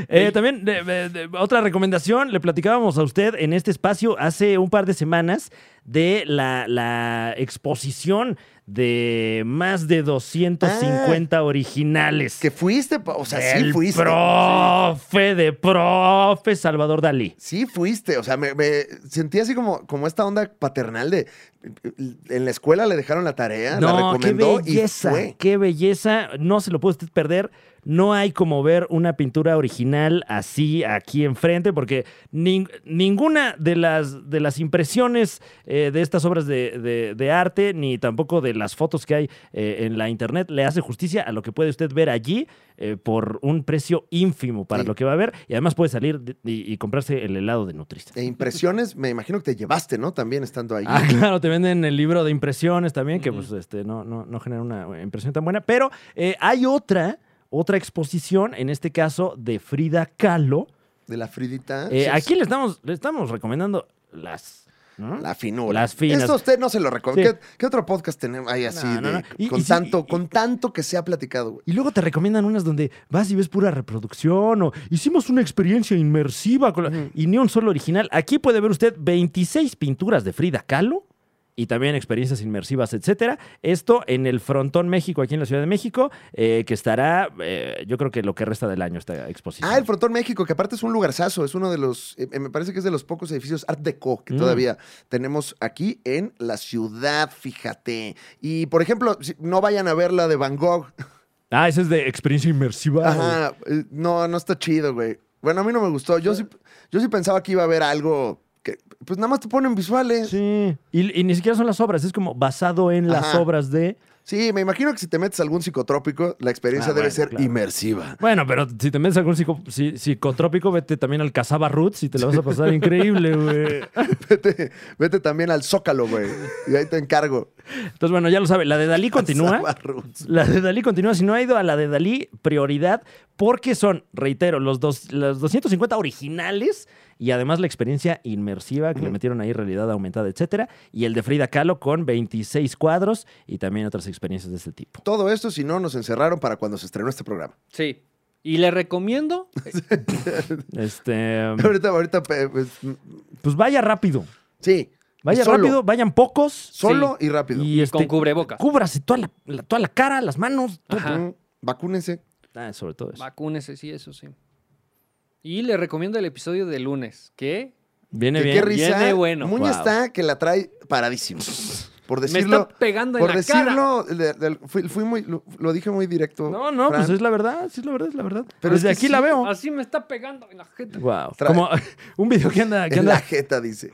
S2: Eh, también, de- de- de- otra recomendación, le platicábamos a usted en este espacio hace un par de semanas de la, la exposición de más de 250 originales.
S1: Que fuiste, pa- o sea, sí
S2: del
S1: fuiste.
S2: profe de profe Salvador Dalí.
S1: Sí fuiste, o sea, me, me sentí así como, como esta onda paternal de eh, en la escuela le dejaron la tarea, la
S2: No, qué
S1: recomendó y
S2: belleza,
S1: fue.
S2: qué belleza. No se lo puede usted perder. no hay como ver una pintura original así aquí enfrente, porque nin- ninguna de las, de las impresiones eh, de estas obras de, de- de arte, ni tampoco de las fotos que hay eh, en la internet, le hace justicia a lo que puede usted ver allí eh, por un precio ínfimo para
S1: Sí.
S2: lo que va a ver. Y además puede salir de- y, y comprarse el helado de nutrista.
S1: E impresiones, me imagino que te llevaste, ¿no? También estando ahí.
S2: Ah, claro, te venden el libro de impresiones también, que
S3: Ujú.
S2: pues este, no, no, no genera una impresión tan buena. Pero eh, hay otra, otra exposición, en este caso de Frida Kahlo.
S1: De la Fridita.
S2: Eh,
S1: Ah, Sí,
S2: aquí le estamos, le estamos recomendando las. ¿no?
S1: La finura.
S2: Las finas.
S1: Esto a usted no se lo recomiendo.
S2: Sí.
S1: ¿Qué, qué otro podcast tenemos ahí así?
S2: No, no,
S1: de-
S2: no. Y-
S1: con,
S2: y sí,
S1: tanto,
S2: y-
S1: con tanto que se ha platicado, güey.
S2: Y luego te recomiendan unas donde vas y ves pura reproducción o hicimos una experiencia inmersiva con la- y ni un solo original. Aquí puede ver usted 26 pinturas de Frida Kahlo y también experiencias inmersivas, etcétera. Esto en el Frontón México, aquí en la Ciudad de México, eh, que estará, eh, yo creo que lo que resta del año esta exposición.
S1: Ah, el Frontón México, que aparte es un lugarzazo, es uno de los, eh, eh, me parece que es de los pocos edificios Art Deco que
S2: Mm.
S1: todavía tenemos aquí en la ciudad, fíjate. Y, por ejemplo, si- no vayan a ver la de Van Gogh.
S2: Ah, ese es de experiencia inmersiva.
S1: Ajá, eh, no, no está chido, güey. Bueno, a mí no me gustó. Yo sí, yo sí pensaba que iba a haber algo que, pues nada más te ponen ¿eh? visuales. Sí.
S2: Sí. Y, y ni siquiera son las obras, es como basado en las
S1: Ajá.
S2: obras de.
S1: me imagino que si te metes algún psicotrópico, la experiencia
S2: Ah,
S1: debe
S2: bueno,
S1: ser
S2: claro.
S1: inmersiva.
S2: Bueno, pero si te metes algún psico- si- psicotrópico, vete también al Casaba Roots y te la vas a pasar increíble, güey.
S1: Vete, vete también al Zócalo, güey. Y ahí te encargo.
S2: Entonces, bueno, ya lo sabe, la de Dalí continúa.
S1: Zabarruts.
S2: La de Dalí continúa. Si no ha ido a la de Dalí, prioridad, porque son, reitero, los, dos, los 250 originales y además la experiencia inmersiva que le metieron ahí, realidad aumentada, etcétera. Y el de Frida Kahlo con 26 cuadros y también otras experiencias de este tipo.
S1: Todo esto, si no, nos encerraron para cuando se estrenó este programa.
S3: Sí. Y le recomiendo.
S2: Este,
S1: Ahorita, ahorita, pe- pues, mm,
S2: pues vaya rápido.
S1: sí.
S2: Vaya
S1: Solo.
S2: rápido, vayan pocos.
S1: Solo y rápido.
S2: Y
S3: con
S2: este,
S3: cubrebocas.
S2: cúbrase toda la, la- toda la cara, las manos. todo.
S3: Ajá.
S1: Mm, Vacúnense.
S2: Ah, sobre todo eso.
S3: Vacúnese, sí, eso sí. Y le recomiendo el episodio de lunes, que
S2: Viene
S1: Que
S2: bien.
S1: qué risa.
S3: viene bueno.
S1: Muña
S2: Wow.
S1: está que la trae paradísimo. Por
S3: me
S1: decirlo.
S3: está pegando en
S1: Por
S3: la cara.
S1: decirlo, de- de- fui, fui muy, lo, lo dije muy directo.
S2: No, no,
S1: Fran.
S2: pues es la verdad, sí es la verdad, es la verdad.
S1: Pero es
S2: Desde
S1: que
S2: aquí
S1: sí, Ah,
S2: la veo.
S3: Así me está pegando en la gente.
S2: Wow.
S1: Trae-
S2: Como un video que anda, que
S1: En la
S2: anda-
S1: jeta, dice.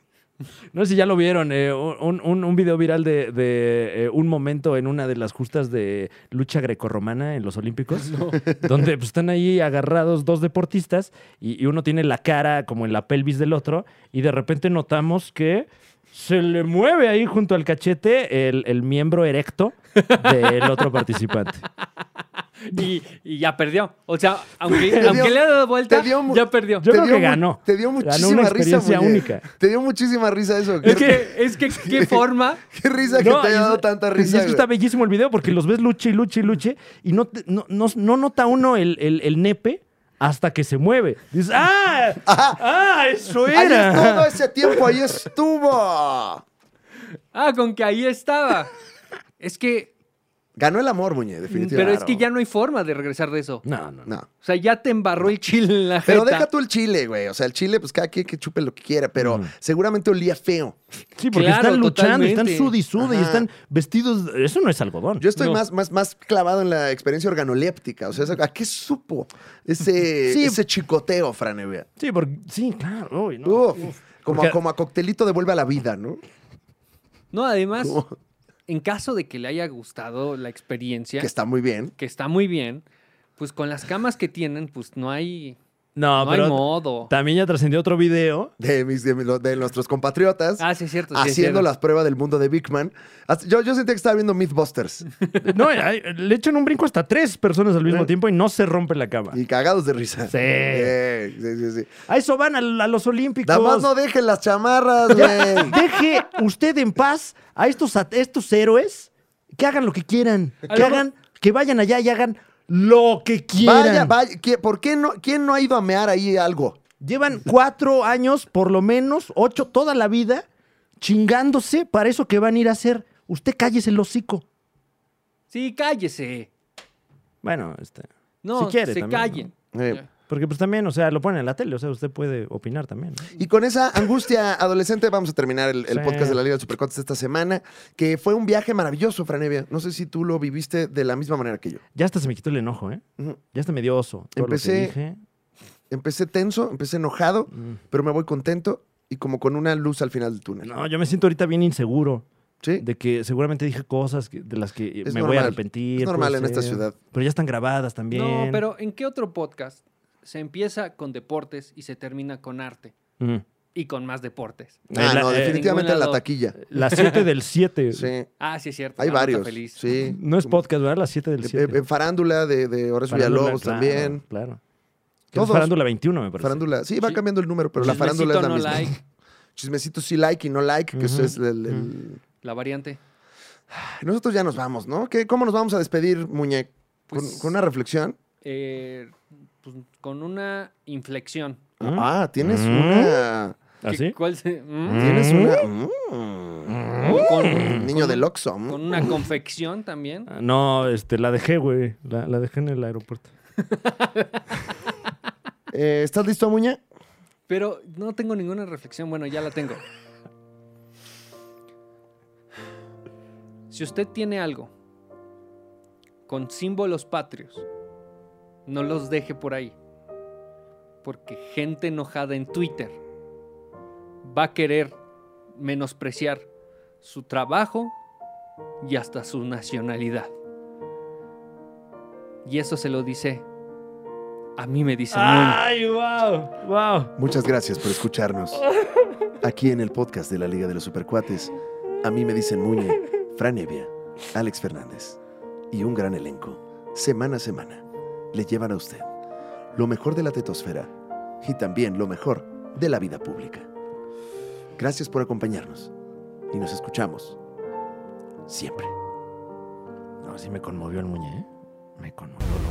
S2: no sé si ya lo vieron, eh, un, un- un video viral de, de, eh, un momento en una de las justas de lucha grecorromana en los Olímpicos, donde pues, están ahí agarrados dos deportistas y, y uno tiene la cara como en la pelvis del otro y de repente notamos que se le mueve ahí junto al cachete el, el miembro erecto del otro participante.
S3: Y, y ya perdió. O sea, aunque,
S1: dio-
S3: aunque le ha dado vuelta,
S1: te dio mu-
S3: ya perdió.
S2: Yo creo
S1: dio
S2: que
S1: mu-
S2: ganó.
S1: Te dio
S2: Ganó
S1: muchísima
S2: una
S1: risa.
S2: experiencia
S1: Muñe.
S2: única.
S1: Te dio muchísima risa eso.
S3: Es
S1: qué,
S3: que, es que, qué forma.
S1: qué risa que
S2: No,
S1: te haya
S2: y es-
S1: dado tanta
S2: y
S1: risa.
S2: Es que está
S1: güey.
S2: bellísimo el video porque los ves luche y luche y luche y no, te- no, no- no nota uno el, el- el nepe hasta que se mueve. Dices, ¡ah! ¡Ah! ¡Eso
S1: Ahí es- todo
S2: era!
S1: ese tiempo, ahí estuvo.
S3: Ah, con que ahí estaba. Es que,
S1: Ganó el amor, Muñe, definitivamente.
S3: pero es que ya no hay forma de regresar de eso.
S2: No, no, no.
S1: No.
S3: O sea, ya te embarró el chile en la
S1: Pero
S3: jeta.
S1: deja tú el chile, güey. O sea, el chile, pues cada quien que chupe lo que quiera, pero seguramente olía feo.
S2: Sí, porque
S3: Claro,
S2: están luchando, y están
S3: totalmente.
S2: sudi sudi, y
S1: Ajá.
S2: están vestidos. Eso no es algodón.
S1: Yo estoy
S3: No.
S1: más, más, más clavado en la experiencia organoléptica. O sea, ¿a qué supo ese,
S2: Sí.
S1: ese chicoteo, Franevia?
S2: Sí, porque, sí, claro. uy, no.
S1: Uf, como,
S2: Porque-
S1: como a coctelito devuelve a la vida, ¿no?
S3: No, además,
S1: Como-
S3: en caso de que le haya gustado la experiencia,
S1: que está muy bien.
S3: que está muy bien, pues con las camas que tienen, pues no hay,
S2: No,
S3: no hay
S2: pero
S3: modo.
S2: también ya trascendió otro video.
S1: De, mis, de, mi- lo- de nuestros compatriotas.
S3: Ah, sí, es cierto. sí, es
S1: Haciendo
S3: cierto.
S1: las pruebas del mundo de Big Man. As- Yo, yo sentía que estaba viendo Mythbusters
S2: No, hay- le echan un brinco hasta tres personas al mismo
S1: Eh.
S2: tiempo y no se rompe la cama.
S1: y cagados de risa.
S2: Sí.
S1: Eh, sí, sí, sí.
S2: A eso van a, a los Olímpicos.
S1: Nada más no dejen las chamarras, güey.
S2: Deje usted en paz a estos, a estos héroes que hagan lo que quieran. Que
S3: Algo-
S2: hagan, que vayan allá y hagan lo que quieran.
S1: Vaya, vaya. ¿qué- ¿Por qué no, quién no ha ido a mear ahí algo?
S2: Llevan cuatro años, por lo menos, ocho, toda la vida, chingándose para eso que van a ir a hacer. Usted cállese el hocico.
S3: Sí, cállese.
S2: Bueno, este.
S3: No,
S2: Si quiere
S3: se
S2: también,
S3: callen.
S1: Eh,
S2: Porque pues también, o sea, lo ponen en la tele, o sea, usted puede opinar también. ¿no?
S1: Y con esa angustia adolescente vamos a terminar el, el
S2: Sí.
S1: podcast de la Liga de Supercotes esta semana, que fue un viaje maravilloso, Franevia. No sé si tú lo viviste de la misma manera que yo.
S2: Ya hasta se me quitó el enojo, ¿eh?
S3: Mm,
S1: Ujú.
S2: Ya hasta me dio oso. Todo
S1: Empecé-
S2: lo que dije.
S1: Empecé tenso, empecé enojado,
S2: Mm.
S1: pero me voy contento y como con una luz al final del túnel.
S2: No, yo me siento ahorita bien inseguro
S1: ¿Sí?
S2: de que seguramente dije cosas que- de las que
S1: Es
S2: me voy a
S1: normal.
S2: arrepentir.
S1: Es normal
S2: puede
S1: en esta
S2: ser.
S1: ciudad.
S2: Pero ya están grabadas también.
S3: No, pero ¿en qué otro podcast se empieza con deportes y se termina con arte?
S2: Mm.
S3: Y con más deportes.
S1: Ah,
S2: Eh, la-
S1: no,
S2: eh,
S1: definitivamente
S3: ningún
S1: la
S3: lado.
S1: taquilla.
S2: Las 7 del 7.
S1: Sí,
S3: Ah, sí, es cierto.
S1: hay
S3: la Ruta
S1: varios.
S3: Feliz.
S1: Sí.
S2: No es
S1: Como-
S2: podcast, ¿verdad? Las 7 del
S1: Eh,
S2: 7.
S1: eh, farándula de, de Horacio Villalobos también.
S2: Claro. Que
S1: Todos.
S2: es farándula 21, me parece.
S1: Farándula. Sí, va
S3: Sí.
S1: cambiando el número, pero la farándula es
S3: Chismecito
S1: la
S3: no
S1: misma.
S3: like,
S1: Chismecito sí like y no like, que eso
S2: Ujú.
S1: es el- el,
S3: la variante.
S1: Nosotros ya nos vamos, ¿no? ¿Qué, ¿Cómo nos vamos a despedir, Muñe? ¿Con,
S3: Pues-
S1: con una reflexión?
S3: Eh, pues, con una inflexión.
S2: ¿Mm?
S1: Ah, tienes
S2: ¿Mm?
S1: una.
S3: ¿Qué-
S2: ¿Así?
S3: ¿Cuál se- mm?
S1: Tienes
S2: ¿Mm?
S1: una. Mm.
S3: O Con,
S1: Niño
S3: con-
S1: del Oxxo. mm.
S3: Con una confección también.
S2: Ah, No, este, la dejé, güey. La, la dejé en el aeropuerto.
S1: Eh, ¿Estás listo, Muñe?
S3: Pero no tengo ninguna reflexión. Bueno, ya la tengo. Si usted tiene algo con símbolos patrios, no los deje por ahí. Porque gente enojada en Twitter va a querer menospreciar su trabajo y hasta su nacionalidad. Y eso se lo dice. A mí me dice
S2: ¡Ay, wow! ¡Wow!
S1: Muchas gracias por escucharnos. Aquí en el podcast de la Liga de los Supercuates, a mí me dicen Muñe, Fran Evia, Alex Fernández y un gran elenco, semana a semana, le llevan a usted lo mejor de la tetosfera y también lo mejor de la vida pública. Gracias por acompañarnos y nos escuchamos siempre.
S2: No, sí me conmovió el muñe, ¿eh? Me conmovió.